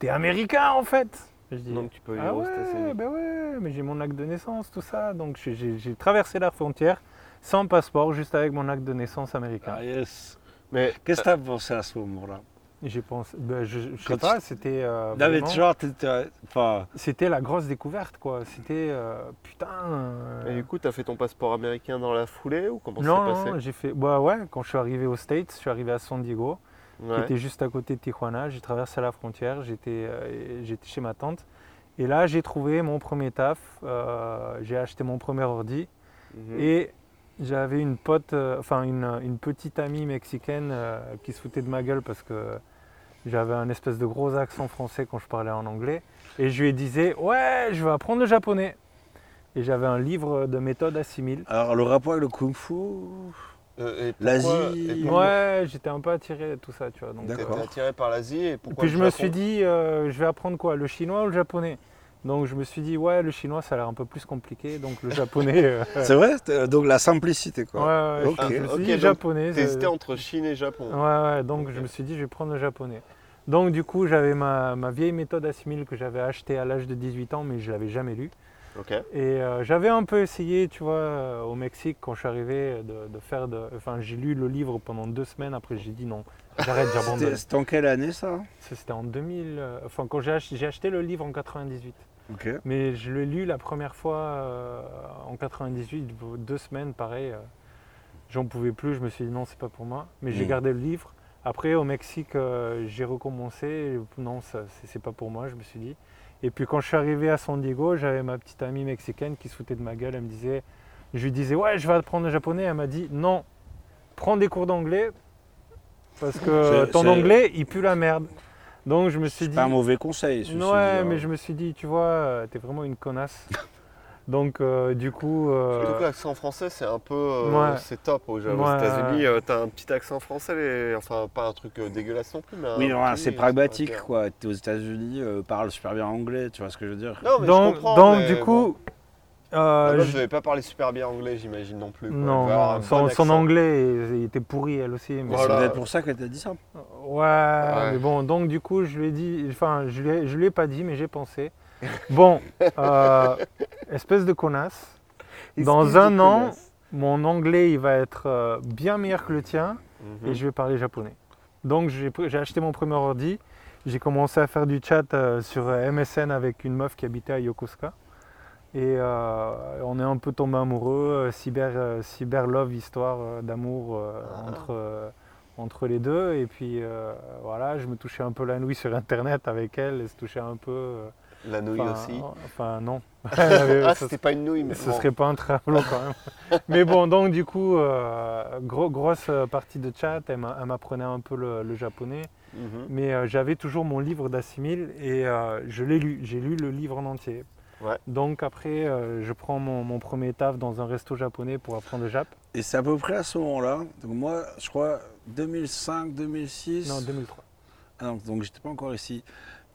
T'es américain en fait Je dis Donc tu peux Ah vivre aux ouais, États-Unis. ben ouais, mais j'ai mon acte de naissance, tout ça. Donc j'ai- j'ai j'ai traversé la frontière sans passeport, juste avec mon acte de naissance américain. Ah, yes. Mais Qu'est-ce que t'as pensé à ce moment-là Et J'ai pensé, ben, je, je Quand sais pas, c'était. euh, Non, mais vraiment- genre, t'étais- enfin, C'était la grosse découverte quoi. C'était euh, putain. euh, Et du coup, t'as fait ton passeport américain dans la foulée ou comment non, ça s'est non, passé j'ai fait. Bah ouais, quand je suis arrivé aux States, je suis arrivé à San Diego. qui Ouais. était juste à côté de Tijuana. J'ai traversé la frontière, j'étais euh, j'étais chez ma tante. Et là, j'ai trouvé mon premier taf. euh, j'ai acheté mon premier ordi. Mhm. Et j'avais une pote, euh, enfin une, une petite amie mexicaine euh, qui se foutait de ma gueule parce que j'avais un espèce de gros accent français quand je parlais en anglais. Et je lui disais Ouais, je vais apprendre le japonais. Et j'avais un livre de méthode assimile. alors le rapport avec le kung-fu, Euh, et pourquoi- l'Asie, et pourquoi Ouais, j'étais un peu attiré de tout ça, tu vois. donc, D'accord. T'étais attiré par l'Asie et pourquoi Puis le je me Japon suis dit, euh, je vais apprendre quoi Le chinois ou le japonais Donc je me suis dit, ouais, le chinois, ça a l'air un peu plus compliqué, donc le japonais. euh, C'est vrai T'es- Donc la simplicité, quoi. Ouais, ouais, Ok. je me suis Ok, dit, donc japonais. ça- T'hésitais entre Chine et Japon. Ouais, ouais, donc je me suis dit, je vais prendre le japonais. Donc du coup, j'avais ma, ma vieille méthode assimile que j'avais achetée à l'âge de 18 ans, mais je l'avais jamais lue. Ok. Et euh, j'avais un peu essayé, tu vois, euh, au Mexique, quand je suis arrivé, de, de faire. de- Enfin, j'ai lu le livre pendant deux semaines, après j'ai dit non, j'arrête, *laughs* j'abandonne. C'était c'était en quelle année ça Ça, C'était en 2000. euh, Enfin, quand j'ai ach- j'ai acheté le livre en 98. Ok. Mais je l'ai lu la première fois euh, en 98, deux semaines, pareil. euh, J'en pouvais plus, je me suis dit non, c'est pas pour moi. Mais j'ai Mm. gardé le livre. Après, au Mexique, euh, j'ai recommencé. et Non, ça, c'est c'est pas pour moi, je me suis dit. Et puis quand je suis arrivé à San Diego, j'avais ma petite amie mexicaine qui se foutait de ma gueule. Elle me disait, je lui disais, ouais, je vais apprendre le japonais. Elle m'a dit, non, prends des cours d'anglais parce que C'est- ton c'est- anglais, il pue la merde. Donc je me suis C'est dit, pas un mauvais conseil. ceci ouais, dit, mais hein. je me suis dit, tu vois, euh, t'es vraiment une connasse. *laughs* Donc euh, du coup, euh, Surtout que l'accent français, c'est un peu. euh, Ouais. C'est top au Japon. Ouais. Aux États-Unis, euh, t'as un petit accent français, et- enfin, pas un truc euh, dégueulasse non plus, mais. un Oui, non, petit- c'est pragmatique, ok. quoi. T'es aux États-Unis, euh, parle super bien anglais, tu vois ce que je veux dire Non, mais je donc, comprends. donc, mais du coup, bon. Ah, euh, Là-bas, je- je devais pas parler super bien anglais, j'imagine non plus. quoi. Il non, devait avoir non, un son, bon son accent. anglais, il, il était pourri elle aussi. mais Mais Voilà. C'est peut-être pour ça qu'elle t'a dit ça. Ouais, mais bon, donc du coup, je lui ai dit, enfin, je lui ai, je lui ai pas dit, mais j'ai pensé. *laughs* Bon, euh, espèce de connasse, dans un an, mon anglais, il va être euh, bien meilleur que le tien Mhm. et je vais parler japonais. Donc j'ai pr- j'ai acheté mon premier ordi, j'ai commencé à faire du chat euh, sur euh, MSN avec une meuf qui habitait à Yokosuka. Et euh, on est un peu tombé amoureux, euh, cyber, euh, cyber love, histoire euh, d'amour euh, entre, euh, entre les deux. Et puis euh, voilà, je me touchais un peu la nouille sur internet avec elle, elle se touchait un peu. euh, La nouille enfin, aussi. Enfin, non. *laughs* ah, Ça- c'était pas une nouille, mais. ce bon. serait pas un tableau quand *laughs* même. Mais bon, donc du coup, euh, gros- grosse euh, partie de chat, elle m'a- elle m'apprenait un peu le, le japonais. Mhm. Mais euh, j'avais toujours mon livre d'assimile et euh, je l'ai lu. J'ai lu le livre en entier. Ouais. Donc après, euh, je prends mon, mon premier taf dans un resto japonais pour apprendre le jap. Et c'est à peu près à ce moment-là. Donc moi, je crois 2005, 2006. Non, 2003. Ah non, donc j'étais pas encore ici.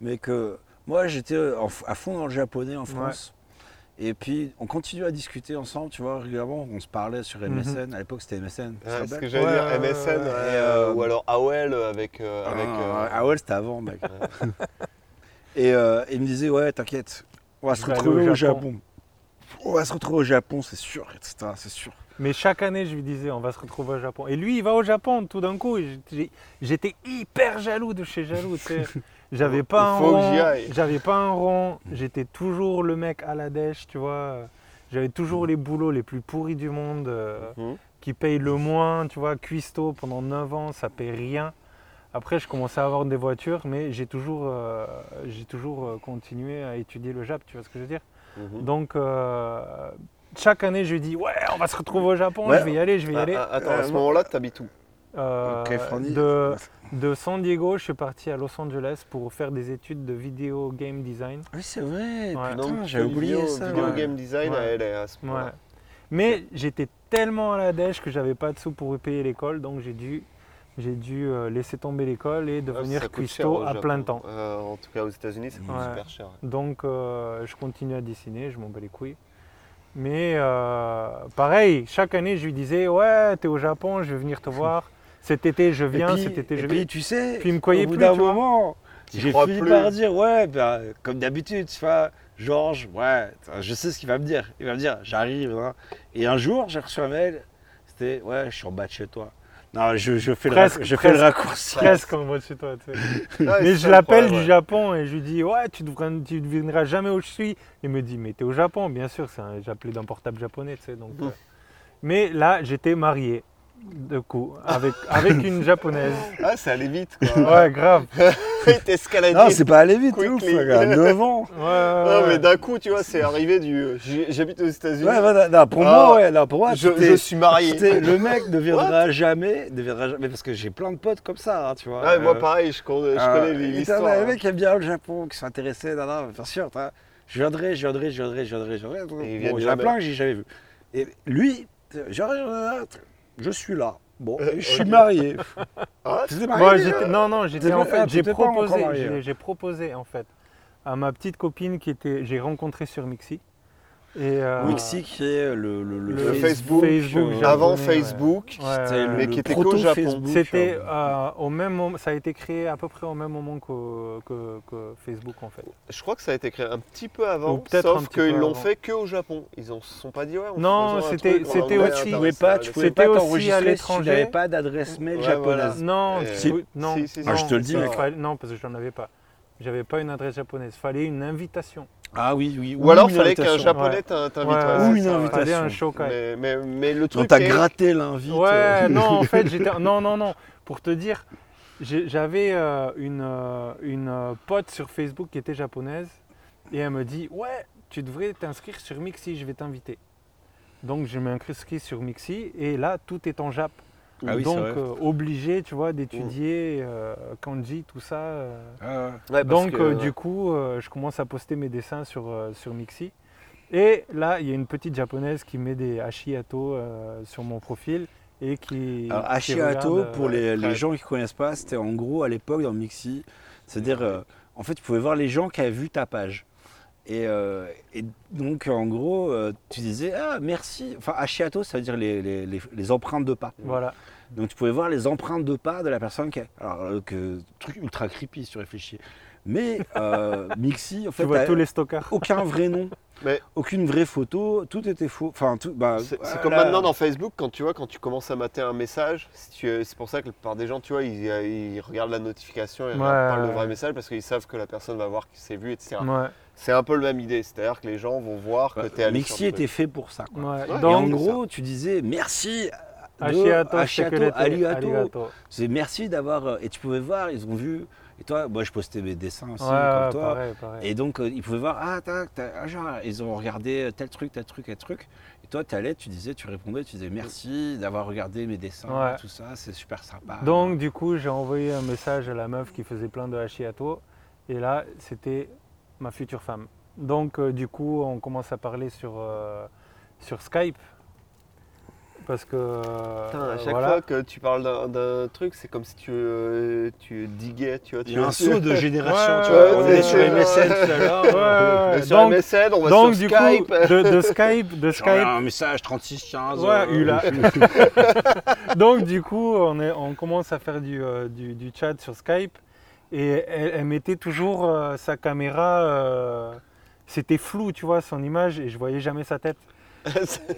Mais que moi, j'étais en- à fond dans le japonais en France. Et puis, on continue à discuter ensemble, tu vois, régulièrement. On se parlait sur MSN. À l'époque, c'était MSN. tu te Ah, c'est rappelles ce que j'allais Ouais, dire, ouais, MSN, ouais, ouais, ouais. Et, euh, euh, ou alors AOL avec. euh, avec Ah, euh, ah ouais, c'était avant, *laughs* mec. et euh, il me disait, ouais, t'inquiète, on va Je se vais aller retrouver au au Japon. Japon. On va se retrouver au Japon, c'est sûr, etc. C'est sûr. Mais chaque année, je lui disais, on va se retrouver au Japon. Et lui, il va au Japon tout d'un coup. Et j'ai- J'étais hyper jaloux de chez jaloux. tu *laughs* sais. J'avais pas, un Il faut que j'y rond. aille. J'avais pas un rond. J'étais toujours le mec à la dèche, tu vois. J'avais toujours les boulots les plus pourris du monde, euh, Mhm. qui payent le moins, tu vois. Cuistot pendant 9 ans, ça paye rien. Après, je commençais à avoir des voitures, mais j'ai toujours, euh, j'ai toujours euh, continué à étudier le Jap, tu vois ce que je veux dire mhm. donc, euh, chaque année, je lui dis Ouais, on va se retrouver au Japon, Ouais. je vais y aller, je vais y Ah, aller. ah, attends, à ce moment-là, t'habites où Euh, Californie. de, de San Diego, je suis parti à Los Angeles pour faire des études de vidéo game design. Oui, c'est vrai. Ouais. Putain, Donc, j'avais oublié vidéo- ça. Vidéo ouais. game design Ouais. à LA à ce Ah, Ouais. moment-là. Mais j'étais tellement à la dèche que j'avais pas de sous pour payer l'école, donc j'ai dû, j'ai dû euh, laisser tomber l'école et Ah, ça devenir coûte cher au cuistot à Japon. plein temps. Euh, en tout cas, aux États-Unis, ça coûte Ouais. super *laughs* cher. Ah, Donc euh, je continue à dessiner, je m'en bats les couilles. Mais euh, pareil, chaque année je lui disais Ouais, t'es au Japon, je vais venir te voir. Cet été je Et viens, puis- cet été je et viens. puis, tu sais, Puis il me croyait au bout plus, d'un tu vois. moment, T'y j'ai crois fini plus. par dire, ouais, ben, comme d'habitude, tu vois, Georges, ouais, je sais ce qu'il va me dire. Il va me dire, j'arrive. hein. Et un jour, j'ai reçu un mail, c'était, ouais, je suis en bas de chez toi. Non, je, je fais, Presque, le, rac- je fais le presque. raccourci. Presque en mode chez toi. tu sais. Ah, c'est Mais ça je le l'appelle problème, du ouais. Japon et je lui dis Ouais, tu ne tu devineras jamais où je suis. Il me dit Mais t'es au Japon, bien sûr, c'est un- j'appelais d'un portable japonais, tu sais. Donc, euh. Mais là, j'étais marié, de coup, avec, avec une japonaise. Ah, c'est allé vite, quoi. *laughs* Ouais, grave. T'es escaladé. Non, c'est pas allé vite, Quickly. ouf, regarde, 9 *laughs* ans. Non, Ouais, ouais, mais Ah ouais. d'un coup, tu vois, c'est arrivé du. euh, j'ai- J'habite aux États-Unis. Ouais, voilà, non, pour Ah, moi, ouais, non, pour moi, je, c'était- je suis marié. c'était le mec ne viendra jamais, ne viendra jamais, parce que j'ai plein de potes comme ça, hein, tu vois. Ouais, moi, euh, pareil, je, con- je Ah, connais putain, l'histoire. mais hein. Les mecs aiment bien le Japon, qui sont intéressés, nan, nan, bien sûr. t'as- Je viendrai, je viendrai, je viendrai, je viendrai, je viendrai. Et ils Bon, viennent il y en a jamais. plein que j'ai jamais vu. Et lui, je, je suis là. Bon, Euh, et je suis ok. *laughs* marié. Ah, Tu t'es Moi, marié, j'étais- toi non, non, j'étais en pas- ah, fait, tu j'ai t'es pas encore proposé, marié, j'ai- ouais. j'ai proposé en fait. à ma petite copine qui était, j'ai rencontré sur Mixi. Et, euh, Wixi qui est le, le, le- Le Facebook, Facebook euh, japonais, avant ouais. Facebook, Ouais, ouais, c'était ouais. mais le qui était qu'au Japon. proto-Facebook. C'était hein. euh, euh, au même moment, ça a été créé à peu près au même moment que, que- que Facebook en fait. Je crois que ça a été créé un petit peu avant, Ou peut-être un sauf petit peu qu'ils l'ont avant. fait que au Japon. Ils ne se sont pas dit ouais. On Non, faisons un c'était- truc, on c'était l'envoie à aussi- Tu tu pouvais l'international. pas, tu pouvais C'était pas aussi à t'enregistrer si tu l'étranger. n'avais pas d'adresse mail Ouais, japonaise. voilà. Non, Euh, tu- non, si, si, si. Ah, je te le dis, non, mec. fallait- non, parce que je n'en avais pas. J'avais pas une adresse japonaise. Fallait une invitation. Ah oui, oui. Ou alors une il fallait qu'un invitation. japonais t'in- t'invite. Ouais, ouais, ouais, c'est Ou une ça, ouais. invitation. Fallait un shokai. Mais, mais, mais le On truc. t'a est- gratté l'invite. euh, euh. *laughs* Ouais, non, *laughs* en fait, j'étais. Non, non, non. Pour te dire, j'ai- j'avais euh, une, euh, une euh, pote sur Facebook qui était japonaise et elle me dit Ouais, tu devrais t'inscrire sur Mixi, je vais t'inviter. Donc, je m'inscris sur Mixi et là, tout est en jap. Ah oui, c'est Donc, vrai. euh, obligé, tu vois, d'étudier euh, kanji, tout ça. euh. Ah, ouais. Ouais, parce Donc, que- euh, du coup, euh, je commence à poster mes dessins sur, euh, sur Mixi. Et là, il y a une petite japonaise qui met des hachiato euh, sur mon profil et qui. Alors, qui Ashiato, regarde, euh, pour les, les ouais. gens qui ne connaissent pas, c'était en gros à l'époque dans Mixi. C'est-à-dire, euh, en fait, tu pouvais voir les gens qui avaient vu ta page. Et, euh, et donc, en gros, euh, tu disais Ah, merci. Enfin, Ashiato, ça veut dire les, les- les- les empreintes de pas. Voilà. Donc, tu pouvais voir les empreintes de pas de la personne qui. a- Alors, euh, que, truc ultra creepy, si tu réfléchis. Mais *laughs* euh, Mixi, en fait, tu vois t'as tous les stockers. aucun vrai nom. Mais- Aucune vraie photo, tout était faux. Enfin, tout, bah, Ah, C'est c'est voilà. comme maintenant dans Facebook, quand tu vois, quand tu commences à mater un message, si tu- c'est pour ça que la plupart des gens, tu vois, ils, ils regardent la notification et ils regardent pas ouais, le vrai ouais. message parce qu'ils savent que la personne va voir que c'est vu, etc. Ouais. C'est un peu la même idée, c'est-à-dire que les gens vont voir que t'es allé Bah, Mixi sur le truc. était fait pour ça. quoi. ouais. Et en Et en Donc, gros, tu disais merci. euh, de hachiato, Hachiato, sekurete, arigato. arigato. C'est merci d'avoir. euh, Et tu pouvais voir, ils ont vu. Et toi, moi, je postais mes dessins aussi, Ouais, comme ouais, toi. pareil, pareil. Et donc, euh, ils pouvaient voir, ah, tac, tac, ah, genre, ils ont regardé euh, tel truc, tel truc, tel truc. Et toi, tu allais, tu disais, tu répondais, tu disais merci d'avoir regardé mes dessins, Ouais. tout ça, c'est super Bah. sympa. Donc, du coup, j'ai envoyé un message à la meuf qui faisait plein de hachiato. Et là, c'était ma future femme. Donc, euh, du coup, on commence à parler sur, euh, sur Skype. Parce que. euh, Putain, à chaque voilà. fois que tu parles d'un- d'un truc, c'est comme si tu, euh, tu diguais, tu vois. il Tu y a un tu- saut *laughs* *laughs* de génération, Ouais, tu vois. ouais, on ouais, est sur ouais. MSN tout à l'heure. *laughs* Ouais, ouais, ouais. *laughs* sur Donc, MSN, on va donc, sur du Skype. *laughs* coup, de, de Skype, de Genre, il y Skype a un message 3615. Ouais, euh, Hula. *laughs* Donc du coup, on, est- on commence à faire du, euh, du- du chat sur Skype et elle, elle mettait toujours euh, sa caméra, euh, c'était flou, tu vois, son image et je voyais jamais sa tête.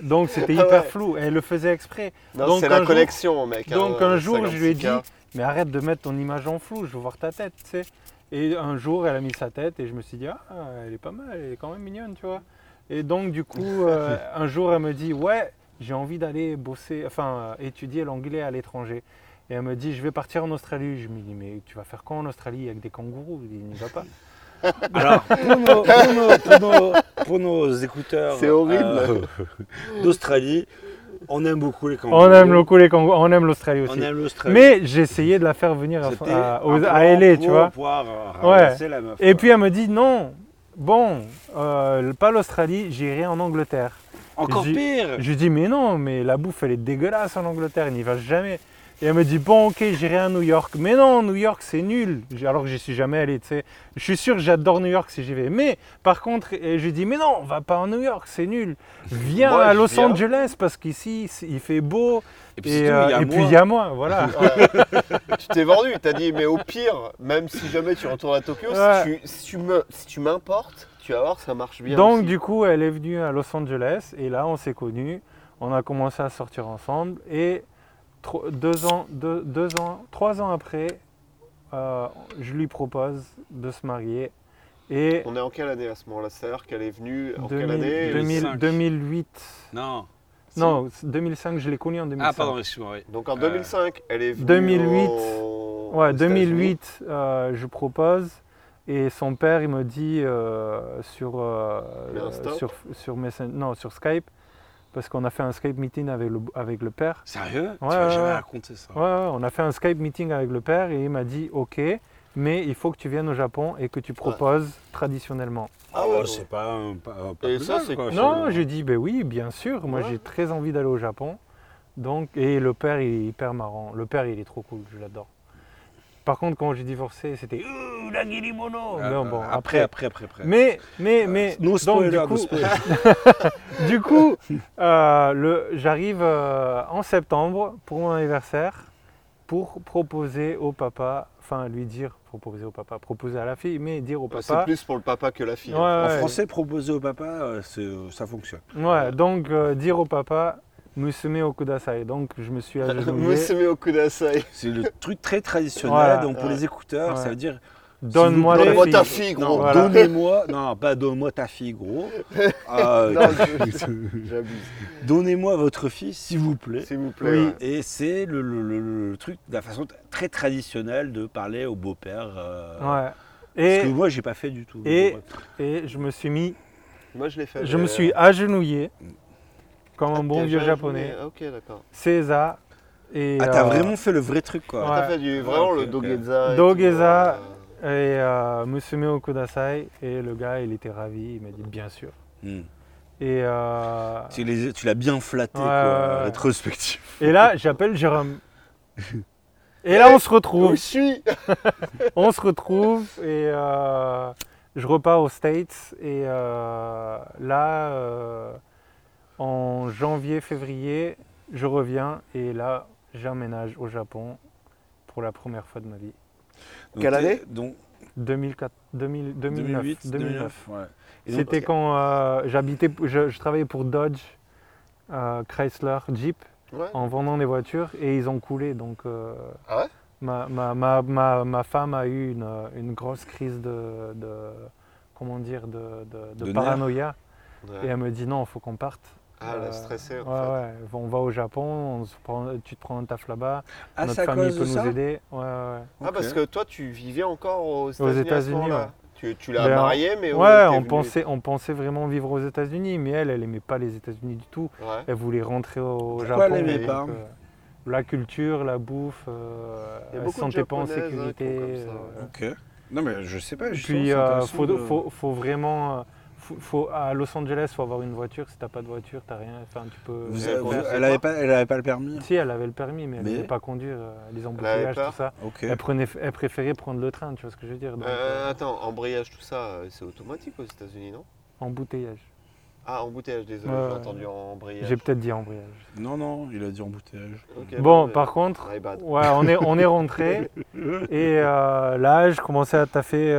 Donc c'était Ah hyper ouais. flou. Elle le faisait exprès. non, donc, c'est un la jour- connexion, mec. hein, Donc un jour, je lui ai dit, 56K. mais arrête de mettre ton image en flou, je veux voir ta tête, tu sais. Et un jour, elle a mis sa tête et je me suis dit, ah, elle est pas mal, elle est quand même mignonne, tu vois. Et donc, *laughs* du coup, euh, un jour, elle me dit, ouais, j'ai envie d'aller bosser, enfin, euh, étudier l'anglais à l'étranger. Et elle me dit, je vais partir en Australie. Je me dis, mais tu vas faire quand en Australie avec des kangourous Il n'y va pas. Alors, pour nos, pour nos- pour nos- pour nos écouteurs C'est horrible. euh, d'Australie, on aime beaucoup les kangourous. On aime beaucoup les kangourous, on aime l'Australie On aussi. aime l'Australie. Mais j'ai essayé de la faire venir C'était à, à, un aux- plan à LA, tu pour vois. pouvoir, euh, Ouais. ramasser la meuf, Et quoi. puis elle me dit non, bon, euh, pas l'Australie, j'irai en Angleterre. encore j'ai- pire. Je lui dis mais non, mais la bouffe elle est dégueulasse en Angleterre, il n'y va jamais. Et elle me dit bon ok j'irai à New York, mais non New York c'est nul. J'ai- Alors que j'y suis jamais allé, tu sais. Je suis sûr que j'adore New York si j'y vais. Mais par contre et je lui dis mais non, on va pas à New York, c'est nul. Viens Moi, à je Los viens. Angeles parce qu'ici c'est- il fait beau Et puis et, surtout, euh, il y a et moi. puis il y a moi, voilà. Ouais. tu t'es vendu, t'as dit, mais au pire, même si jamais tu retournes à Tokyo, Ouais. si, tu, si, tu me, si tu m'importes, tu vas voir, ça marche bien. Donc aussi. du coup, elle est venue à Los Angeles et là, on s'est connus. On a commencé à sortir ensemble et tro- deux ans, deux, deux ans, trois ans après, euh, je lui propose de se marier et On est en quelle année à ce moment-là C'est-à-dire qu'elle est venue en 2000 quelle année 2000 2005. 2008. Non. Non, 2005, je l'ai connue en 2005. Ah pardon, excuse-moi. oui. Donc en 2005, elle est venue 2008. au- aux Ouais, États-Unis. 2008, euh, je propose. Et son père, il me dit euh, sur, euh, Mais Insta sur, sur, Messen- non, sur Skype, parce qu'on a fait un Skype meeting avec le, avec le père. Sérieux Tu Ouais, m'as ouais, jamais ouais. raconté ça. Ouais, ouais, on a fait un Skype meeting avec le père et il m'a dit Ok, mais il faut que tu viennes au Japon et que tu proposes traditionnellement. Ah Ah ouais, ouais, ouais. c'est pas, un- pas, pas Et ça, mal, c'est quoi, cool. Non, finalement. j'ai dit Ben oui, bien sûr, moi Ouais. j'ai très envie d'aller au Japon. Donc, et le père, il est hyper marrant. Le père, il est trop cool, je l'adore. Par contre, quand j'ai divorcé, c'était Ouh, la guilimono Ah, Non, bah, bon, après, après, après, après. Mais, mais, Euh, mais. no spoiler, du no coup, *laughs* spoiler. du coup, euh, le- j'arrive euh, en septembre pour mon anniversaire pour proposer au papa, enfin lui dire, proposer au papa, proposer à la fille, mais dire au Ah, Bah, papa. C'est plus pour le papa que la fille. Ouais, *laughs* En ouais. français, proposer au papa, euh, c'est, euh, ça fonctionne. Ouais, donc euh, dire au papa, Musume Okudasai. Donc je *laughs* me suis agenouillé. Musume Okudasai. C'est le truc très traditionnel. Voilà. donc pour Ouais. les écouteurs, ça Ouais. veut dire. Donne-moi s'il vous la plaît, fille. non, Non, voilà. *laughs* Donnez-moi. Non, pas donne-moi ta fille, *laughs* gros. Euh, *laughs* Non, je- J'abuse. donnez-moi votre fille, s'il vous plaît. S'il vous plaît. ouais. Et c'est le, le- le- le truc, la façon très traditionnelle de parler au beau-père. euh, Ouais. Ce que Et, moi, j'ai pas fait du tout. Ah, et- Bon, bref. et je me suis mis, Moi, je l'ai fait. je mais, me suis euh, agenouillé comme un t'as bon déjà vieux joué- japonais. Ah, ok, d'accord. César et Ah, t'as euh, vraiment fait le vrai truc, quoi. Ouais. T'as fait du, vraiment Ouais, ok, le ok. Dogeza. et Dogeza. tout, euh, et euh, Musume Okudasai et le gars il était ravi, il m'a dit bien sûr. Hmm. Et, euh, Tu, les- tu l'as bien flatté, Ouais, ouais, quoi, ouais. rétrospectif. et là j'appelle Jérôme. Et là on se retrouve, Où je suis on se retrouve et euh, je repars aux States et euh, là euh, en janvier février je reviens et là j'emménage au Japon pour la première fois de ma vie. Donc, Quelle t'es- année Donc, 2004, 2000, 2009, 2008, 2009. 2009. ouais. Et donc, C'était quand euh, j'habitais, je, je travaillais pour Dodge, euh, Chrysler, Jeep, Ouais. en vendant des voitures et ils ont coulé. Donc euh, Ah ouais ma, ma- ma- ma- ma femme a eu une, euh, une grosse crise de, de- comment dire de, de- de De nerfs. paranoïa et Ouais. elle me dit non, il faut qu'on parte. Ah, la Euh, stressée, Ouais, en fait. ouais, on va au Japon, on se prend- tu te prends un taf là-bas, Ah, notre c'est à famille cause peut de nous ça aider. Ouais, ouais. Ah, parce Ok. que toi, tu vivais encore aux États-Unis. à ce États-Unis, moment-là. ouais. Tu, tu l'as Ben, marié, mais. Ouais, t'es on venu- pensait, on pensait vraiment vivre aux États-Unis, mais elle, elle aimait pas les États-Unis du tout. Ouais. Elle voulait rentrer au Japon. Pourquoi elle aimait donc, pas hein euh, La culture, la bouffe, Il euh, y a elle beaucoup se de sentait pas en Japonaises, hein, qui sécurité. ont comme ça, euh, ouais. Ok. Non, mais je sais pas. et justement, Puis, c'est euh, intéressant faut, de- faut, faut vraiment. euh, Faut, faut- à Los Angeles, faut avoir une voiture. Si t'as pas de voiture, t'as rien. Enfin, tu peux. Vous Euh, avez- on vous- sait elle pas. n'avait pas, elle avait pas le permis. Si, elle avait le permis, mais elle ne Mais- savait pas conduire. euh, Les avait embouteillages, peur. tout ça. Ok. Elle, prenait, elle préférait prendre le train, tu vois ce que je veux dire donc, Euh, euh, attends, embrayage, tout ça, euh, c'est automatique aux États-Unis, non Embouteillage. Ah, embouteillage, désolé, Ouais, j'ai ouais. entendu embrayage. J'ai peut-être dit embouteillage. Non, non, il a dit embouteillage. Ok, bon, mais- par contre, My bad. Ouais, on est, on *laughs* est rentré. Et euh, là, je commençais à taffer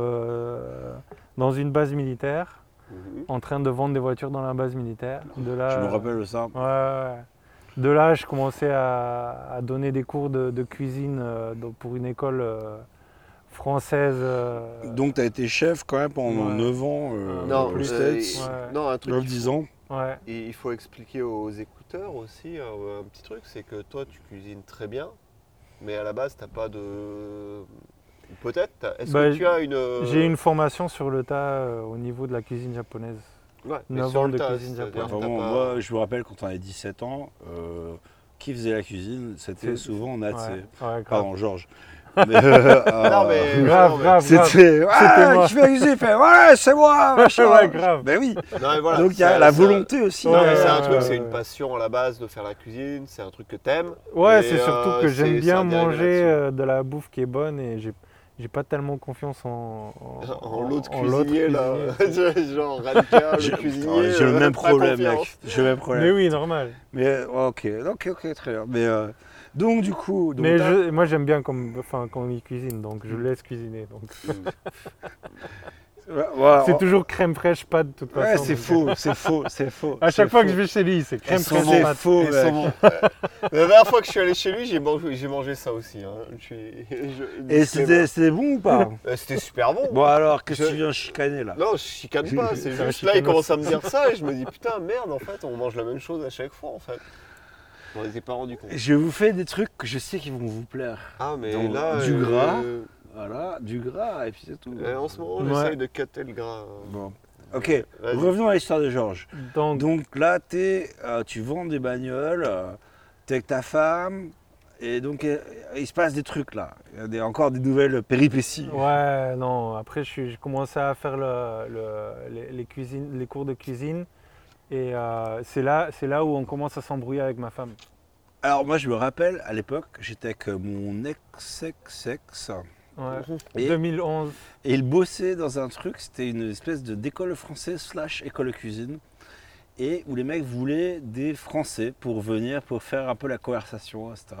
euh, dans une base militaire, Mhm. en train de vendre des voitures dans la base militaire. De là, Je me rappelle de ça. Euh, Ouais, ouais, ouais. De là, je commençais à, à donner des cours de, de cuisine euh, dans- pour une école euh, française. euh, Donc, tu as été chef quand même pendant Ouais. 9 ans euh, Non, aux euh, States. Ouais. non, un truc. 9-10 ans. ouais. Et il faut expliquer aux écouteurs aussi euh, un petit truc, c'est que toi tu cuisines très bien, mais à la base t'as pas de. Peut-être. t'as- Est-ce Bah, que tu as euh, une. J'ai une formation sur le tas euh, au niveau de la cuisine japonaise. Ouais, mais neuf sur ans le de tas, cuisine c'est-à-dire japonaise. que t'as Vraiment, pas- moi, je me rappelle quand on avait 17 ans, euh, qui faisait la cuisine C'était C'est- souvent Nat. Ouais, Ah, c'est- ouais, grave. Pardon, Georges. Mais, euh, Ah Non, mais- Non, mais Grave, grave, grave. C'était. Ah, moi. qui fait la cuisine Il fait Ouais, c'est *laughs* moi machin. *laughs* Ouais, grave. Ben oui. Non, mais voilà, Donc, il y a c'est- la c'est- volonté aussi. Non, mais Ouais, c'est un ouais, truc, ouais, c'est ouais. une passion à la base de faire la cuisine, c'est un truc que t'aimes. Ouais, Et, c'est surtout euh, que c'est- j'aime bien ça a dérivé manger là-dessus. euh, de la bouffe qui est bonne et j'ai j'ai pas tellement confiance en, en, En l'autre en l'autre cuisinier, là. *laughs* cuisinier. Genre radical, J'ai oh, le cuisinier. j'ai le euh, même pas problème, confiance. mec. J'ai le même problème. Mais oui, normal. Mais euh, ok, ok, ok, très bien. Mais euh, donc du coup, donc, mais t'as- je- moi j'aime bien comme, enfin, quand on y cuisine, donc Mm. je laisse cuisiner. Donc Ouais, ouais, c'est ouais, toujours crème fraîche pâte de toute ouais, façon. c'est donc, faux, c'est faux, c'est faux. À chaque c'est fois faux. que je vais chez lui, c'est Elles crème sont fraîche bons, pâte. faux, mec. Ils sont bons. Euh, La dernière fois que je suis allé chez lui, j'ai mangé, j'ai mangé ça aussi. hein. Je suis- je- Et c'était c'était bon ou pas Euh, c'était super bon. Bon alors, qu'est-ce que Je- tu viens chicaner là Non, je chicane pas. C'est Ça va juste là, il chicaner. commence à me dire ça et je me dis putain, merde, en fait, on mange la même chose à chaque fois, en fait. On n'était pas rendu compte. Je vous fais des trucs que je sais qu'ils vont vous plaire. Ah, mais Donc, là. du euh, gras. euh, Voilà, du gras et puis c'est tout. Euh, en ce moment, Ouais. j'essaye de cutter le gras. Bon. Ok, Vas-y. revenons à l'histoire de Georges. Donc, Donc là, t'es, euh, tu vends des bagnoles, euh, t'es avec ta femme, et donc euh, il se passe des trucs là. Il y a des- encore des nouvelles péripéties. ouais, non. Après, je suis- j'ai commencé à faire le- le- les, les cuisines, les cours de cuisine et euh, c'est là, c'est là où on commence à s'embrouiller avec ma femme. Alors moi je me rappelle à l'époque j'étais avec euh, mon ex ex ex Ouais. 2011. et il bossait dans un truc c'était une espèce de d'école française slash école cuisine et où les mecs voulaient des Français pour venir pour faire un peu la conversation etc.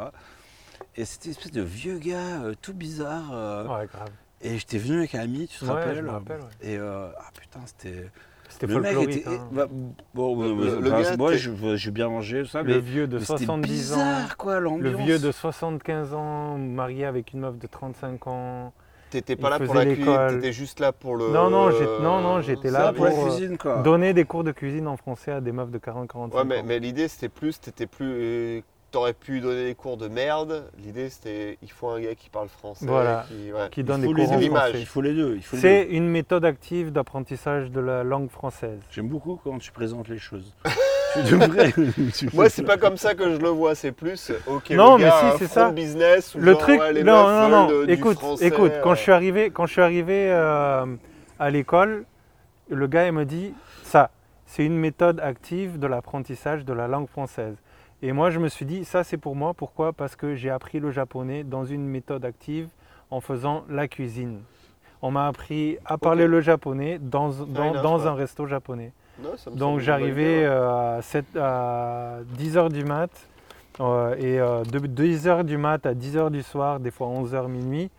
Et c'était une espèce de vieux gars euh, tout bizarre. euh, Ouais, grave. Et j'étais venu avec un ami, tu te Ouais, rappelles je me rappelle, ouais. Et euh, ah putain c'était C'était le mec folklorique. était- hein. bah, bon, Le- euh, le bah, gars moi était- je- j'ai bien mangé tout ça Le mais vieux de mais c'était 70 ans. bizarre, quoi l'ambiance. Le vieux de 75 ans, marié avec une meuf de 35 ans. T'étais Il pas là pour la faisait cuisine, l'école. t'étais juste là pour le. Non, non, j'ai- non, non, j'étais là Ah, pour la pour, euh, cuisine quoi. Donner des cours de cuisine en français à des meufs de 40-45 Ouais, mais, ans. mais l'idée c'était plus, t'étais plus. euh, T'aurais pu donner des cours de merde. L'idée c'était, il faut un gars qui parle français. Voilà. Qui, ouais. Qui donne Il des faut les cours en deux, français. Il faut les deux. il faut les C'est deux. une méthode active d'apprentissage de la langue française. J'aime beaucoup quand tu présentes les *laughs* choses. tu devrais. tu- Moi, c'est pas comme ça que je le vois, c'est plus. euh, Ok, Non, le mais gars si, a un c'est front ça. business. ou Le genre, truc, ouais, les non, meufs non, veulent, non, euh, du écoute, français, écoute, quand euh, je suis arrivé, quand je suis arrivé euh, à l'école, le gars il me dit ça, c'est une méthode active de l'apprentissage de la langue française. Et moi je me suis dit ça c'est pour moi, pourquoi Parce que j'ai appris le japonais dans une méthode active en faisant la cuisine. On m'a appris à parler le japonais dans, dans, enough, dans ouais. un resto japonais. Non, ça me semble une Donc bonne j'arrivais idée, hein. ouais. euh, à, 10h du mat euh, et euh, de 10h du mat à 10h du soir, des fois 11h minuit,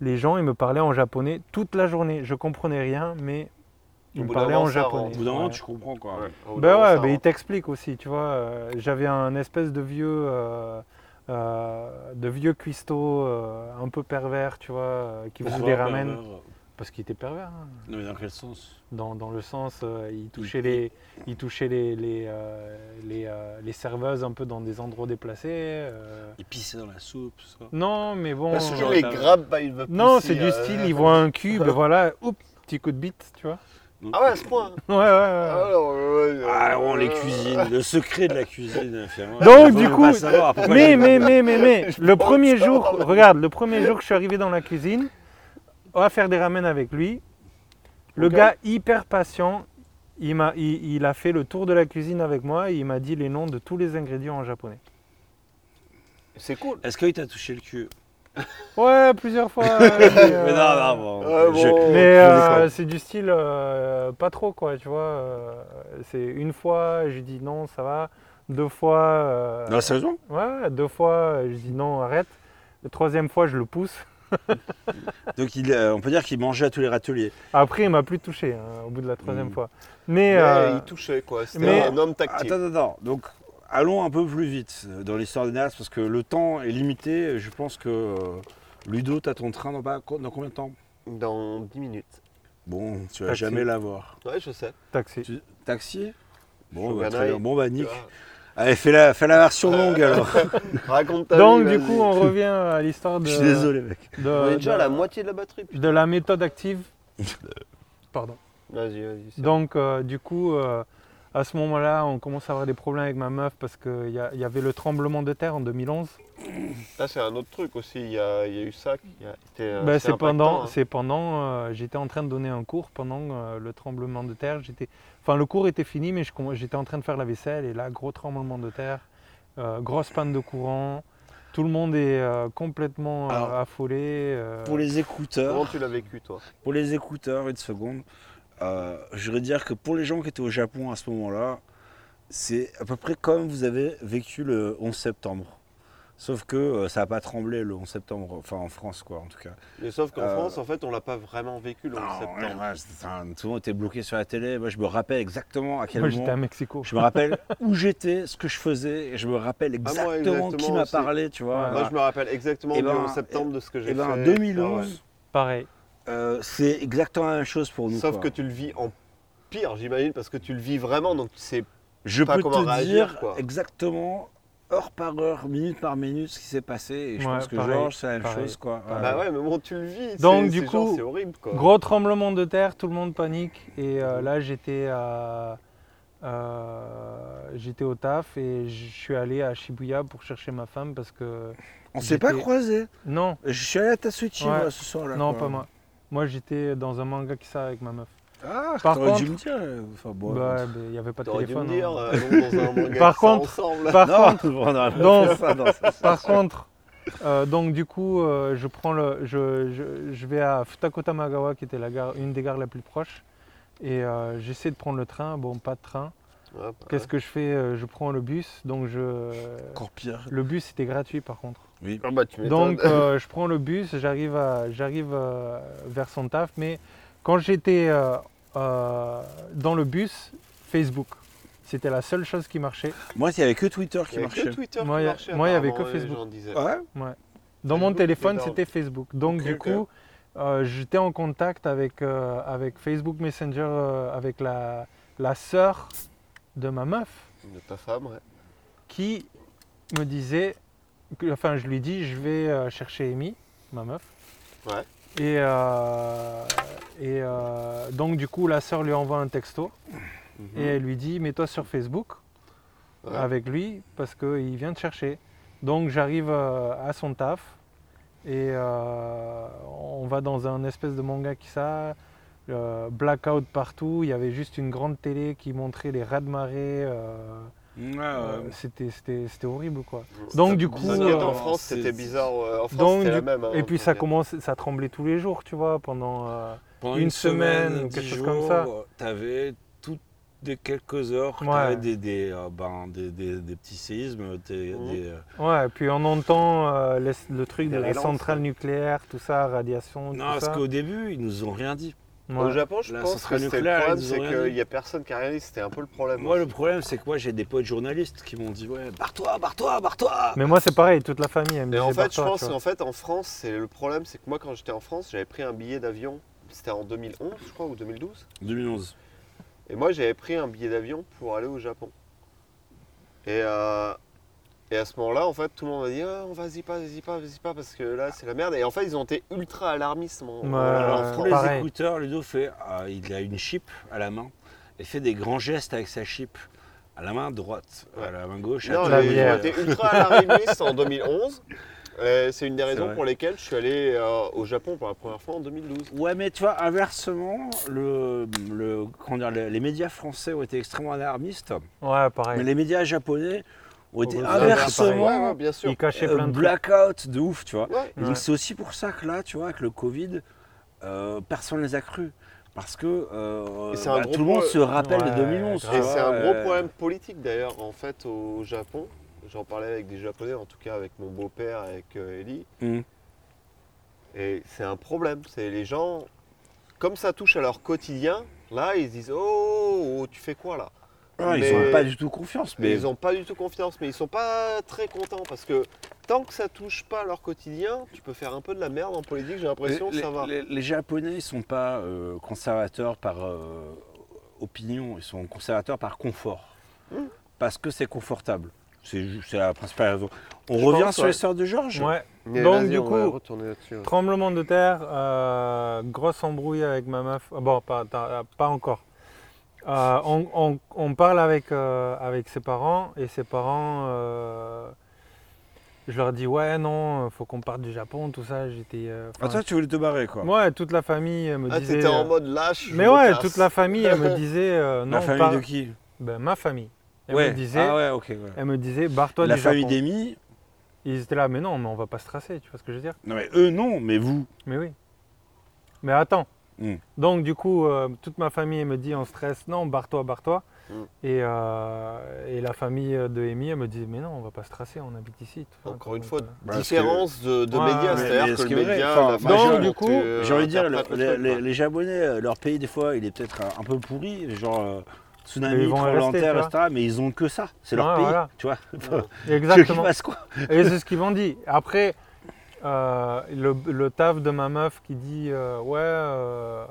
les gens ils me parlaient en japonais toute la journée. Je comprenais rien mais Au ils me bout d'un parlaient moment, en ça japonais. rentre. Au bout d'un moment, Ouais. tu comprends quoi. Ouais, au bout d'un Ben moment, ouais, ça ben il rentre. t'explique aussi, tu vois. euh, J'avais un espèce de vieux, euh, euh, de vieux cuistot euh, un peu pervers, tu vois, euh, qui faisait des ramènes. Parce qu'il était pervers. hein bah, Non, mais dans quel sens dans, dans le sens, euh, il touchait les, il touchait les, les, euh, les, euh, les serveuses un peu dans des endroits déplacés. euh. Il pissait dans la soupe, tout ça. Non, mais bon. Pas ce Tous genre les de- grappes by the Non, pussy, c'est du euh, style, il voit un cube, voilà, oup, petit coup de bite, tu vois. Ah ouais, à ce point. Ouais, ouais, ouais. Ah, non, ouais, ouais, Ah, on les ouais. cuisine, le secret de la cuisine. enfin, ouais, Euh, Donc, faut du pas coup, savoir, pourquoi Mais, j'ai- mais, mais, mais, mais, Je le pense premier pas. jour, regarde, le premier jour que je suis arrivé dans la cuisine, on va faire des ramen avec lui. Le Ok. gars, hyper patient, il a, il, il a fait le tour de la cuisine avec moi et il m'a dit les noms de tous les ingrédients en japonais. C'est cool. Est-ce qu'il t'a touché le cul Ouais, *laughs* plusieurs fois. euh, mais, Mais euh, non, non, bon. Ah, je- bon. mais, je euh, déconne. c'est du style euh, pas trop, quoi, tu vois. euh, c'est une fois, j'ai dit non, ça va. Deux fois. euh, Dans la saison ouais, deux fois, euh, je dis non, arrête. La troisième fois, je le pousse. Donc, il, euh, on peut dire qu'il mangeait à tous les râteliers. Après, il m'a plus touché hein, au bout de la troisième Mm. fois. Mais Mais, euh, il touchait quoi. C'était mais- un homme tactile. Attends, attends, attends. Donc, allons un peu plus vite euh, dans l'histoire des Nas, parce que le temps est limité. Je pense que euh, Ludo, t'as ton train dans, pas- dans combien de temps Dans 10 minutes. Bon, tu vas Taxi. jamais l'avoir. Ouais, je sais. taxi. Tu- Taxi Bon, Je bah, regarde très bien. là, Bon, bah, tu Nick. vois. Allez, fais la, fais la version longue alors. Raconte ta Donc, vie, du vas-y. *laughs* coup, on euh, bah, revient à l'histoire *laughs* de, Je suis désolé, mec. de- On est déjà à de- la moitié de la batterie. putain. de la méthode active. Pardon. Vas-y, vas-y. c'est- Donc, euh, du coup, euh, à ce moment-là, on commence à avoir des problèmes avec ma meuf parce qu'il y, a- il y avait le tremblement de terre en 2011. Ça, c'est un autre truc aussi. Il y a, il y a eu ça qui a été. euh, Ben, assez c'est pendant, impactant, hein. c'est pendant euh, j'étais en train de donner un cours pendant euh, le tremblement de terre. J'étais, enfin, le cours était fini, mais je comm- j'étais en train de faire la vaisselle et là, gros tremblement de terre, euh, grosse panne de courant. Tout le monde est euh, complètement euh, Alors, affolé. euh, Pour les écouteurs, Comment tu l'as vécu, toi pour les écouteurs, une seconde. Euh, je voudrais dire que pour les gens qui étaient au Japon à ce moment-là, c'est à peu près comme vous avez vécu le 11 septembre. Sauf que euh, ça n'a pas tremblé le 11 septembre, enfin en France quoi en tout cas. Mais sauf qu'en Euh, France, en fait, on l'a pas vraiment vécu le 11 Non, septembre. ouais, ouais, c'est- enfin, tout le monde était bloqué sur la télé, moi je me rappelle exactement à quel moi, j'étais à moment. Mexico. Je me rappelle où j'étais, ce que je faisais, et je me rappelle Ah, moi, exactement, qui exactement m'a aussi. parlé, tu vois. Ouais. Moi, je me rappelle exactement Eh du ben, 11 septembre de ce que j'ai Et fait. ben Ah 2011, Pareil. euh, c'est exactement la même chose pour ouais. nous. Sauf quoi. que tu le vis en pire, j'imagine, parce que tu le vis vraiment, donc tu sais. Je pas peux comment te réagir, dire quoi. exactement heure par heure, minute par minute ce qui s'est passé. Et je Ouais, pense que pareil, Georges, c'est la même pareil, chose. Quoi. pareil. Bah ouais, mais bon, tu le vis. Ah Donc, c'est- du c'est genre, coup, c'est horrible, quoi. Gros tremblement de terre, tout le monde panique. Et euh, là, j'étais à- euh, j'étais au taf et je suis allé à Shibuya pour chercher ma femme parce que. On s'est pas J'étais- croisés. Non, Je suis allé à Tatsuchi Ouais. moi, ce soir-là. non, quoi. pas moi. Moi, j'étais dans un manga qui ça avec ma meuf. Ah, Par t'aurais contre- dû me dire. euh, Enfin, bon, Bah, ben, il n'y avait pas de T'aurais dû me téléphone. dire, hein. euh, allons *laughs* dans un hangar, Par ça contre- ensemble. par *laughs* non, contre, on n'a pas donc- fait ça, non, ça, ça, Par ça. contre, euh, donc du coup, euh, je prends le, je, je- je vais à Futakotamagawa, qui était la gare, une des gares la plus proche, et euh, j'essaie de prendre le train. Bon, pas de train. Hop, Qu'est-ce que je fais Euh, Je prends le bus. Donc je, Encore pire. le bus était gratuit par contre. Oui. Ah bah, tu m'étonnes. *laughs* Donc euh, je prends le bus, j'arrive à- j'arrive euh, vers son taf, mais quand j'étais euh, euh, dans le bus, Facebook, c'était la seule chose qui marchait. Moi, il n'y avait que Twitter Il qui y avait marchait. que Twitter qui Moi, il y a- marchait, moi, il y avait apparemment, que les Facebook. gens disaient. Ouais. Dans mon Facebook, téléphone, énorme. c'était Facebook. Donc Ok, du ok. coup, euh, j'étais en contact avec, euh, avec Facebook Messenger, euh, avec la, la sœur de ma meuf, De ta femme, ouais. qui me disait, que- enfin je lui dis, je vais euh, chercher Amy, ma meuf. Ouais. Et, euh, et euh, donc du coup, la sœur lui envoie un texto Mhm. et elle lui dit, mets-toi sur Facebook Ouais. avec lui parce qu'il vient te chercher. Donc j'arrive euh, à son taf et euh, on va dans un espèce de manga qui ça, euh, blackout partout, il y avait juste une grande télé qui montrait les raz-de-marée, euh, Ah, Ouais, ouais. euh, c'était- c'était c'était horrible quoi. C'était Donc, du bizarre. coup, T'inquiète, euh, en France, c'est- c'était bizarre. euh, En France, Donc, c'était la du- même. hein, et puis ça t'inquiète. commence, ça tremblait tous les jours, tu vois, pendant... euh, Pendant une semaine ou dix quelque chose jours, comme ça. euh, T'avais toutes des quelques heures, Ouais. t'avais des, des, euh, ben, des, des- des petits séismes, des, Mmh. Mhm. des, euh, Ouais, et puis on entend euh, les- le truc de Des la relances, centrale hein. nucléaire, tout ça, Non, radiation, tout parce ça. qu'au début, ils nous ont rien dit. Ouais. Au Japon, je La pense que centrale c'était le nucléaire, problème, ils c'est ont rien qu'il dit. n'y a personne qui a réalisé. C'était un peu le problème. Moi, le problème, c'est que moi, j'ai des potes journalistes qui m'ont dit Ouais, barre-toi, barre-toi, barre-toi Mais moi c'est pareil, toute la famille, elle me Et en disait, fait, je barre-toi, pense tu vois. qu'en fait, en France, c'est le problème, c'est que moi, quand j'étais en France, j'avais pris un billet d'avion. C'était en 2011, je crois, ou 2012. 2011. Et moi, j'avais pris un billet d'avion pour aller au Japon. Et, euh, et à ce moment-là, en fait, tout le monde m'a dit Ah, vas-y pas, vas-y pas, vas-y pas, parce que là, c'est la merde. Et en fait, ils ont été ultra alarmistes. en- Ouais, en- ouais, en Pour France. les Euh, Pareil. écouteurs, Ludo fait ah, il a une chip à la main et fait des grands gestes avec sa chip à la main droite, à Ouais. la main gauche. à Non, tout la mais le ils bière. ont monde. été ultra alarmistes en *laughs* 2011. Et C'est une des raisons vrai. pour lesquelles je suis allé euh, au Japon pour la première fois en 2012. Ouais, mais tu vois, inversement, le, le- comment dire, les les médias français ont été extrêmement alarmistes, Ouais, pareil. mais les médias japonais ont été Ouais, Ouais, inversement ouais, bien sûr. Il cachait euh, plein de trucs. blackout de ouf, tu vois. Ouais. Et donc, Ouais. c'est aussi pour ça que là, tu vois, avec le Covid, euh, personne ne les a crus. Parce que euh, Et c'est un bah, gros tout le monde pro- se rappelle Ouais, de 2011. tu grave. Et vois, c'est un gros euh, problème politique d'ailleurs en fait au Japon. J'en parlais avec des Japonais, en tout cas avec mon beau-père, avec euh, Ellie. Hmm. Mm. Et c'est un problème. C'est les gens, comme ça touche à leur quotidien, là ils se disent oh, oh, tu fais quoi là ouais, mais- ah, Ils n'ont pas du tout confiance. Mais Mais ils n'ont pas du tout confiance, mais ils sont pas très contents parce que tant que ça touche pas à leur quotidien, tu peux faire un peu de la merde en politique. J'ai les, l'impression que ça les- va. les- les Japonais ne sont pas euh, conservateurs par euh, opinion, ils sont conservateurs par confort. Mm. Parce que c'est confortable. C'est ju- c'est la principale raison. On Je revient pense, sur ouais. les sœurs de Georges Ouais. Mais Donc, vas-y, du on va coup, retourner là-dessus. Tremblement de terre, euh, grosse embrouille avec ma meuf. Ah Bon, pas, pas- pas encore. Euh, on, on- on parle avec, euh, avec ses parents et ses parents, euh, je leur dis ouais non, faut qu'on parte du Japon, tout ça. J'étais. euh, Ah, toi, tu voulais te barrer, quoi. ouais, toute la famille me Ah, disait. t'étais en euh, mode lâche. je mais me ouais, casse. toute la famille elle me disait euh, non. la famille par- de qui Ben, ma famille. Elle ouais. me disait, Ah ouais, ok. ouais. elle me disait barre-toi La du famille Japon. d'Emmy Ils étaient là mais non, mais on va pas se tracer, tu vois ce que je veux dire. Non, mais eux, non, mais vous. Mais oui. Mais attends. Mm. Donc du coup, euh, toute ma famille me dit en stress, non, barre-toi, barre-toi. Mm. Et, euh, et la famille de Amy, elle me dit, mais non, on va pas se tracer, on habite ici. tu vois. Encore Donc, une fois, euh, Bah, parce différence de, de Ouais, médias, mais- mais c'est-à-dire que ce le qui est vrai, média, enfin, la moi, façon j'ai- dont du coup, tu, euh, J'ai envie de dire, le- interprètes le les, truc, les- quoi. les Japonais, euh, leur pays, des fois, il est peut-être un, un peu pourri, genre euh, Mais tsunami, ils vont tremblement de rester, terre, tu etc. Mais ils ont que ça. C'est leur Ouais, pays, voilà. tu vois. Exactement. Qui passe quoi Et c'est ce qu'ils m'ont dit. Après, euh, le, le taf de ma meuf qui dit euh, Ouais, euh,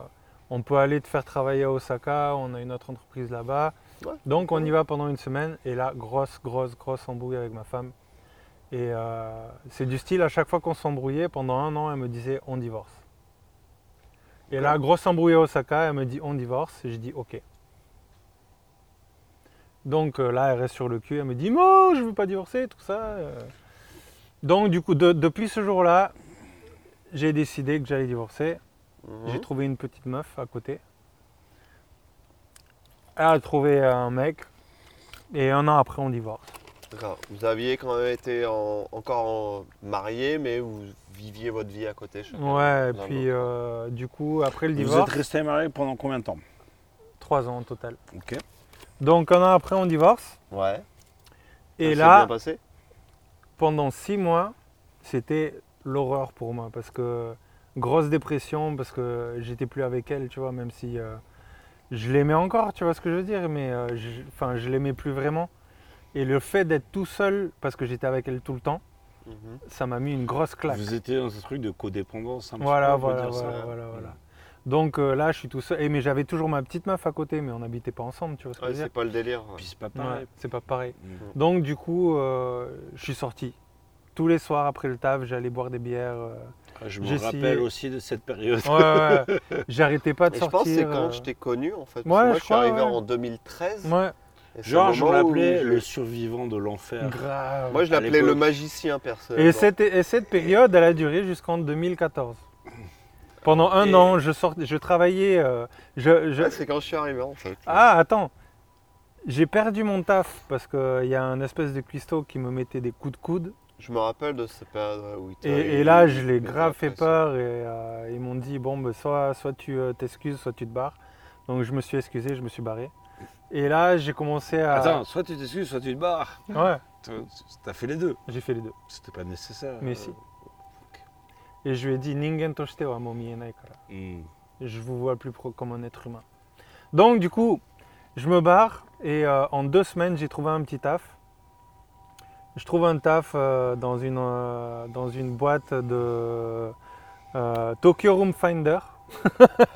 on peut aller te faire travailler à Osaka, on a une autre entreprise là-bas. Ouais. Donc on y va pendant une semaine. Et là, grosse, grosse, grosse embrouille avec ma femme. Et euh, c'est du style, à chaque fois qu'on s'embrouillait, pendant un an, elle me disait On divorce. Et là, grosse embrouille à Osaka, elle me dit On divorce. Et je dis Ok. Donc euh, là, elle reste sur le cul, elle me dit Non, je veux pas divorcer, tout ça. euh. Donc du coup, de- depuis ce jour-là, j'ai décidé que j'allais divorcer. Mhm. J'ai trouvé une petite meuf à côté. elle a trouvé un mec et un an après on divorce. D'accord. Vous aviez quand même été en- encore en- mariés, mais vous viviez votre vie à côté chacun. Ouais, et l'un puis l'autre. euh, du coup, après le Vous êtes divorce, resté marié pendant combien de temps trois ans au total. Ok. Donc un an après on divorce Ouais. et Ça s'est là, Ah, bien passé pendant six mois, c'était l'horreur pour moi parce que grosse dépression parce que j'étais plus avec elle, tu vois, même si euh, je l'aimais encore, tu vois ce que je veux dire, mais euh, je, enfin, je l'aimais plus vraiment. Et le fait d'être tout seul parce que j'étais avec elle tout le temps, Mhm. ça m'a mis une grosse claque. Vous étiez dans ce truc de codépendance un petit Voilà, peu, on peut voilà, dire ça. voilà, voilà, voilà. Donc euh, là, je suis tout seul. Et, mais j'avais toujours ma petite meuf à côté, mais on n'habitait pas ensemble, tu vois ce que Ouais, je veux c'est dire pas le délire. Puis c'est pas Ouais, pareil. C'est pas pareil. Mm. Donc du coup, euh, je suis sorti. Tous les soirs après le taf, j'allais boire des bières. euh. Ah, Je me J'ai rappelle essayé. aussi de cette *laughs* période. Ouais, ouais, ouais. *laughs* J'arrêtais pas de Et je sortir. pense que c'est quand euh. je t'ai connu en fait. Parce que Ouais, moi, je je, suis crois, arrivé ouais. en 2013. euh. Ouais, et c'est Genre, le je moment où l'appelais je- le survivant de l'enfer. grave. Moi, je à l'appelais le l'époque. magicien personnellement. et, cette, et cette période, elle a duré jusqu'en 2014. Pendant un Et- an, je, sortais, je travaillais. euh, je, je- Ouais, c'est quand je suis arrivé en fait. Ah, attends. J'ai perdu mon taf parce qu'il y a un espèce de cuistot qui me mettait des coups de coude. Je me rappelle de cette période où il Et, t'a- et là, je l'ai il t'a grave fait apprécié. peur et euh, ils m'ont dit bon, ben, soit, soit tu euh, t'excuses, soit tu te barres. Donc je me suis excusé, je me suis barré. Et là, j'ai commencé à. Attends, soit tu t'excuses, soit tu te barres. Ouais, T'as t'as fait les deux. j'ai fait les deux. C'était pas nécessaire. Mais euh, si. Et je lui ai dit Ningen to shite wa mou mienai kara. hmm. Je vous vois plus pro- comme un être humain. Donc du coup, je me barre et euh, en deux semaines, j'ai trouvé un petit taf. Je trouve un taf euh, dans, une, euh, dans une boîte de euh, Tokyo Room Finder,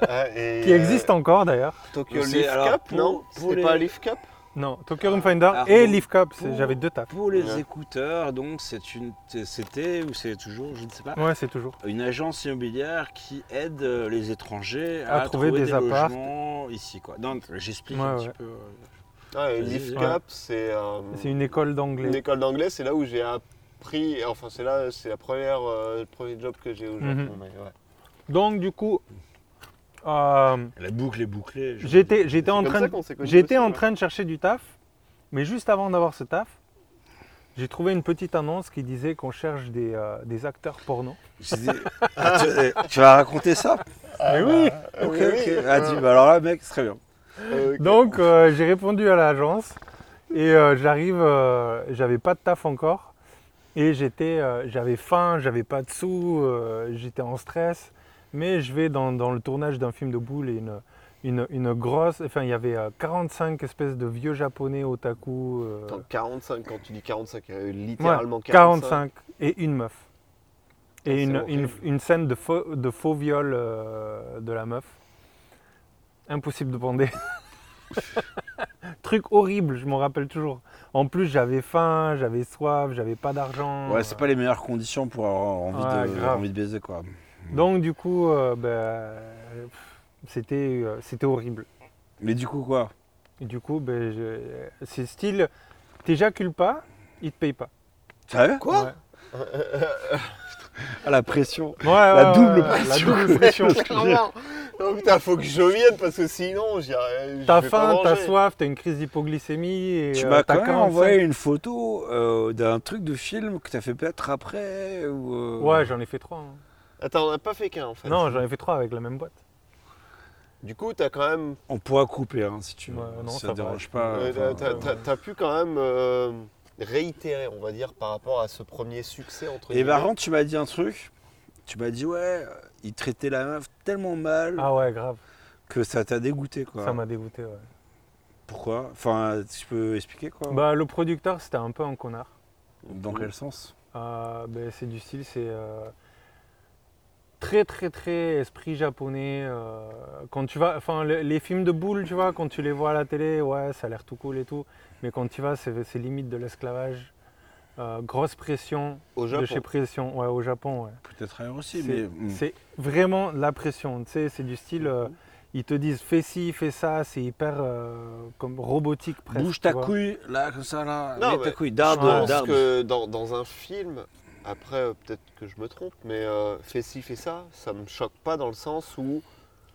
Ah, et, qui euh, existe encore d'ailleurs. Tokyo C'est- Leaf alors, Cup, pour- non pour C'était les- pas Leaf Cup Non, Tokyo Room Finder alors, et bon, Leaf Cup, c'est- pour- j'avais deux tafs. Pour les Ouais. écouteurs, donc, c'est une, c'est- c'était ou c'est toujours, je ne sais pas, Ouais, c'est toujours. une agence immobilière qui aide euh, les étrangers À à, trouver des appartes. logements ici, quoi. Non, j'explique Ouais, un ouais. petit peu. euh, Ah, et Vas-y, Leaf vas-y. Cup, c'est euh, C'est une école une d'anglais. école d'anglais, c'est là où j'ai appris, enfin c'est là, c'est la première, euh, le premier job que j'ai aujourd'hui. Mhm. Donc du coup, euh, La boucle est bouclée. je- j'étais j'étais en train de J'étais en train train de chercher du taf, mais juste avant d'avoir ce taf, j'ai trouvé une petite annonce qui disait qu'on cherche des, euh, des acteurs porno. je disais, Ah, tu, eh, tu vas raconter ça Mais oui Ok, *laughs* oui, ok. oui. Ah Ah, dis, bah alors là, mec, c'est très bien. Donc euh, j'ai répondu à l'agence et euh, j'arrive, euh, j'avais pas de taf encore et j'étais, euh, j'avais faim, j'avais pas de sous, euh, j'étais en stress. Mais je vais dans, dans le tournage d'un film de boule et une, une, une grosse, enfin il y avait euh, 45 espèces de vieux japonais otaku. euh, Attends, 45, quand tu dis 45, il y a eu littéralement 45. 45 et une meuf. Et Ah, C'est une, horrible. une, une scène de faux, de faux viol euh, de la meuf. Impossible de bander. *laughs* Truc horrible, je m'en rappelle toujours. En plus, j'avais faim, j'avais soif, j'avais pas d'argent. Ouais, c'est pas les meilleures conditions pour avoir envie, Ouais, de, grave. envie de baiser, quoi. Donc, du coup, euh, ben, pff, c'était euh, c'était horrible. Mais du coup, quoi Et du coup, ben, je- c'est style t'éjacules pas, il te paye pas. Sérieux Ouais. Ah, la pression. Ouais, ouais, double ouais, pression. La double pression. *laughs* Clairement. *laughs* Non, putain, faut que je vienne parce que sinon, j'y arrive- je T'as vais pas faim, t'as manger. soif, t'as une crise d'hypoglycémie. Et, Tu euh, m'as t'as quand même 45. envoyé une photo euh, d'un truc de film que t'as fait peut-être après ou. euh, Ouais, j'en ai fait trois. hein. Attends, on n'a pas fait qu'un en Ah, fait. Non, j'en ai fait trois avec la même boîte. Du coup, t'as quand même. On pourra couper hein, si tu veux. Ouais, non, si ça ça te va. dérange pas. euh, enfin, t'as- t'as- t'as pu quand même euh, réitérer, on va dire, par rapport à ce premier succès entre Et par contre, tu m'as dit un truc. Tu m'as dit, ouais, il traitait la meuf tellement mal Ah ouais, grave. que ça t'a dégoûté, quoi. Ça m'a dégoûté. ouais. Pourquoi Enfin, tu peux expliquer, quoi Bah, le producteur, c'était un peu un connard. Dans quel sens Euh, ben, c'est du style, c'est euh, très très très esprit japonais. euh, quand tu vas, enfin le- les films de boules, tu vois, quand tu les vois à la télé, ouais, ça a l'air tout cool et tout. Mais quand tu vas, c'est c'est limite de l'esclavage. Euh, grosse pression, au de Japon. chez pression, ouais, au Japon, ouais. Peut-être ailleurs aussi, mais. C'est mm. c'est vraiment la pression. Tu sais, c'est du style, euh, ils te disent fais ci, fais ça, c'est hyper euh, comme robotique presque. Bouge tu ta vois. couille, là, comme ça, là. Non, mets ta mais couille, Je darde, pense darde. que dans, dans un film, après euh, peut-être que je me trompe, mais euh, fais ci, fais ça, ça me choque pas dans le sens où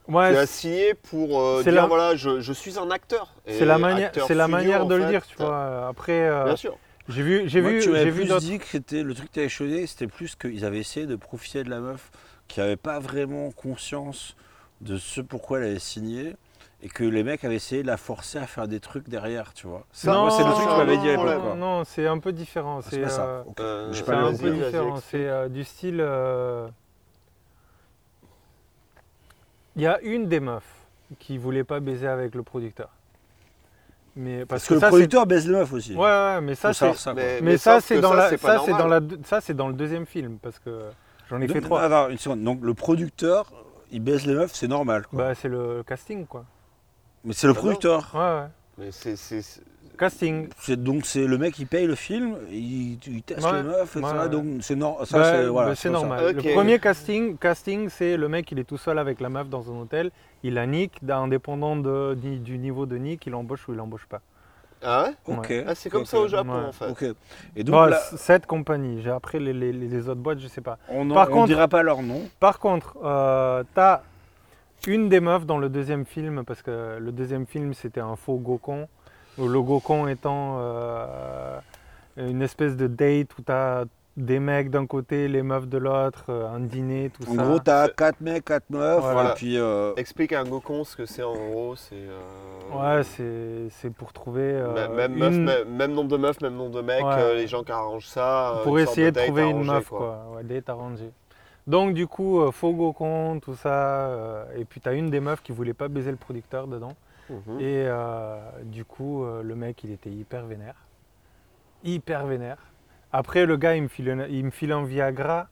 Ouais, Tu as signé pour euh, c'est dire la- voilà, je, je suis un acteur. Et c'est la, manière- acteur c'est la studio, manière en de le fait, dire, tu vois. Après, euh, Bien sûr. j'ai vu, j'ai Moi, vu, tu m'avais j'ai vu plus d'autres. dit que c'était le truc que tu avais chaudé, c'était plus qu'ils avaient essayé de profiter de la meuf qui n'avait pas vraiment conscience de ce pourquoi elle avait signé et que les mecs avaient essayé de la forcer à faire des trucs derrière, tu vois. Ça, moi, c'est le truc que tu m'avais dit à non, l'époque, non, quoi. non, c'est un peu différent. Ah, C'est c'est pas ça. euh, Ok. Euh, J'ai c'est pas c'est le un même peu vas-y, dire. différent. vas-y, C'est euh, du style. euh, Il y a une des meufs qui voulait pas baiser avec le producteur. Mais Parce parce que, le ça, c'est- producteur baise les meufs aussi. Ouais, ouais, mais ça, Faut c'est. savoir ça, quoi. Mais, Mais ça, sauf c'est que dans la, pas ça, c'est dans normal. la, deux- ça, c'est dans le deuxième film parce que j'en ai fait Donc, trois. attends, Ah, une seconde. Donc le producteur, il baise les meufs, c'est normal. quoi. Bah, c'est le casting, quoi. Mais c'est le Ah non. producteur. Bah Ouais, ouais. Mais c'est- c'est- c'est- Casting. C'est- Donc c'est le mec qui paye le film, il, il teste Ouais, les meufs, etc. ouais, ouais. Donc c'est nor- ça, Bah, c'est- voilà, bah, c'est comme ça. normal. Ok. Le premier casting, casting, c'est le mec, il est tout seul avec la meuf dans un hôtel. Il la nique, indépendant de, ni- du niveau de nique, il embauche ou il l'embauche pas. Ah ouais Ok. Ah, c'est comme Ok. ça au Japon Ouais. en fait. Ok. Et donc Bon, là, c- Cette compagnie. J'ai après les, les- les autres boîtes, je sais pas. on par ne contre- dira pas leur nom. Par contre, euh, t'as une des meufs dans le deuxième film, parce que le deuxième film c'était un faux Gokon, où le Gokon étant euh, une espèce de date où t'as des mecs d'un côté, les meufs de l'autre, euh, un dîner, tout En ça. gros, t'as 4 mecs, 4 meufs, Voilà. et puis. euh, Explique à un gokon ce que c'est en gros, c'est. euh, Ouais, c'est c'est pour trouver. euh, Même, Bah, même meuf, une- même, même nombre de meufs, même nombre de mecs, Ouais. euh, les gens qui arrangent ça. euh, pour une sorte essayer de date trouver une arrangée, meuf, quoi. Ouais, date arrangée. Donc, du coup, euh, faux Gokon, tout ça. euh, et puis, t'as une des meufs qui voulait pas baiser le producteur dedans. Mhm. Et euh, du coup, euh, le mec, il était hyper vénère. Hyper vénère. Après, le gars, il me file, un- il me file un Viagra.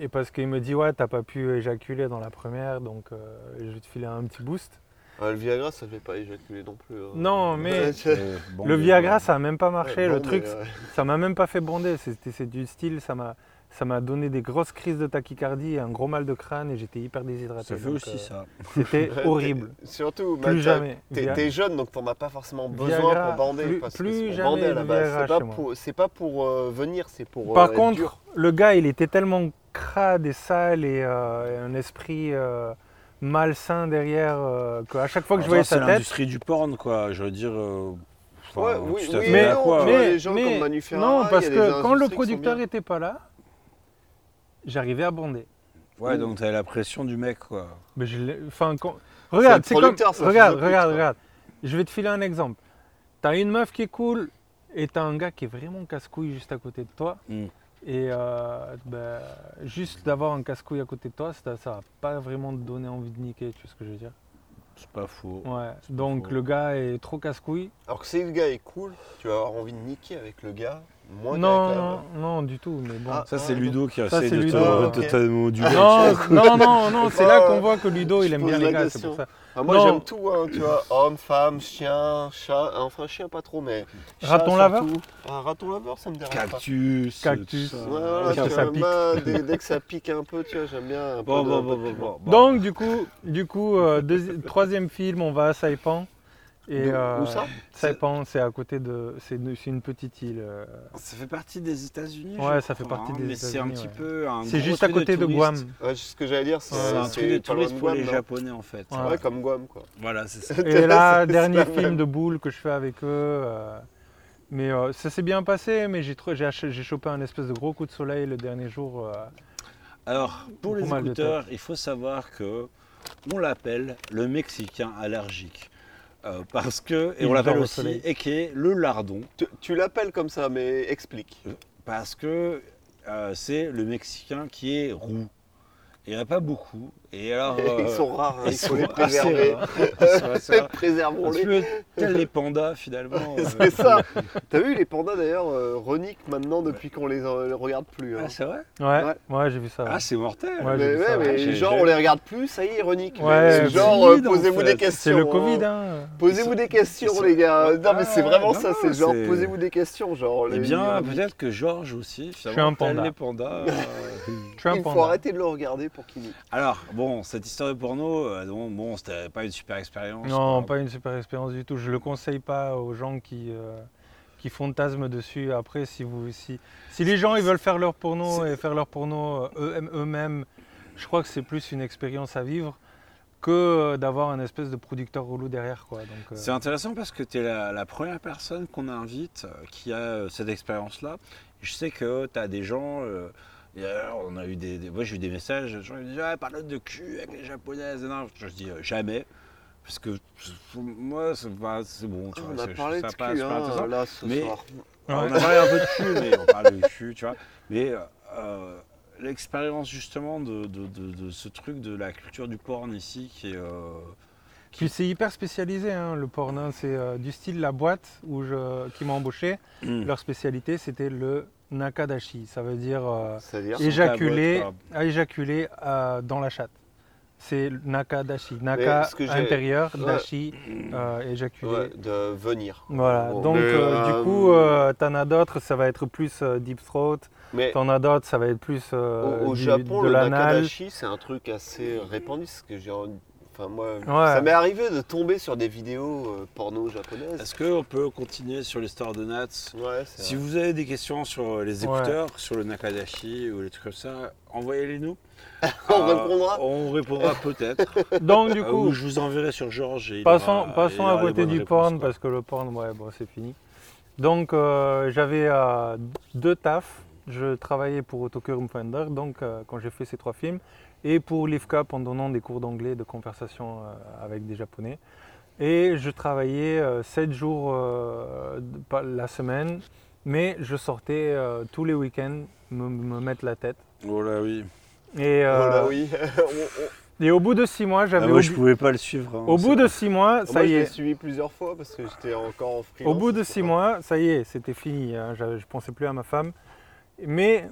Et parce qu'il me dit, ouais, t'as pas pu éjaculer dans la première, donc euh, je vais te filer un petit boost. Ah, le Viagra, ça fait pas éjaculer non plus. hein. Non, *laughs* mais Ouais, euh, bon, le des- Viagra, ça a même pas marché. bon, mais, le truc, euh, ça m'a même pas fait bonder. C'était- C'est du style, ça m'a. Ça m'a donné des grosses crises de tachycardie, et un gros mal de crâne et j'étais hyper déshydraté. Ça fait donc, aussi euh, ça. C'était *laughs* horrible. Surtout, bah, Plus t'as- jamais. T'es Via- t'es jeune, donc t'en as pas forcément besoin Viagra, pour bander. plus- parce que plus c'est pour jamais bander à la le base. Viagra C'est pas, chez moi. pour- c'est pas pour euh, venir, c'est pour. Par euh, être contre, dur. le gars, il était tellement crade et sale et, euh, et un esprit euh, malsain derrière euh, qu'à chaque fois que je Attends, voyais Ah, C'est sa tête. l'industrie du porn, quoi. Je veux dire. euh, enfin, Ouais, oui, tu t'attends oui, à mais- non, quoi euh. mais- ouais. les gens comme Manu Ferrara, non, il y a parce des que quand le industries qui sont producteur bien. était pas là, j'arrivais à bander. Ouais, donc t'avais la pression du mec, quoi. Mais je l'ai- enfin, quand- Regarde, C'est c'est le comme. producteur, ça, Regarde, fils de pute, regarde, quoi. regarde. Je vais te filer un exemple. T'as une meuf qui est cool et t'as un gars qui est vraiment casse-couille juste à côté de toi. Mm. Et euh, ben, juste d'avoir un casse-couille à côté de toi, ça, ça va pas vraiment te donner envie de niquer, tu vois ce que je veux dire C'est pas faux. Ouais. c'est pas Donc faux. le gars est trop casse-couille. Alors que si le gars est cool, tu vas avoir envie de niquer avec le gars, moins non, qu'avec euh, la non, meuf. non, du tout. Mais bon. Ah, Ça, c'est Ludo qui Ça, essaie c'est de Ludo, te, ok. de te moduler. *laughs* Non, non, non, non, c'est là pas- qu'on voit que Ludo, il je aime pose bien la les gars, c'est question. pour ça. Ah, moi Non. j'aime tout, hein, tu vois, homme, femme, chien, chat, Ah, enfin chien pas trop, mais. chat Raton laveur surtout. Ah, Raton laveur, ça me dérange pas. Cactus. Cactus. tout ça. Ouais, voilà, Parce tu que ça vois, pique. moi, *laughs* dès, dès que ça pique un peu, tu vois, j'aime bien. Un Bon, peu bon, de, bon, un peu bon, de bon, piment. bon. Donc du coup, du coup, euh, deuxi- troisième film, on va à Saipan. Et D'où- euh, où ça Saipan, c'est à côté de, c'est une, c'est une petite île. euh. Ça fait partie des États-Unis. Ouais, je ça fait crois, hein, partie des Mais c'est un États-Unis, petit ouais. peu. un C'est gros juste à truc de côté de, touristes. Guam. Ouais, ce que j'allais dire, c'est. C'est un truc de c'est pas loin de touristes pour Guam, les non Japonais, en fait. Ouais. Ouais, comme Guam, quoi. Voilà, *laughs* c'est ça. Et là, C'est dernier la film de boule que je fais avec eux. euh, mais euh, ça s'est bien passé, mais j'ai trop- j'ai ach- j'ai chopé un espèce de gros coup de soleil le dernier jour. euh. Alors, pour les Beaucoup mal de écouteurs, il faut savoir que on l'appelle le Mexicain allergique. Euh, parce que, et Il on l'appelle dort au aussi soleil. Eke, le lardon, Tu, tu l'appelles comme ça, mais explique. parce que euh, c'est le Mexicain qui est roux. Il n'y en a pas beaucoup. Et alors, *laughs* Ils euh, sont rares, hein, ils il faut sont les assez *laughs* préserver. rares. Ils sont assez *laughs* rares. Un petit Préservons-les. peu Tels les pandas, *laughs* finalement. euh, C'est ça. T'as vu les pandas d'ailleurs, euh, reniquent maintenant depuis qu'on les euh, regarde plus. hein. Ah, c'est vrai Ouais, Ouais. ouais, j'ai vu ça. ouais. Ah, c'est mortel Ouais, mais j'ai vu ça, ouais, mais J'ai- genre j'ai- on les regarde plus, ça y est, ils reniquent. Ouais, Mais c'est genre le euh, Covid, en posez-vous fait. des C'est le questions. c'est le hein. Covid, hein. Posez-vous des questions, les gars. Non, mais c'est Ah, vraiment non, ça. non, C'est genre c'est- posez-vous des questions, genre. Eh les- bien, il- peut-être que Georges aussi, suis un finalement, tel panda. les pandas. *laughs* euh, Je suis un il faut panda. arrêter de le regarder pour qu'il. Alors, bon, cette histoire de porno, euh, bon, bon, c'était pas une super expérience. Non, quoi. pas une super expérience du tout. Je le conseille pas aux gens qui, euh, qui fantasment dessus. Après, si, vous, si, si les gens ils veulent faire leur porno et faire leur porno euh, eux- eux-mêmes, je crois que c'est plus une expérience à vivre que euh, d'avoir un espèce de producteur relou derrière. Quoi. Donc, euh, C'est intéressant parce que tu es la, la première personne qu'on invite euh, qui a euh, cette expérience-là. Je sais que tu as des gens. euh, et alors, on a eu des, des- moi, j'ai eu des messages. Les gens ils me disent Ah, parle de cul avec les japonaises. Non, je dis euh, jamais. Parce que pff, moi, c'est pas- c'est bon. Tu Ah, vois, on a c'est- parlé ça de passe, cul, pas intéressant. hein, là, ce Mais- soir. Alors, Ouais. On a parlé un peu de *laughs* cul, mais on parle de cul, tu vois. Mais euh, euh, l'expérience justement de, de- de- de ce truc de la culture du porn ici qui est. euh, Puis c'est hyper spécialisé, hein, le porno. C'est euh, du style la boîte où je, qui m'a embauché. Leur spécialité, c'était le nakadashi. Ça veut dire euh, C'est-à-dire éjaculer, Sans à éjaculer euh, dans la chatte. C'est le nakadashi. Mais Naka ce que j'ai- intérieur, Ouais. dashi, euh, éjaculer. Ouais, de venir. Voilà, Bon, donc mais, euh, euh, du coup, euh, t'en as d'autres, ça va être plus euh, deep throat, mais t'en as d'autres, ça va être plus au, euh, au du- Japon, de le l'anal. nakadashi, c'est un truc assez répandu. ce que j'ai. en- Enfin, moi, Ouais. ça m'est arrivé de tomber sur des vidéos euh, porno japonaises. Est-ce qu'on peut continuer sur l'histoire de Nats Ouais, c'est Si vrai. vous avez des questions sur les écouteurs, sur le Nakadashi ou les trucs comme ça, envoyez-les *laughs* nous. Euh, On répondra. On répondra peut-être. *laughs* Donc *laughs* du Euh, coup, ou je vous enverrai sur Georges. et il passons, aura- passons il à aura les côté bonnes du réponses, porn, quoi. parce que le porn, ouais, bon, c'est fini. Donc euh, j'avais euh, deux tafs, je travaillais pour Otokurum Finder, donc euh, quand j'ai fait ces trois films, et pour l'IFCAP en donnant des cours d'anglais de conversation euh, avec des japonais. Et je travaillais 7 jours euh, de- pas- la semaine, mais je sortais euh, tous les week-ends me, me mettre la tête. Oh là oui. Ah, Et, Oh euh, là oui. *laughs* On- on- et au bout de 6 mois, Ah, j'avais... moi, je obli- pouvais pas le suivre. hein, Au bout c'est- de 6 mois, ça Ah, moi, y je l'ai est. suivi plusieurs fois parce que j'étais encore en freelance. Au bout de c'est six pas- mois, ça y est, c'était fini. hein, Je, je pensais plus à ma femme. Mais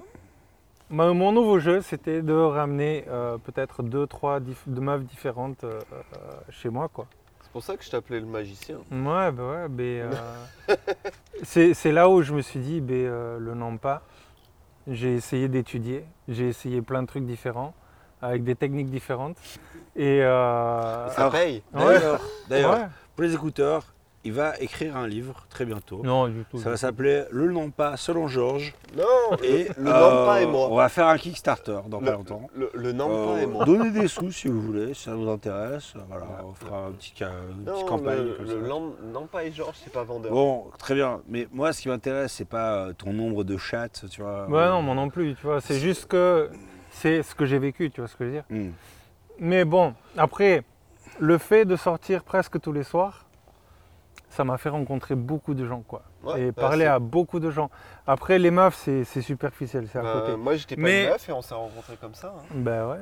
ma- mon nouveau jeu, c'était de ramener euh, peut-être deux, trois dif- de meufs différentes euh, euh, chez moi, quoi. C'est pour ça que je t'appelais le magicien. Ouais, bah ouais, mais c'est c'est là où je me suis dit, ben, euh, le non pas. J'ai essayé d'étudier, j'ai essayé plein de trucs différents, avec des techniques différentes. Et euh, Ça paye. D'ailleurs, d'ailleurs, ouais. pour les écouteurs, il va écrire un livre très bientôt. non du tout. Ça va s'appeler Le non pas selon Georges. Non, Et le Nampa euh, et On moi. va faire un Kickstarter dans pas longtemps. Le, le Nampa Euh, et moi. Donnez des sous si vous voulez, si ça vous intéresse. Voilà, on fera un petit ca- une petite Non, campagne le, euh. comme le ça. Lam- Nampa et Georges, c'est pas vendeur. Bon, très bien. Mais moi, ce qui m'intéresse, c'est pas euh, ton nombre de chattes, tu Ah vois. Ouais, non, moi non plus, tu vois. C'est juste que c'est ce que j'ai vécu, tu vois ce que je veux dire. Hmm. Mais bon, après, le fait de sortir presque tous les soirs, ça m'a fait rencontrer beaucoup de gens, quoi. Ouais, et bah, parler c'est- à beaucoup de gens. Après, les meufs, c'est c'est superficiel, c'est à Bah, côté. moi, j'étais pas Mais- une meuf et on s'est rencontrés comme ça. hein. Ben ouais.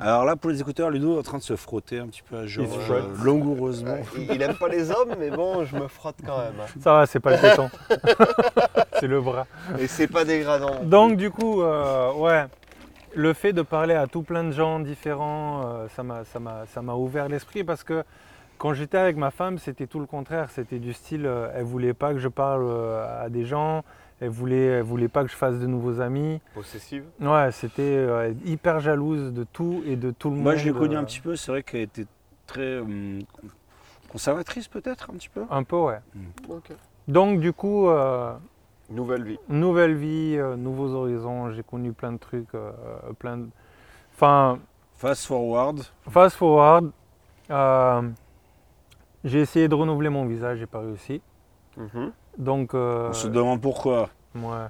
Alors là, pour les écouteurs, Ludo est en train de se frotter un petit peu à Georges, se euh, frotte. langoureusement. Il, il aime pas les hommes, mais bon, je me frotte quand même. hein. Ça va, *laughs* c'est pas le téton. c'est le bras. Et c'est pas dégradant. Donc du coup, euh, ouais, le fait de parler à tout plein de gens différents, euh, ça m'a- ça m'a ça m'a ouvert l'esprit parce que quand j'étais avec ma femme, c'était tout le contraire. C'était du style, euh, elle voulait pas que je parle euh, à des gens, elle voulait, elle voulait pas que je fasse de nouveaux amis. Possessive. Ouais, c'était euh, hyper jalouse de tout et de tout le monde. Moi, je l'ai connu euh, un petit peu. C'est vrai qu'elle était très hum, conservatrice, peut-être, un petit peu. Un peu, ouais. Ok. Donc du coup, euh, Nouvelle vie. nouvelle vie, euh, nouveaux horizons. J'ai connu plein de trucs, euh, plein de. Enfin, Fast forward. Fast forward, euh, j'ai essayé de renouveler mon visa, j'ai pas réussi. Mhm. Donc, euh, On se demande pourquoi. ouais. Non,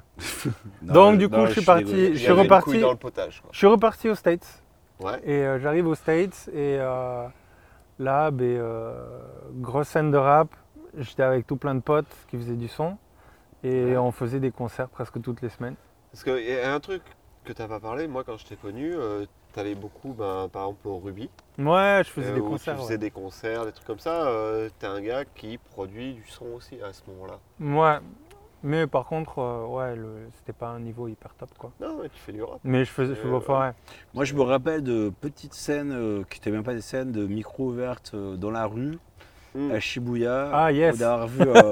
Donc, je- du coup, non, je suis dégoûté. parti- Il y je suis avait une reparti. couille dans le potage. Quoi. je suis reparti aux States Ouais. et euh, j'arrive aux States et euh, là, ben, euh, grosse scène de rap. J'étais avec tout plein de potes qui faisaient du son et on faisait des concerts presque toutes les semaines. Parce qu'il y a un truc que t'as pas parlé, moi, quand je t'ai connu, euh, t'allais beaucoup, ben, par exemple, au Ruby. Ouais, je faisais euh, des où concerts. Tu faisais des concerts, des trucs comme ça. euh, T'es un gars qui produit du son aussi à ce moment-là. ouais. Ouais. mais par contre, euh, ouais, le- c'était pas un niveau hyper top quoi. Non, mais tu fais du rap. Mais je faisais, je, Euh, enfin, ouais. Moi, je me rappelle de petites scènes euh, qui n'étaient même pas des scènes de micro ouvertes euh, dans la rue, Mm. à Shibuya. Ah, yes. Où D'avoir vu *laughs* euh,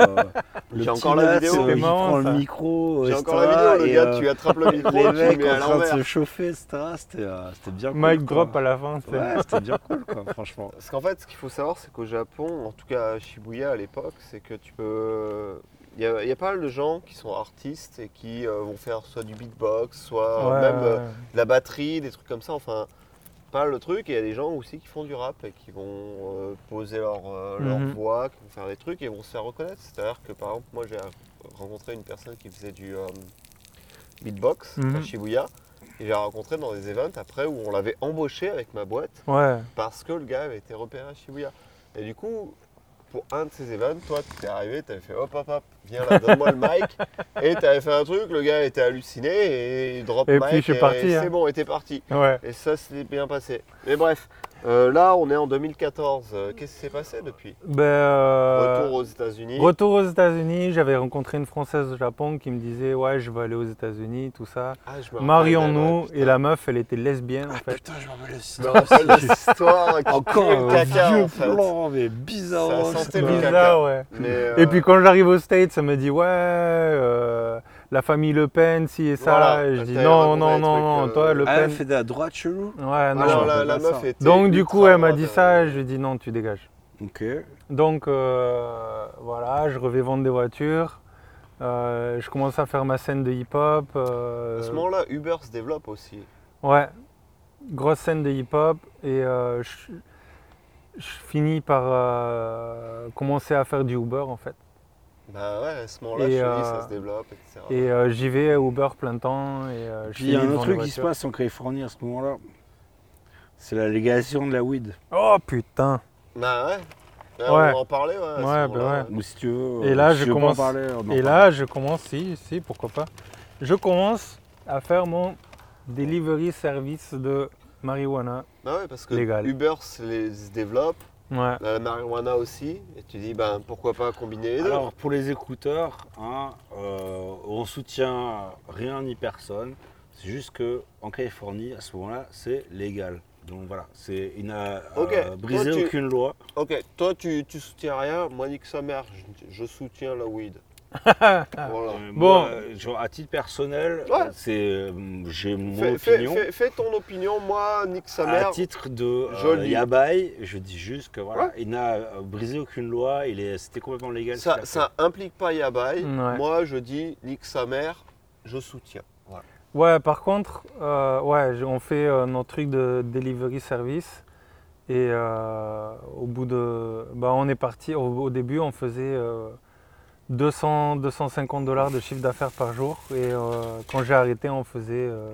le petit J'ai encore la Nats, vidéo. euh, C'était qui marrant, prend ça. le micro. au J'ai encore la Estra, vidéo, le et, gars, euh, tu attrapes le micro, *laughs* les tu le mecs mets à en train de se l'envers. chauffer, etc. C'était euh, c'était bien cool. Mike quoi. drop à la fin. c'était- Ouais, c'était bien cool, quoi, *laughs* franchement. Parce qu'en fait, ce qu'il faut savoir, c'est qu'au Japon, en tout cas à Shibuya à l'époque, c'est que tu peux. Il y, a, il y a pas mal de gens qui sont artistes et qui euh, vont faire soit du beatbox, soit Ouais, même euh, ouais. de la batterie, des trucs comme ça. Enfin, pas le truc. Et il y a des gens aussi qui font du rap et qui vont euh, poser leur, euh, leur Mhm. voix, qui vont faire des trucs et vont se faire reconnaître. C'est-à-dire que par exemple, moi j'ai rencontré une personne qui faisait du euh, beatbox à Mhm. Shibuya. Et j'ai rencontré dans des events après où on l'avait embauché avec ma boîte Ouais. parce que le gars avait été repéré à Shibuya. Et du coup, pour un de ces events, toi, tu t'es arrivé, t'avais fait hop, hop, hop, viens là, donne-moi le mic. *laughs* Et t'avais fait un truc, le gars était halluciné et il drop Et mic. puis, je suis parti, Et hein. c'est bon, et t'es parti. Ouais. Et ça, c'est bien passé. Mais bref, euh, là, on est en 2014. Euh, Qu'est-ce qui s'est passé depuis Ben, euh, Retour aux États-Unis. Retour aux États-Unis, j'avais rencontré une Française au Japon qui me disait Ouais, je vais aller aux États-Unis, tout ça. Ah, je me rappelle Marions-nous. d'elle, ouais, Ah, et la meuf, elle était lesbienne en fait. Putain, je m'en rappelle Je me rappelle *laughs* de cette histoire. qui Encore pue le un caca, vieux en fait. plan, mais bizarre. Ça sentait C'est le bizarre, caca. ouais. Mais, euh, Et puis quand j'arrive aux States, ça me dit ouais, euh, la famille Le Pen, si et ça. Voilà, et je dis t'as non, raconté non, un non, non, truc, euh, toi Le Ah, elle Pen. fait de la droite chelou. Ouais, non. Alors, je la, me la rappelle meuf ça. était. Donc du coup, ultra elle m'a dit droite, ça, euh, et je lui ai dit non, tu dégages. Ok. Donc euh, voilà, je revais vendre des voitures. euh, je commence à faire ma scène de hip-hop. euh, À ce moment-là, Uber se développe aussi. Ouais, grosse scène de hip-hop et euh, je, je finis par euh, commencer à faire du Uber en fait. Bah ouais, à ce moment-là, Et, je te dis, euh, ça se développe, etc. Et euh, j'y vais à Uber plein temps et euh, je Puis il y a finis un devant autre les truc qui se voitures. passe en Californie à ce moment-là. C'est la légalisation de la weed. Oh putain Bah ouais. Là, Ouais. On en parlait, ouais. à ce Ouais, bah moment-là. Ou si tu veux. Et euh, là, si je tu veux pas en commence- parler, on en Et parle. là je commence, si, si, pourquoi pas. Je commence à faire mon delivery service de marijuana. Bah ouais, parce que Légal. Uber se, les- se développe, Ouais. la marijuana aussi, et tu dis, ben pourquoi pas combiner les deux Alors, pour les écouteurs, hein, euh, on soutient rien ni personne. C'est juste que en Californie, à ce moment-là, c'est légal. Donc voilà, c'est il n'a euh, Ok. brisé Toi, tu- Ah. aucune loi. Ok, toi tu, tu soutiens rien, moi nique sa mère, je, je soutiens la *laughs* weed. voilà. Euh, Bon. moi, euh, genre, à titre personnel, Ouais. euh, c'est euh, j'ai mon Fais, fais- opinion. Ah, fais- fais ton opinion, moi nique sa À mère. titre de euh, Joli. Yabai, je dis juste que voilà, il n'a euh, brisé aucune loi, il est c'était complètement légal. ce qu'il Ça, a ça implique pas Yabai, Ouais. moi je dis nique sa mère, je soutiens. Ouais, par contre, euh, ouais, j'ai- on fait euh, notre truc de delivery service. Et euh, au bout de. Bah, on est parti. Au, au début, on faisait euh, 200, 250 dollars de chiffre d'affaires par jour. Et euh, quand j'ai arrêté, on faisait euh,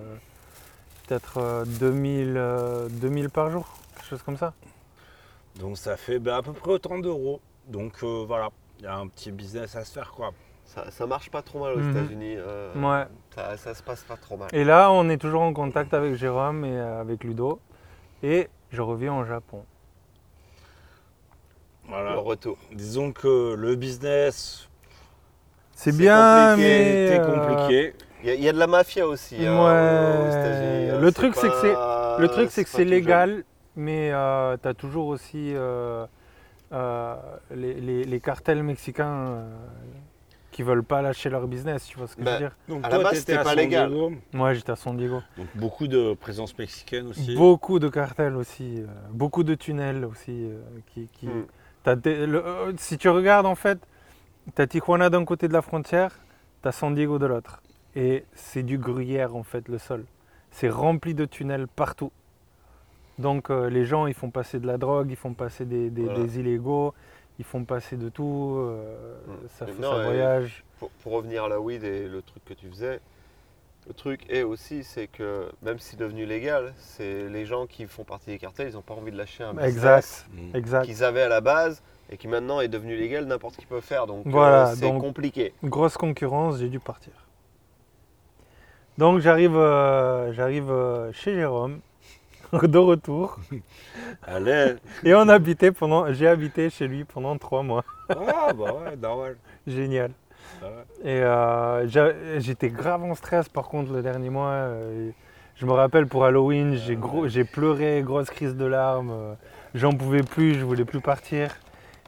peut-être euh, 2000, euh, 2000 par jour, quelque chose comme ça. fait. Donc ça fait ben, à peu près autant d'euros. Donc euh, voilà, il y a un petit business à se faire quoi. Ça, ça marche pas trop mal aux Mhm. États-Unis, euh, Ouais. ça, ça se passe pas trop mal. Et là, on est toujours en contact avec Jérôme et euh, avec Ludo. Et je reviens au Japon. Voilà. Le retour. Disons que le business, C'est C'est bien, compliqué, mais. c'était euh, compliqué. Il y, a- il y a de la mafia aussi. hein, Ouais. aux États-Unis, hein, Le truc, c'est que c'est- pas- Le truc, c'est que pas c'est tout jeune. légal, mais euh, tu as toujours aussi euh, euh, les, les- les cartels mexicains euh, qui veulent pas lâcher leur business, tu vois ce que je Bah, veux dire Donc À la base, t'étais c'était à pas San légal. Diego. Moi, j'étais à San Diego. Donc beaucoup de présence mexicaine aussi. Beaucoup de cartels aussi, euh, beaucoup de tunnels aussi. euh, qui, qui- Hmm. t'as des- le- euh, si tu regardes, en fait, tu as Tijuana d'un côté de la frontière, tu as San Diego de l'autre. Et c'est du gruyère, en fait, le sol. C'est rempli de tunnels partout. Donc euh, les gens, ils font passer de la drogue, ils font passer des, des- Voilà. des illégaux, ils font passer de tout, euh, Hmm. ça, Mais fait- non, ça euh, voyage. Pour, pour revenir à la weed et le truc que tu faisais, le truc est aussi, c'est que même si c'est devenu légal, c'est les gens qui font partie des cartels, ils n'ont pas envie de lâcher un business Exact, Mm. exact. qu'ils avaient à la base et qui maintenant est devenu légal, n'importe qui peut faire. Donc euh, Voilà, c'est donc- compliqué. Grosse concurrence, j'ai dû partir. Donc j'arrive euh, j'arrive euh, chez Jérôme, *laughs* de retour, Allez. et on habitait pendant, j'ai habité chez lui pendant trois mois. Ah bah ouais, normal. Génial. Ah ouais. Et euh, j'a- j'étais grave en stress par contre le dernier mois. euh, je me rappelle pour Ah Halloween, j'ai gros- j'ai pleuré, grosse crise de larmes. euh, J'en pouvais plus, je voulais plus partir.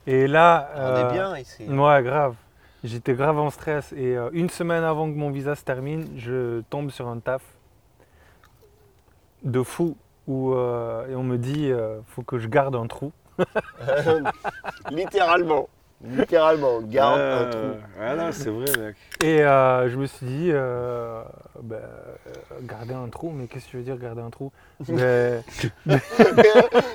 Et là, On euh, est bien ici. Ouais, grave. J'étais grave en stress et euh, une semaine avant que mon visa se termine, je tombe sur un taf de fou où euh, et on me dit euh, faut que je garde un trou. Littéralement. Littéralement, garde un Euh, trou. ah ouais, non, c'est vrai, mec. Et euh, je me suis dit, euh, bah, euh, garder un trou, mais qu'est-ce que je veux dire garder un *laughs* trou Bah, Mais-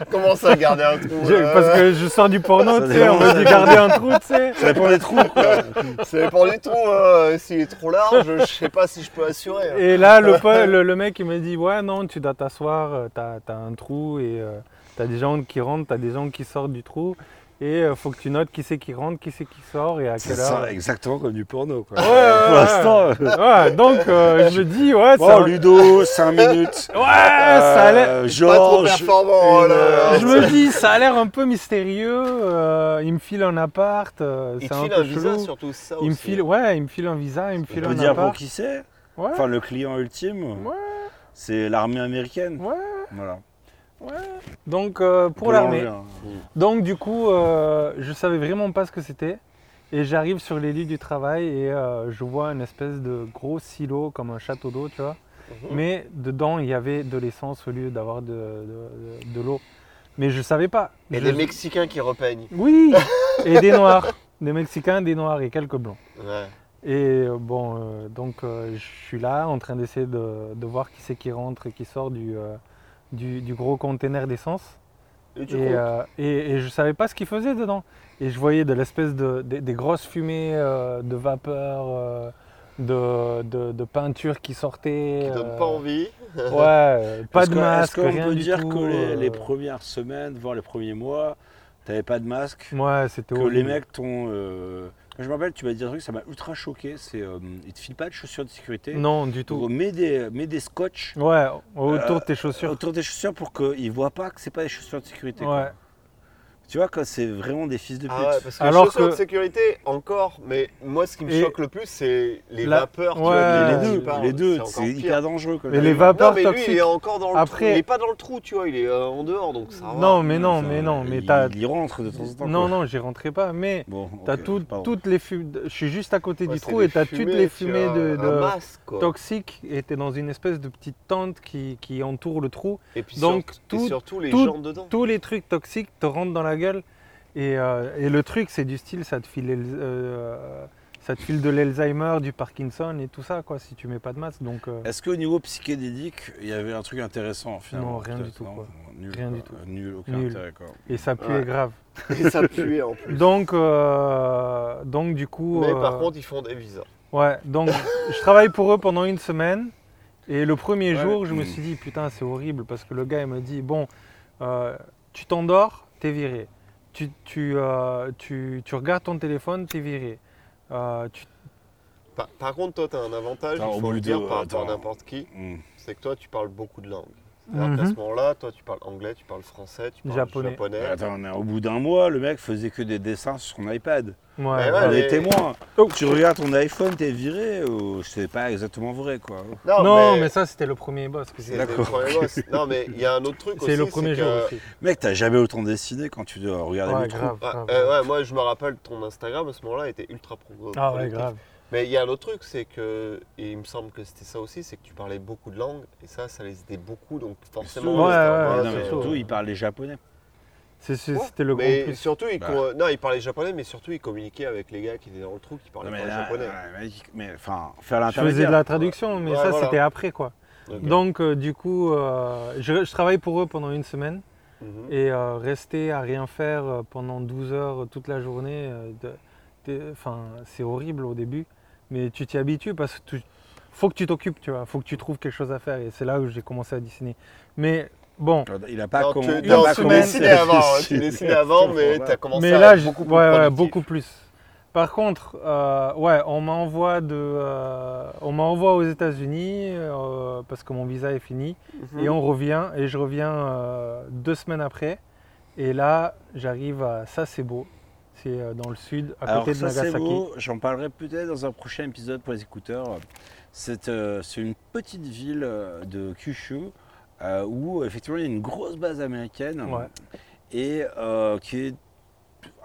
Comment ça, garder un trou Je- euh, *laughs* Parce que je sors du porno, Ça tu sais, on dépend- me dit garder un trou, tu sais. Ça dépend des trous, quoi. Ça dépend du trou. hein. S'il est trop large, je sais pas si je peux assurer. hein. Et là, le, po- le, le mec, il me dit Ouais, non, tu dois t'asseoir, euh, t'as as un trou et euh, t'as des gens qui rentrent, t'as des gens qui sortent du trou. Et euh, faut que tu notes qui c'est qui rentre, qui c'est qui sort et à Ça quelle sent heure. exactement comme du porno, quoi. Ouais, Pour ouais, ouais. l'instant, euh, Ouais, donc euh, je me dis Ouais, *laughs* ça, oh, Ludo, *laughs* 5 minutes. ouais, ça a l'air. Euh, Pas trop Georges. performant. oh là là. Je me dis, ça a l'air un peu mystérieux. euh, il me file un appart. euh, Il c'est te un file peu un visa, chelou. surtout c'est ça il me aussi. hein. file, ouais, il me file un visa, il me file On peut un dire pour appart. qui c'est Ouais, Enfin, le client ultime, Ouais. c'est l'armée américaine. Ouais. Voilà. donc euh, pour Peut l'armée. l'enlever, hein. Donc du coup, euh, je savais vraiment pas ce que c'était. Et j'arrive sur les lits du travail et euh, je vois une espèce de gros silo comme un château d'eau, tu vois. Mhm. Mais dedans, il y avait de l'essence au lieu d'avoir de, de- de- de l'eau. Mais je savais pas. Et Je- des Mexicains qui repeignent. Oui Et des Noirs. Des Mexicains, des Noirs et quelques Blancs. Ouais. Et euh, bon, euh, donc euh, je suis là en train d'essayer de, de voir qui c'est qui rentre et qui sort du, euh, du, du gros container d'essence. Et du Et, coup, euh, et- et je savais pas ce qu'ils faisaient dedans. Et je voyais de l'espèce de, des- des grosses fumées euh, de vapeur, euh, de, de, de peinture qui sortaient. qui donne euh, pas envie. Ouais, euh, pas Est-ce de que- masque, Est-ce qu'on rien peut du dire tout, que les, les euh, premières semaines, voire les premiers mois, t'avais pas de masque Ouais, c'était que les horrible. mecs t'ont. euh, Je me rappelle, tu m'as dit un truc, ça m'a ultra choqué. C'est, euh, ils te filent pas de chaussures de sécurité. Non, du tout. Donc, mets des, mets des scotch Ouais, autour Euh, de tes chaussures. autour des chaussures pour qu'ils voient pas que c'est pas des chaussures de sécurité. quoi. Ouais. Tu vois, quand c'est vraiment des fils de pute. Ah ouais, parce que Alors les chaussures que- de sécurité, encore, mais moi ce qui me Et- choque le plus, c'est les La- vapeurs Ouais. Mais tu vois, les dont tu deux, parles. les deux, encore hein, c'est pire. hyper dangereux. Comme Mais ça. les Non, vapeurs mais lui, toxiques. il est encore dans le trou. Après- Il est pas dans le trou, tu vois, il est euh, en dehors, donc ça va. Non, mais non, Ah, Ça, mais non, mais il- t'as. Il y rentre de temps en temps. Non, quoi. non, j'y rentrais pas, mais. Bon, T'as ok, tout- pardon. toutes les fumées. Je suis juste à côté Ouais, du c'est trou des et t'as toutes les tu fumées vois, de, Un de- masque, quoi. toxiques et t'es dans une espèce de petite tente qui, qui entoure le trou. Et puis donc, sur- et tout- surtout les tout- gens dedans. Tous les trucs toxiques te rentrent dans la gueule. Et, euh, et le truc, c'est du style, ça te file, l'El- euh, ça te file de l'Alzheimer, du Parkinson et tout ça, quoi, si tu mets pas de masque. Donc, euh, Est-ce qu'au niveau psychédélique, il y avait un truc intéressant finalement Non, rien peut-être, du tout, non quoi. Nul, Rien quoi. du tout. Euh, Nul, aucun Nul. intérêt. Quoi. et ça pue Ouais. est grave. Et ça puait en plus. Donc, euh, donc du coup. Mais euh, par contre, ils font des visas. Ouais, donc je travaille pour eux pendant une semaine. Et le premier Ouais. jour, je me Mm. suis dit, putain, c'est horrible parce que le gars, il me dit, bon, euh, tu t'endors, t'es viré. Tu, tu, euh, tu, tu regardes ton téléphone, t'es viré. Euh, tu- Par, par contre, toi, t'as un avantage, Attends, il au faut bout le de- dire, par rapport à attends. n'importe qui, Mm. c'est que toi, tu parles beaucoup de langues. C'est-à-dire qu'à Mhm. ce moment-là, toi, tu parles anglais, tu parles français, tu parles Japonais. japonais. Attends, mais au bout d'un mois, le mec faisait que des dessins sur son iPad. ouais, ouais, On ouais. est mais- témoins. Oh. Tu regardes ton iPhone, t'es viré, ou c'est pas exactement vrai quoi. Non, mais, ça, c'était le premier boss. que c'est j'ai- le D'accord. premier boss. Non, mais il y a un autre truc aussi. *laughs* C'est le premier jour que- aussi. Mec, t'as jamais autant dessiné quand tu dois regarder Ouais, le trou. grave, Ouais, grave. euh, ouais, moi je me rappelle ton Instagram à ce moment-là était ultra pro. Ah ouais, productif. grave. Mais il y a un autre truc, c'est que, et il me semble que c'était ça aussi, c'est que tu parlais beaucoup de langues et ça, ça les aidait beaucoup, donc forcément. Ouais, c'était euh, un ouais, bon Mais non, mais c'est réseau. chaud. surtout, il parle les japonais. C'est- c'est- Ouais, C'était le gros Mais plus. surtout, ils Bah. con- non, ils parlaient japonais, mais surtout ils communiquaient avec les gars qui étaient dans le trou qui parlaient Non, mais pas là, japonais. ouais, mec, mais enfin, faire Je faisais l'intermédiaire. de la traduction, mais Ouais, ça, voilà. c'était après, quoi. Ok. Donc, euh, du coup, euh, je- je travaille pour eux pendant une semaine. Mhm. Et euh, rester à rien faire euh, pendant 12 heures euh, toute la journée, euh, de- t'es- enfin, c'est horrible au début, mais tu t'y habitues parce que tu, faut que tu t'occupes, tu vois, faut que tu trouves quelque chose à faire et c'est là où j'ai commencé à dessiner. Mais bon, Il a pas Non, com- tu, il a non, pas tu commencé *laughs* dessinais à avant, hein, tu dessiner. *laughs* dessinais avant, mais Voilà. t'as commencé mais à là, être je- beaucoup plus ouais, ouais, productif. beaucoup plus. Par contre, euh, ouais, on m'envoie de, euh, on m'envoie aux États-Unis euh, parce que mon visa est fini. Mhm. Et on revient, et je reviens euh, deux semaines après. Et là, j'arrive à Sasebo, c'est euh, dans le sud, à Alors côté de ça c'est Nagasaki. euh, beau, j'en parlerai peut-être dans un prochain épisode pour les écouteurs. C'est euh, c'est une petite ville euh, de Kyushu euh, où effectivement il y a une grosse base américaine Ouais. et euh, qui est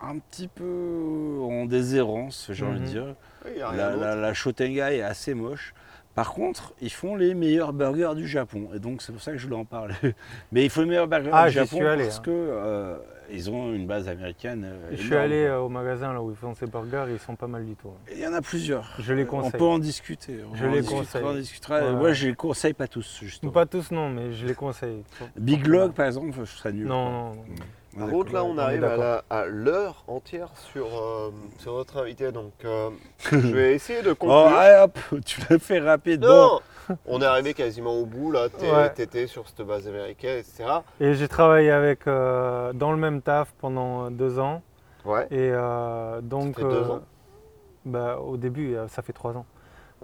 un petit peu en déshérence, j'ai envie de Mhm. dire. Oui, y a rien La, d'autre. la, la Shotengai est assez moche. Par contre, ils font les meilleurs burgers du Japon. Et donc, c'est pour ça que je voulais en parler. *laughs* Mais ils font les meilleurs burgers Ah, du j'y Japon suis allé, parce hein. que euh, ils ont une base américaine. euh, Je suis énorme. allé euh, au magasin là où ils font ces burgers, ils sont pas mal du tout. hein. Il y en a plusieurs. Je les Euh, On conseille. peut en discuter. On Je en les discutera, conseille. On en discutera. Ouais. Moi, je les conseille pas tous, justement. Pas tous non, mais je les conseille. Big Log, par exemple, je serais nul. Non, non, non. On est Par d'accord. contre, là, on est arrive à d'accord. la- à l'heure entière sur, euh, sur notre invité. Donc, *laughs* euh, je vais essayer de Oh, conclure. allez, hop, *laughs* tu l'as fait rapide. non *laughs* On est arrivé quasiment au bout, là. T'es- Ouais. T'étais sur cette base américaine, etc. Et j'ai travaillé avec euh, dans le même taf pendant euh, deux ans. Ouais. Et euh, donc. Ça fait deux ans bah, au début, euh, ça fait trois ans.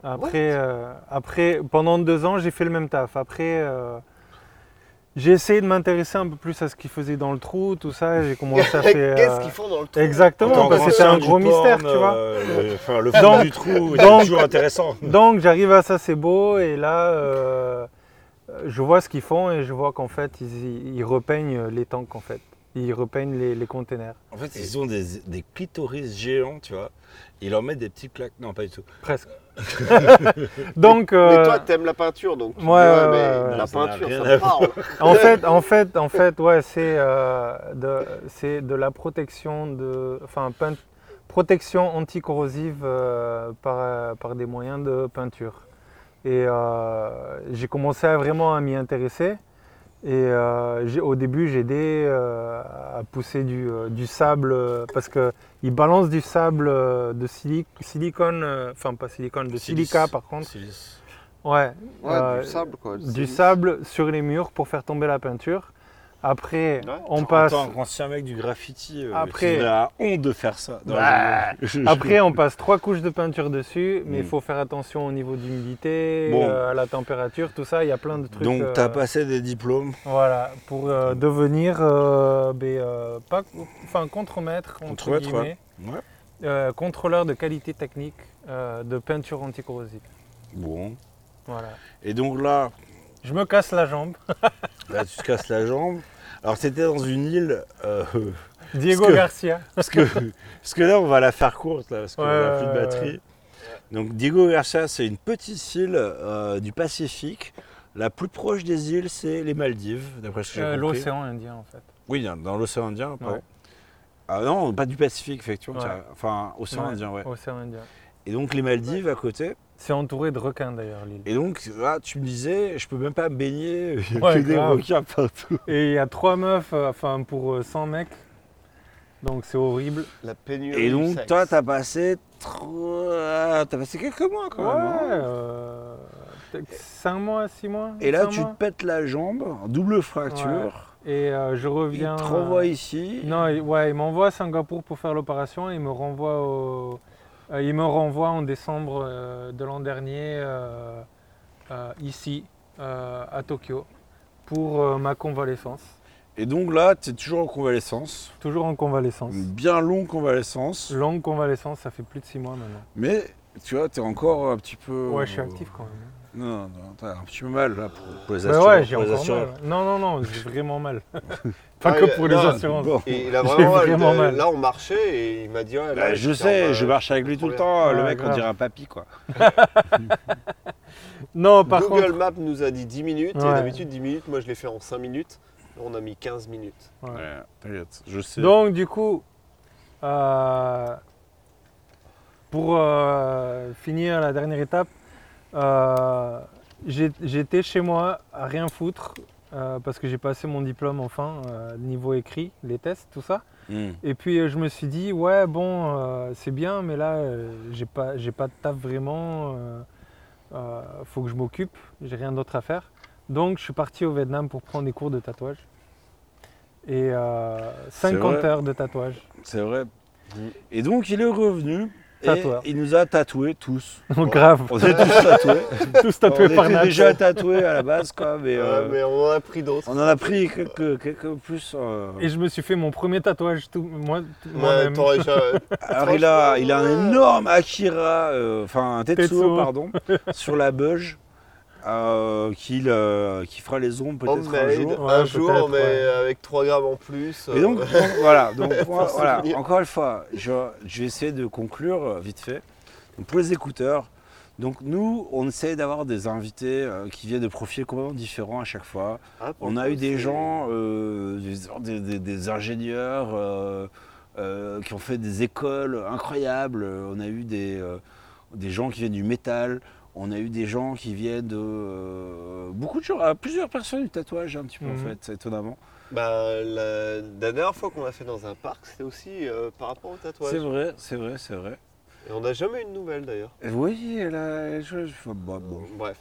Après, euh, après, pendant deux ans, j'ai fait le même taf. Après, euh, j'ai essayé de m'intéresser un peu plus à ce qu'ils faisaient dans le trou, tout ça. J'ai commencé à faire. *laughs* Qu'est-ce euh, qu'ils font dans le trou Exactement, Autant parce que grand c'est un singe du gros mystère, porn, tu vois. euh, le- Enfin, le Donc- fond du trou, c'est donc- toujours intéressant. Donc j'arrive à ça, c'est beau, et là, euh, je vois ce qu'ils font et je vois qu'en fait, ils, ils repeignent les tanks, en fait. Ils repeignent les, les containers, En fait, ils ont des, des clitoris géants, tu vois. Ils leur mettent des petites claques. Non, pas du tout. presque. Donc, Mais euh, toi, t'aimes la peinture, donc. tu- Ouais, ouais, mais ouais, ouais. la Ça n'a peinture, rien ça à me parle. en fait, en fait, en fait, ouais, c'est euh, de, c'est de la protection de, enfin, peint- protection anticorrosive euh, par, euh, par des moyens de peinture. Et euh, j'ai commencé à vraiment à m'y intéresser. Et euh, j'ai- au début, j'ai aidé euh, à pousser du, euh, du sable euh, parce que ils balancent du sable euh, de silic- silicone, euh, enfin pas silicone, de Silice. silica par contre. Silice. Ouais. Ouais, euh, du sable, quoi. du C'est- sable sur les murs pour faire tomber la peinture. Après, Ouais. on passe. Attends, quand c'est un mec du graffiti, euh, Après- il a honte de faire ça. Non, Bah, je- je- Après, on passe trois couches de peinture dessus, mais il Mm. faut faire attention au niveau d'humidité, Bon. euh, à la température, tout ça. Il y a plein de trucs. Donc, euh, t'as passé des diplômes Voilà, pour euh, devenir euh, ben, euh, pas, enfin contremaître entre Contremaître, guillemets, ouais. Ouais. euh, contrôleur de qualité technique euh, de peinture anticorrosive. Bon. Voilà. Et donc là, Je me casse la jambe. là, tu te casses la jambe. Alors, t'étais dans une île. euh, *laughs* Diego Parce que- Garcia. parce, *laughs* que, parce que là, on va la faire courte, là, parce qu'on Ouais, n'a ouais, plus de ouais, batterie. Donc, Diego Garcia, c'est une petite île euh, du Pacifique. La plus proche des îles, c'est les Maldives, d'après ce que j'ai Euh, compris. L'océan Indien en fait. Oui, dans- dans l'océan Indien, pardon. Ouais. Ah non, pas du Pacifique, effectivement. Ouais. tiens. Enfin, océan Ouais. Indien, ouais. Océan Indien. Et donc les Maldives à côté. C'est entouré de requins d'ailleurs l'île. Et donc là, tu me disais, je peux même pas me baigner, *laughs* il y a Ouais, que des grave. requins partout. Et il y a trois meufs, euh, enfin pour euh, 100 mecs. Donc c'est horrible. La pénurie. Et du donc sexe. toi, t'as passé, trois- t'as passé quelques mois quand même. hein. 5 euh, mois, 6 mois. Et là, cinq tu mois. te pètes la jambe, en double fracture. Et euh, je Il reviens. te euh, renvoie ici. Non, il- ouais, il m'envoie à Singapour pour faire l'opération et il me renvoie au. euh, il me renvoie en décembre euh, de l'an dernier euh, euh, ici euh, à Tokyo pour euh, ma convalescence. Et donc là, t'es toujours en convalescence, Toujours en convalescence. une bien longue convalescence. Longue convalescence, ça fait plus de 6 mois maintenant. Mais tu vois, t'es encore un petit peu. Ouais, je suis actif quand même. Non, non, t'as un petit peu mal là pour, pour les Bah assurances. ouais, j'ai pour les encore assurances. mal. Non, non, non, j'ai vraiment mal. Pas Ah, que il- pour les non, assurances. bon. Et il a *laughs* J'ai vraiment, vraiment euh, mal. Là, on marchait et il m'a dit. ouais, là, Bah, je j'étais en bas, sais, je euh, marche avec lui tout le temps. Ouais, le mec, on grave. dirait un papy, quoi. Non, par Google contre. Maps nous a dit 10 minutes et Ouais. d'habitude 10 minutes, moi je l'ai fait en 5 minutes. Là, on a mis 15 minutes. Ouais. Ouais, t'inquiète, je sais. Donc, du coup, euh, pour euh, finir la dernière étape, euh, j'ai- j'étais chez moi à rien foutre euh, parce que j'ai passé mon diplôme enfin, euh, niveau écrit, les tests, tout ça. Hmm. Et puis euh, je me suis dit, ouais, bon, euh, c'est bien, mais là, euh, j'ai pas, j'ai pas de taf vraiment. euh, euh, faut que je m'occupe, j'ai rien d'autre à faire. Donc je suis parti au Vietnam pour prendre des cours de tatouage. Et euh, C'est 50 vrai. heures de tatouage. *laughs* C'est vrai. Et donc, il est revenu. Et Tatoueur. il nous a tatoués tous. Donc grave, *laughs* On est tous tatoués. tous on tatoués par était Nacho. Ah, déjà tatoués à la base, quoi. Mais, euh, Ouais, mais on en a pris d'autres. on en a pris quelques, quelques plus. euh. Et je me suis fait mon premier tatouage tout, moi, tout- Ouais, moi-même. t'aurais *laughs* jamais- Alors, il a, il a un ouais. énorme Akira, euh, enfin, un Tetsuo, Tetsuo. *laughs* pardon, sur la beuge. euh, qu'il, euh, qui fera les ombres Oh, peut-être un Homemade, jour. Ouais, un jour, peut-être, mais ouais. avec 3 grammes en plus. Et euh, *laughs* donc, donc, voilà, donc, moi, se voilà, souvenir. encore une fois, je, je vais essayer de conclure euh, vite fait. Donc, pour les écouteurs, Donc nous, on essaie d'avoir des invités euh, qui viennent de profils complètement différents à chaque fois. Ah, On a pourquoi eu des c'est- gens, euh, des, des- des ingénieurs euh, euh, qui ont fait des écoles incroyables. On a eu des, euh, des gens qui viennent du métal. On a eu des gens qui viennent de euh, beaucoup de gens, à plusieurs personnes du tatouage un petit peu en Mhm. fait, étonnamment. Bah, la, la dernière fois qu'on l'a fait dans un parc, c'était aussi euh, par rapport au tatouage. C'est vrai, c'est vrai, c'est vrai. Et on n'a jamais eu de nouvelles d'ailleurs. Et Oui, elle a- je- je- bah, bon. Bref.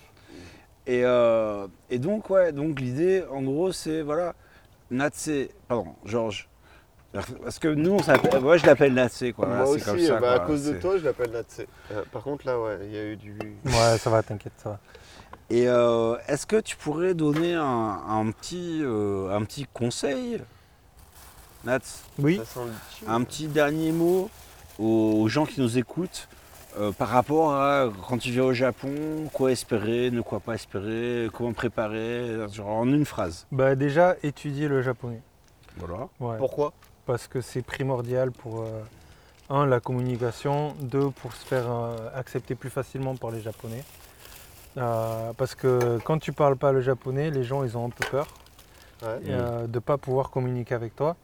Et, euh, et donc, ouais, donc l'idée, en gros, c'est, voilà, Natsé, pardon, Georges. Parce que nous, on s'appelle, moi je l'appelle Natsé, quoi. voilà, Moi c'est comme aussi, ça, euh, bah, à quoi, cause de c'est- toi, je l'appelle Natsé. Euh, par contre, là, ouais, il y a eu du. Ouais, ça va, t'inquiète, ça va. Et euh, est-ce que tu pourrais donner un, un petit, euh, un petit conseil, Nats Oui. Ça sent le- Un petit dernier mot aux, aux gens qui nous écoutent euh, par rapport à quand tu viens au Japon, quoi espérer, ne quoi pas espérer, comment préparer, genre en une phrase. Bah, déjà, étudier le japonais. Voilà. Ouais. Pourquoi Parce que c'est primordial pour, euh, un, la communication, deux, pour se faire euh, accepter plus facilement par les japonais. Euh, parce que quand tu parles pas le japonais, les gens, ils ont un peu peur. Ouais. et, euh, de ne pas pouvoir communiquer avec toi.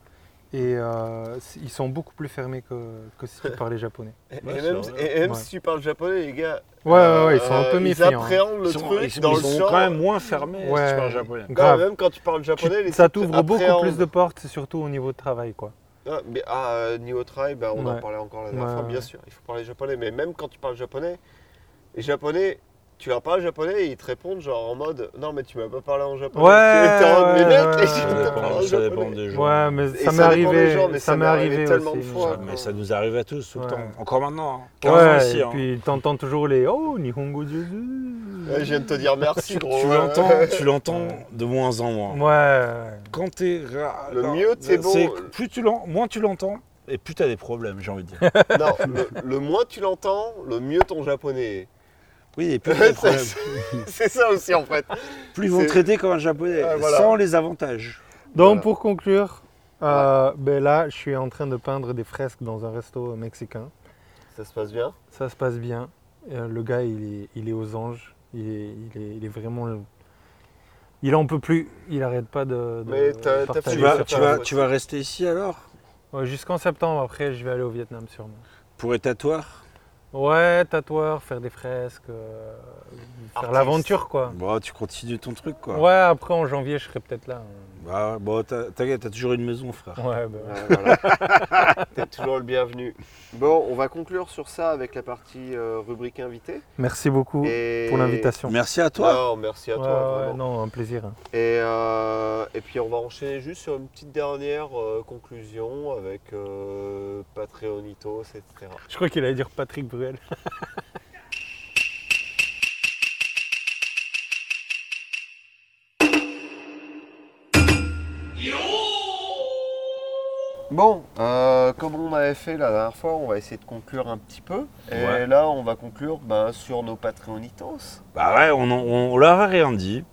Et euh, c- ils sont beaucoup plus fermés que, que si *laughs* tu parlais japonais. Et, et Ouais, même, c'est et- et même Ouais. si tu parles japonais, les gars. Ouais, ouais, ouais, ils sont un euh, peu Ils méfiants. hein. appréhendent le Ils sont, truc ils sont- dans ils le sont champ. quand même moins fermés si Ouais. tu parles japonais. Ouais, Grave. même quand tu parles japonais, les Ça types t'ouvre beaucoup plus appréhendent. de portes, surtout au niveau de travail, quoi. Ah, mais, ah, euh, niveau travail, bah, on en Ouais. parlait encore la dernière Ouais, fois, ouais. bien sûr. Il faut parler japonais, mais même quand tu parles japonais, les japonais, tu leur parles japonais et ils te répondent genre en mode Non, mais tu m'as pas parlé en japonais. Ouais, T'es en mode, ouais, Mais mec, ouais, les ouais, gens Ça te dépend- parlent en japonais. des Ouais, mais Et ça ça m'est dépend des arrivé, gens, mais ça m'est arrivé tellement de aussi. fois. Mais ça nous arrive à tous tout le Ouais. temps. Encore maintenant. hein. 15 ans Ouais, ici, et hein. puis t'entends toujours les Oh, Nihongo Juzu. *laughs* Ouais, je viens de te dire merci, Tu, gros. tu Ouais. l'entends, tu l'entends de moins en moins. Ouais, ouais. Quand t'es Le mieux, c'est bon. Plus tu l'en- moins tu l'entends et plus t'as des problèmes, j'ai envie de dire. *laughs* Non, le, le moins tu l'entends, le mieux ton japonais. Oui, et plus t'as est. des problèmes. *laughs* C'est ça aussi en fait. Plus ils vont C'est- te traiter comme un japonais, Ouais, voilà. sans les avantages. Donc Voilà. pour conclure, euh, ben là, je suis en train de peindre des fresques dans un resto mexicain. Ça se passe bien Ça se passe bien. Euh, le gars, il est, il est aux anges. Il est, il est, il est vraiment. le- Il en peut plus. Il arrête pas de. de Mais t'as- t'as partager Tu fait- sa vas, c'est tu, pas part. vas, vrai. tu vas rester ici alors Ouais, Jusqu'en septembre, après, je vais aller au Vietnam sûrement. Pour être tatoueur Ouais, tatoueur, faire des fresques, euh, faire Artiste. l'aventure quoi. Bon, Bah, tu continues ton truc quoi. Ouais, après en janvier, je serai peut-être là. hein. Bah, bon, t'as- t'inquiète, t'as toujours une maison, frère. Ouais, bah, Ouais, voilà. *laughs* T'es toujours le bienvenu. Bon, on va conclure sur ça avec la partie euh, rubrique invité. Merci beaucoup Et- pour l'invitation. Merci à toi. Non, merci à Ouais, toi. ouais, vraiment. non, un plaisir. hein. Et, euh, et puis on va enchaîner juste sur une petite dernière euh, conclusion avec euh, Patreonitos, etc. Je crois qu'il allait dire Patrick Bruel. Bon, euh, comme on avait fait la dernière fois, on va essayer de conclure un petit peu. Et Ouais. là, on va conclure ben, sur nos Patreonitos. Bah ouais, on, en- on, on leur a rien dit.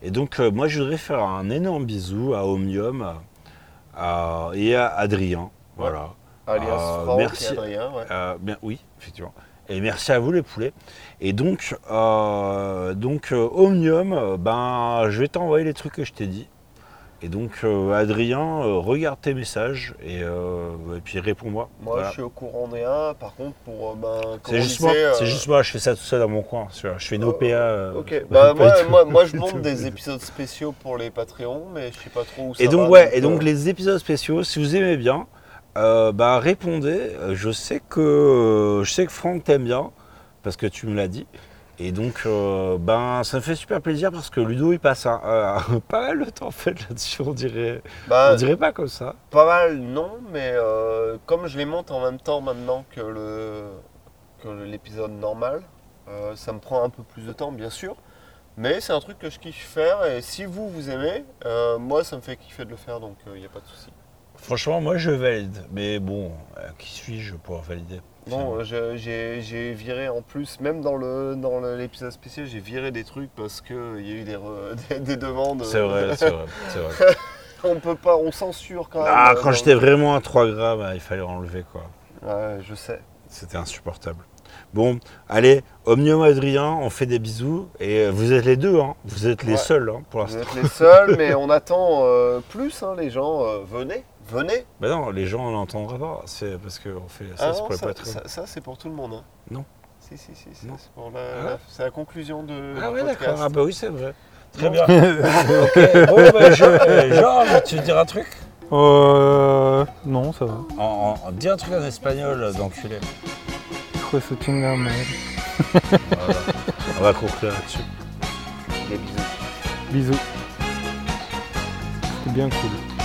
Et donc, euh, moi, je voudrais faire un énorme bisou à Omnium à- à- et à Adrien. Voilà. Alias Euh, Franck merci. et Adrien. ouais. Euh, bien, oui, effectivement. Et merci à vous, les poulets. Et donc, euh, donc euh, Omnium, euh, ben, je vais t'envoyer les trucs que je t'ai dit. Et donc, euh, Adrien, euh, regarde tes messages et, euh, et puis réponds-moi. Moi, Voilà. je suis au courant des uns. Par contre, pour. euh, Ben, comme C'est on juste, disait, moi, euh, c'est juste moi, je fais ça tout seul dans mon coin. tu vois. Je fais une Oh, OPA. euh, *laughs* *laughs* Ok, pas bah, moi, du tout. moi, moi, je *laughs* monte des épisodes spéciaux pour les Patreons, mais je sais pas trop où ça Et donc, va, ouais, et donc euh, les épisodes spéciaux, si vous aimez bien, euh, bah, répondez. Euh, Je sais que, euh, je sais que Franck t'aime bien, parce que tu me l'as dit. Et donc, euh, ben, ça me fait super plaisir parce que Ludo, il passe un, un- *laughs* pas mal de temps en fait là-dessus. On dirait, bah, on dirait pas comme ça. Pas mal, non, mais euh, comme je les monte en même temps maintenant que le que l'épisode normal, euh, ça me prend un peu plus de temps, bien sûr. Mais c'est un truc que je kiffe faire, et si vous, vous aimez, euh, moi, ça me fait kiffer de le faire, donc il n'y a pas de souci. Franchement, moi, je valide. Mais bon, euh, qui suis-je pour valider Non, je- euh, j'ai j'ai viré en plus, même dans le dans le- l'épisode spécial, j'ai viré des trucs parce qu'il y a eu des, re- *laughs* des, des demandes. euh, C'est vrai, c'est vrai, c'est vrai. *laughs* On peut pas, on censure quand même. Ah, euh, quand dans- j'étais vraiment à 3 grammes, il fallait hein, enlever quoi. Ouais, je sais. C'était insupportable. Bon, allez, Omnium Adrien, on fait des bisous. Et euh, vous êtes les deux, hein. vous êtes les Ouais. seuls hein, pour Vous l'instant. êtes les seuls, mais on attend euh, plus, hein, les gens. euh, venez, venez. Bah non, les gens on l'entendra pas. C'est parce que on fait ça, Ah c'est non, pour les ça, patrons. ça- ça, c'est pour tout le monde. hein. Non. Si, si, si. si, Non. C'est pour la, Ah la- ouais c'est la conclusion de. Ah du ouais, podcast. d'accord. Ah bah oui, c'est vrai. Très *laughs* Bon. bien. ok, bon, bah, je- euh, Georges, tu veux dire un truc Euh. Non, ça va. en, en- Dis un truc en espagnol, euh, d'enculé. Pourquoi ce tinga, merde Voilà. on va conclure là-dessus. Des bisous. Bisous. C'était bien cool.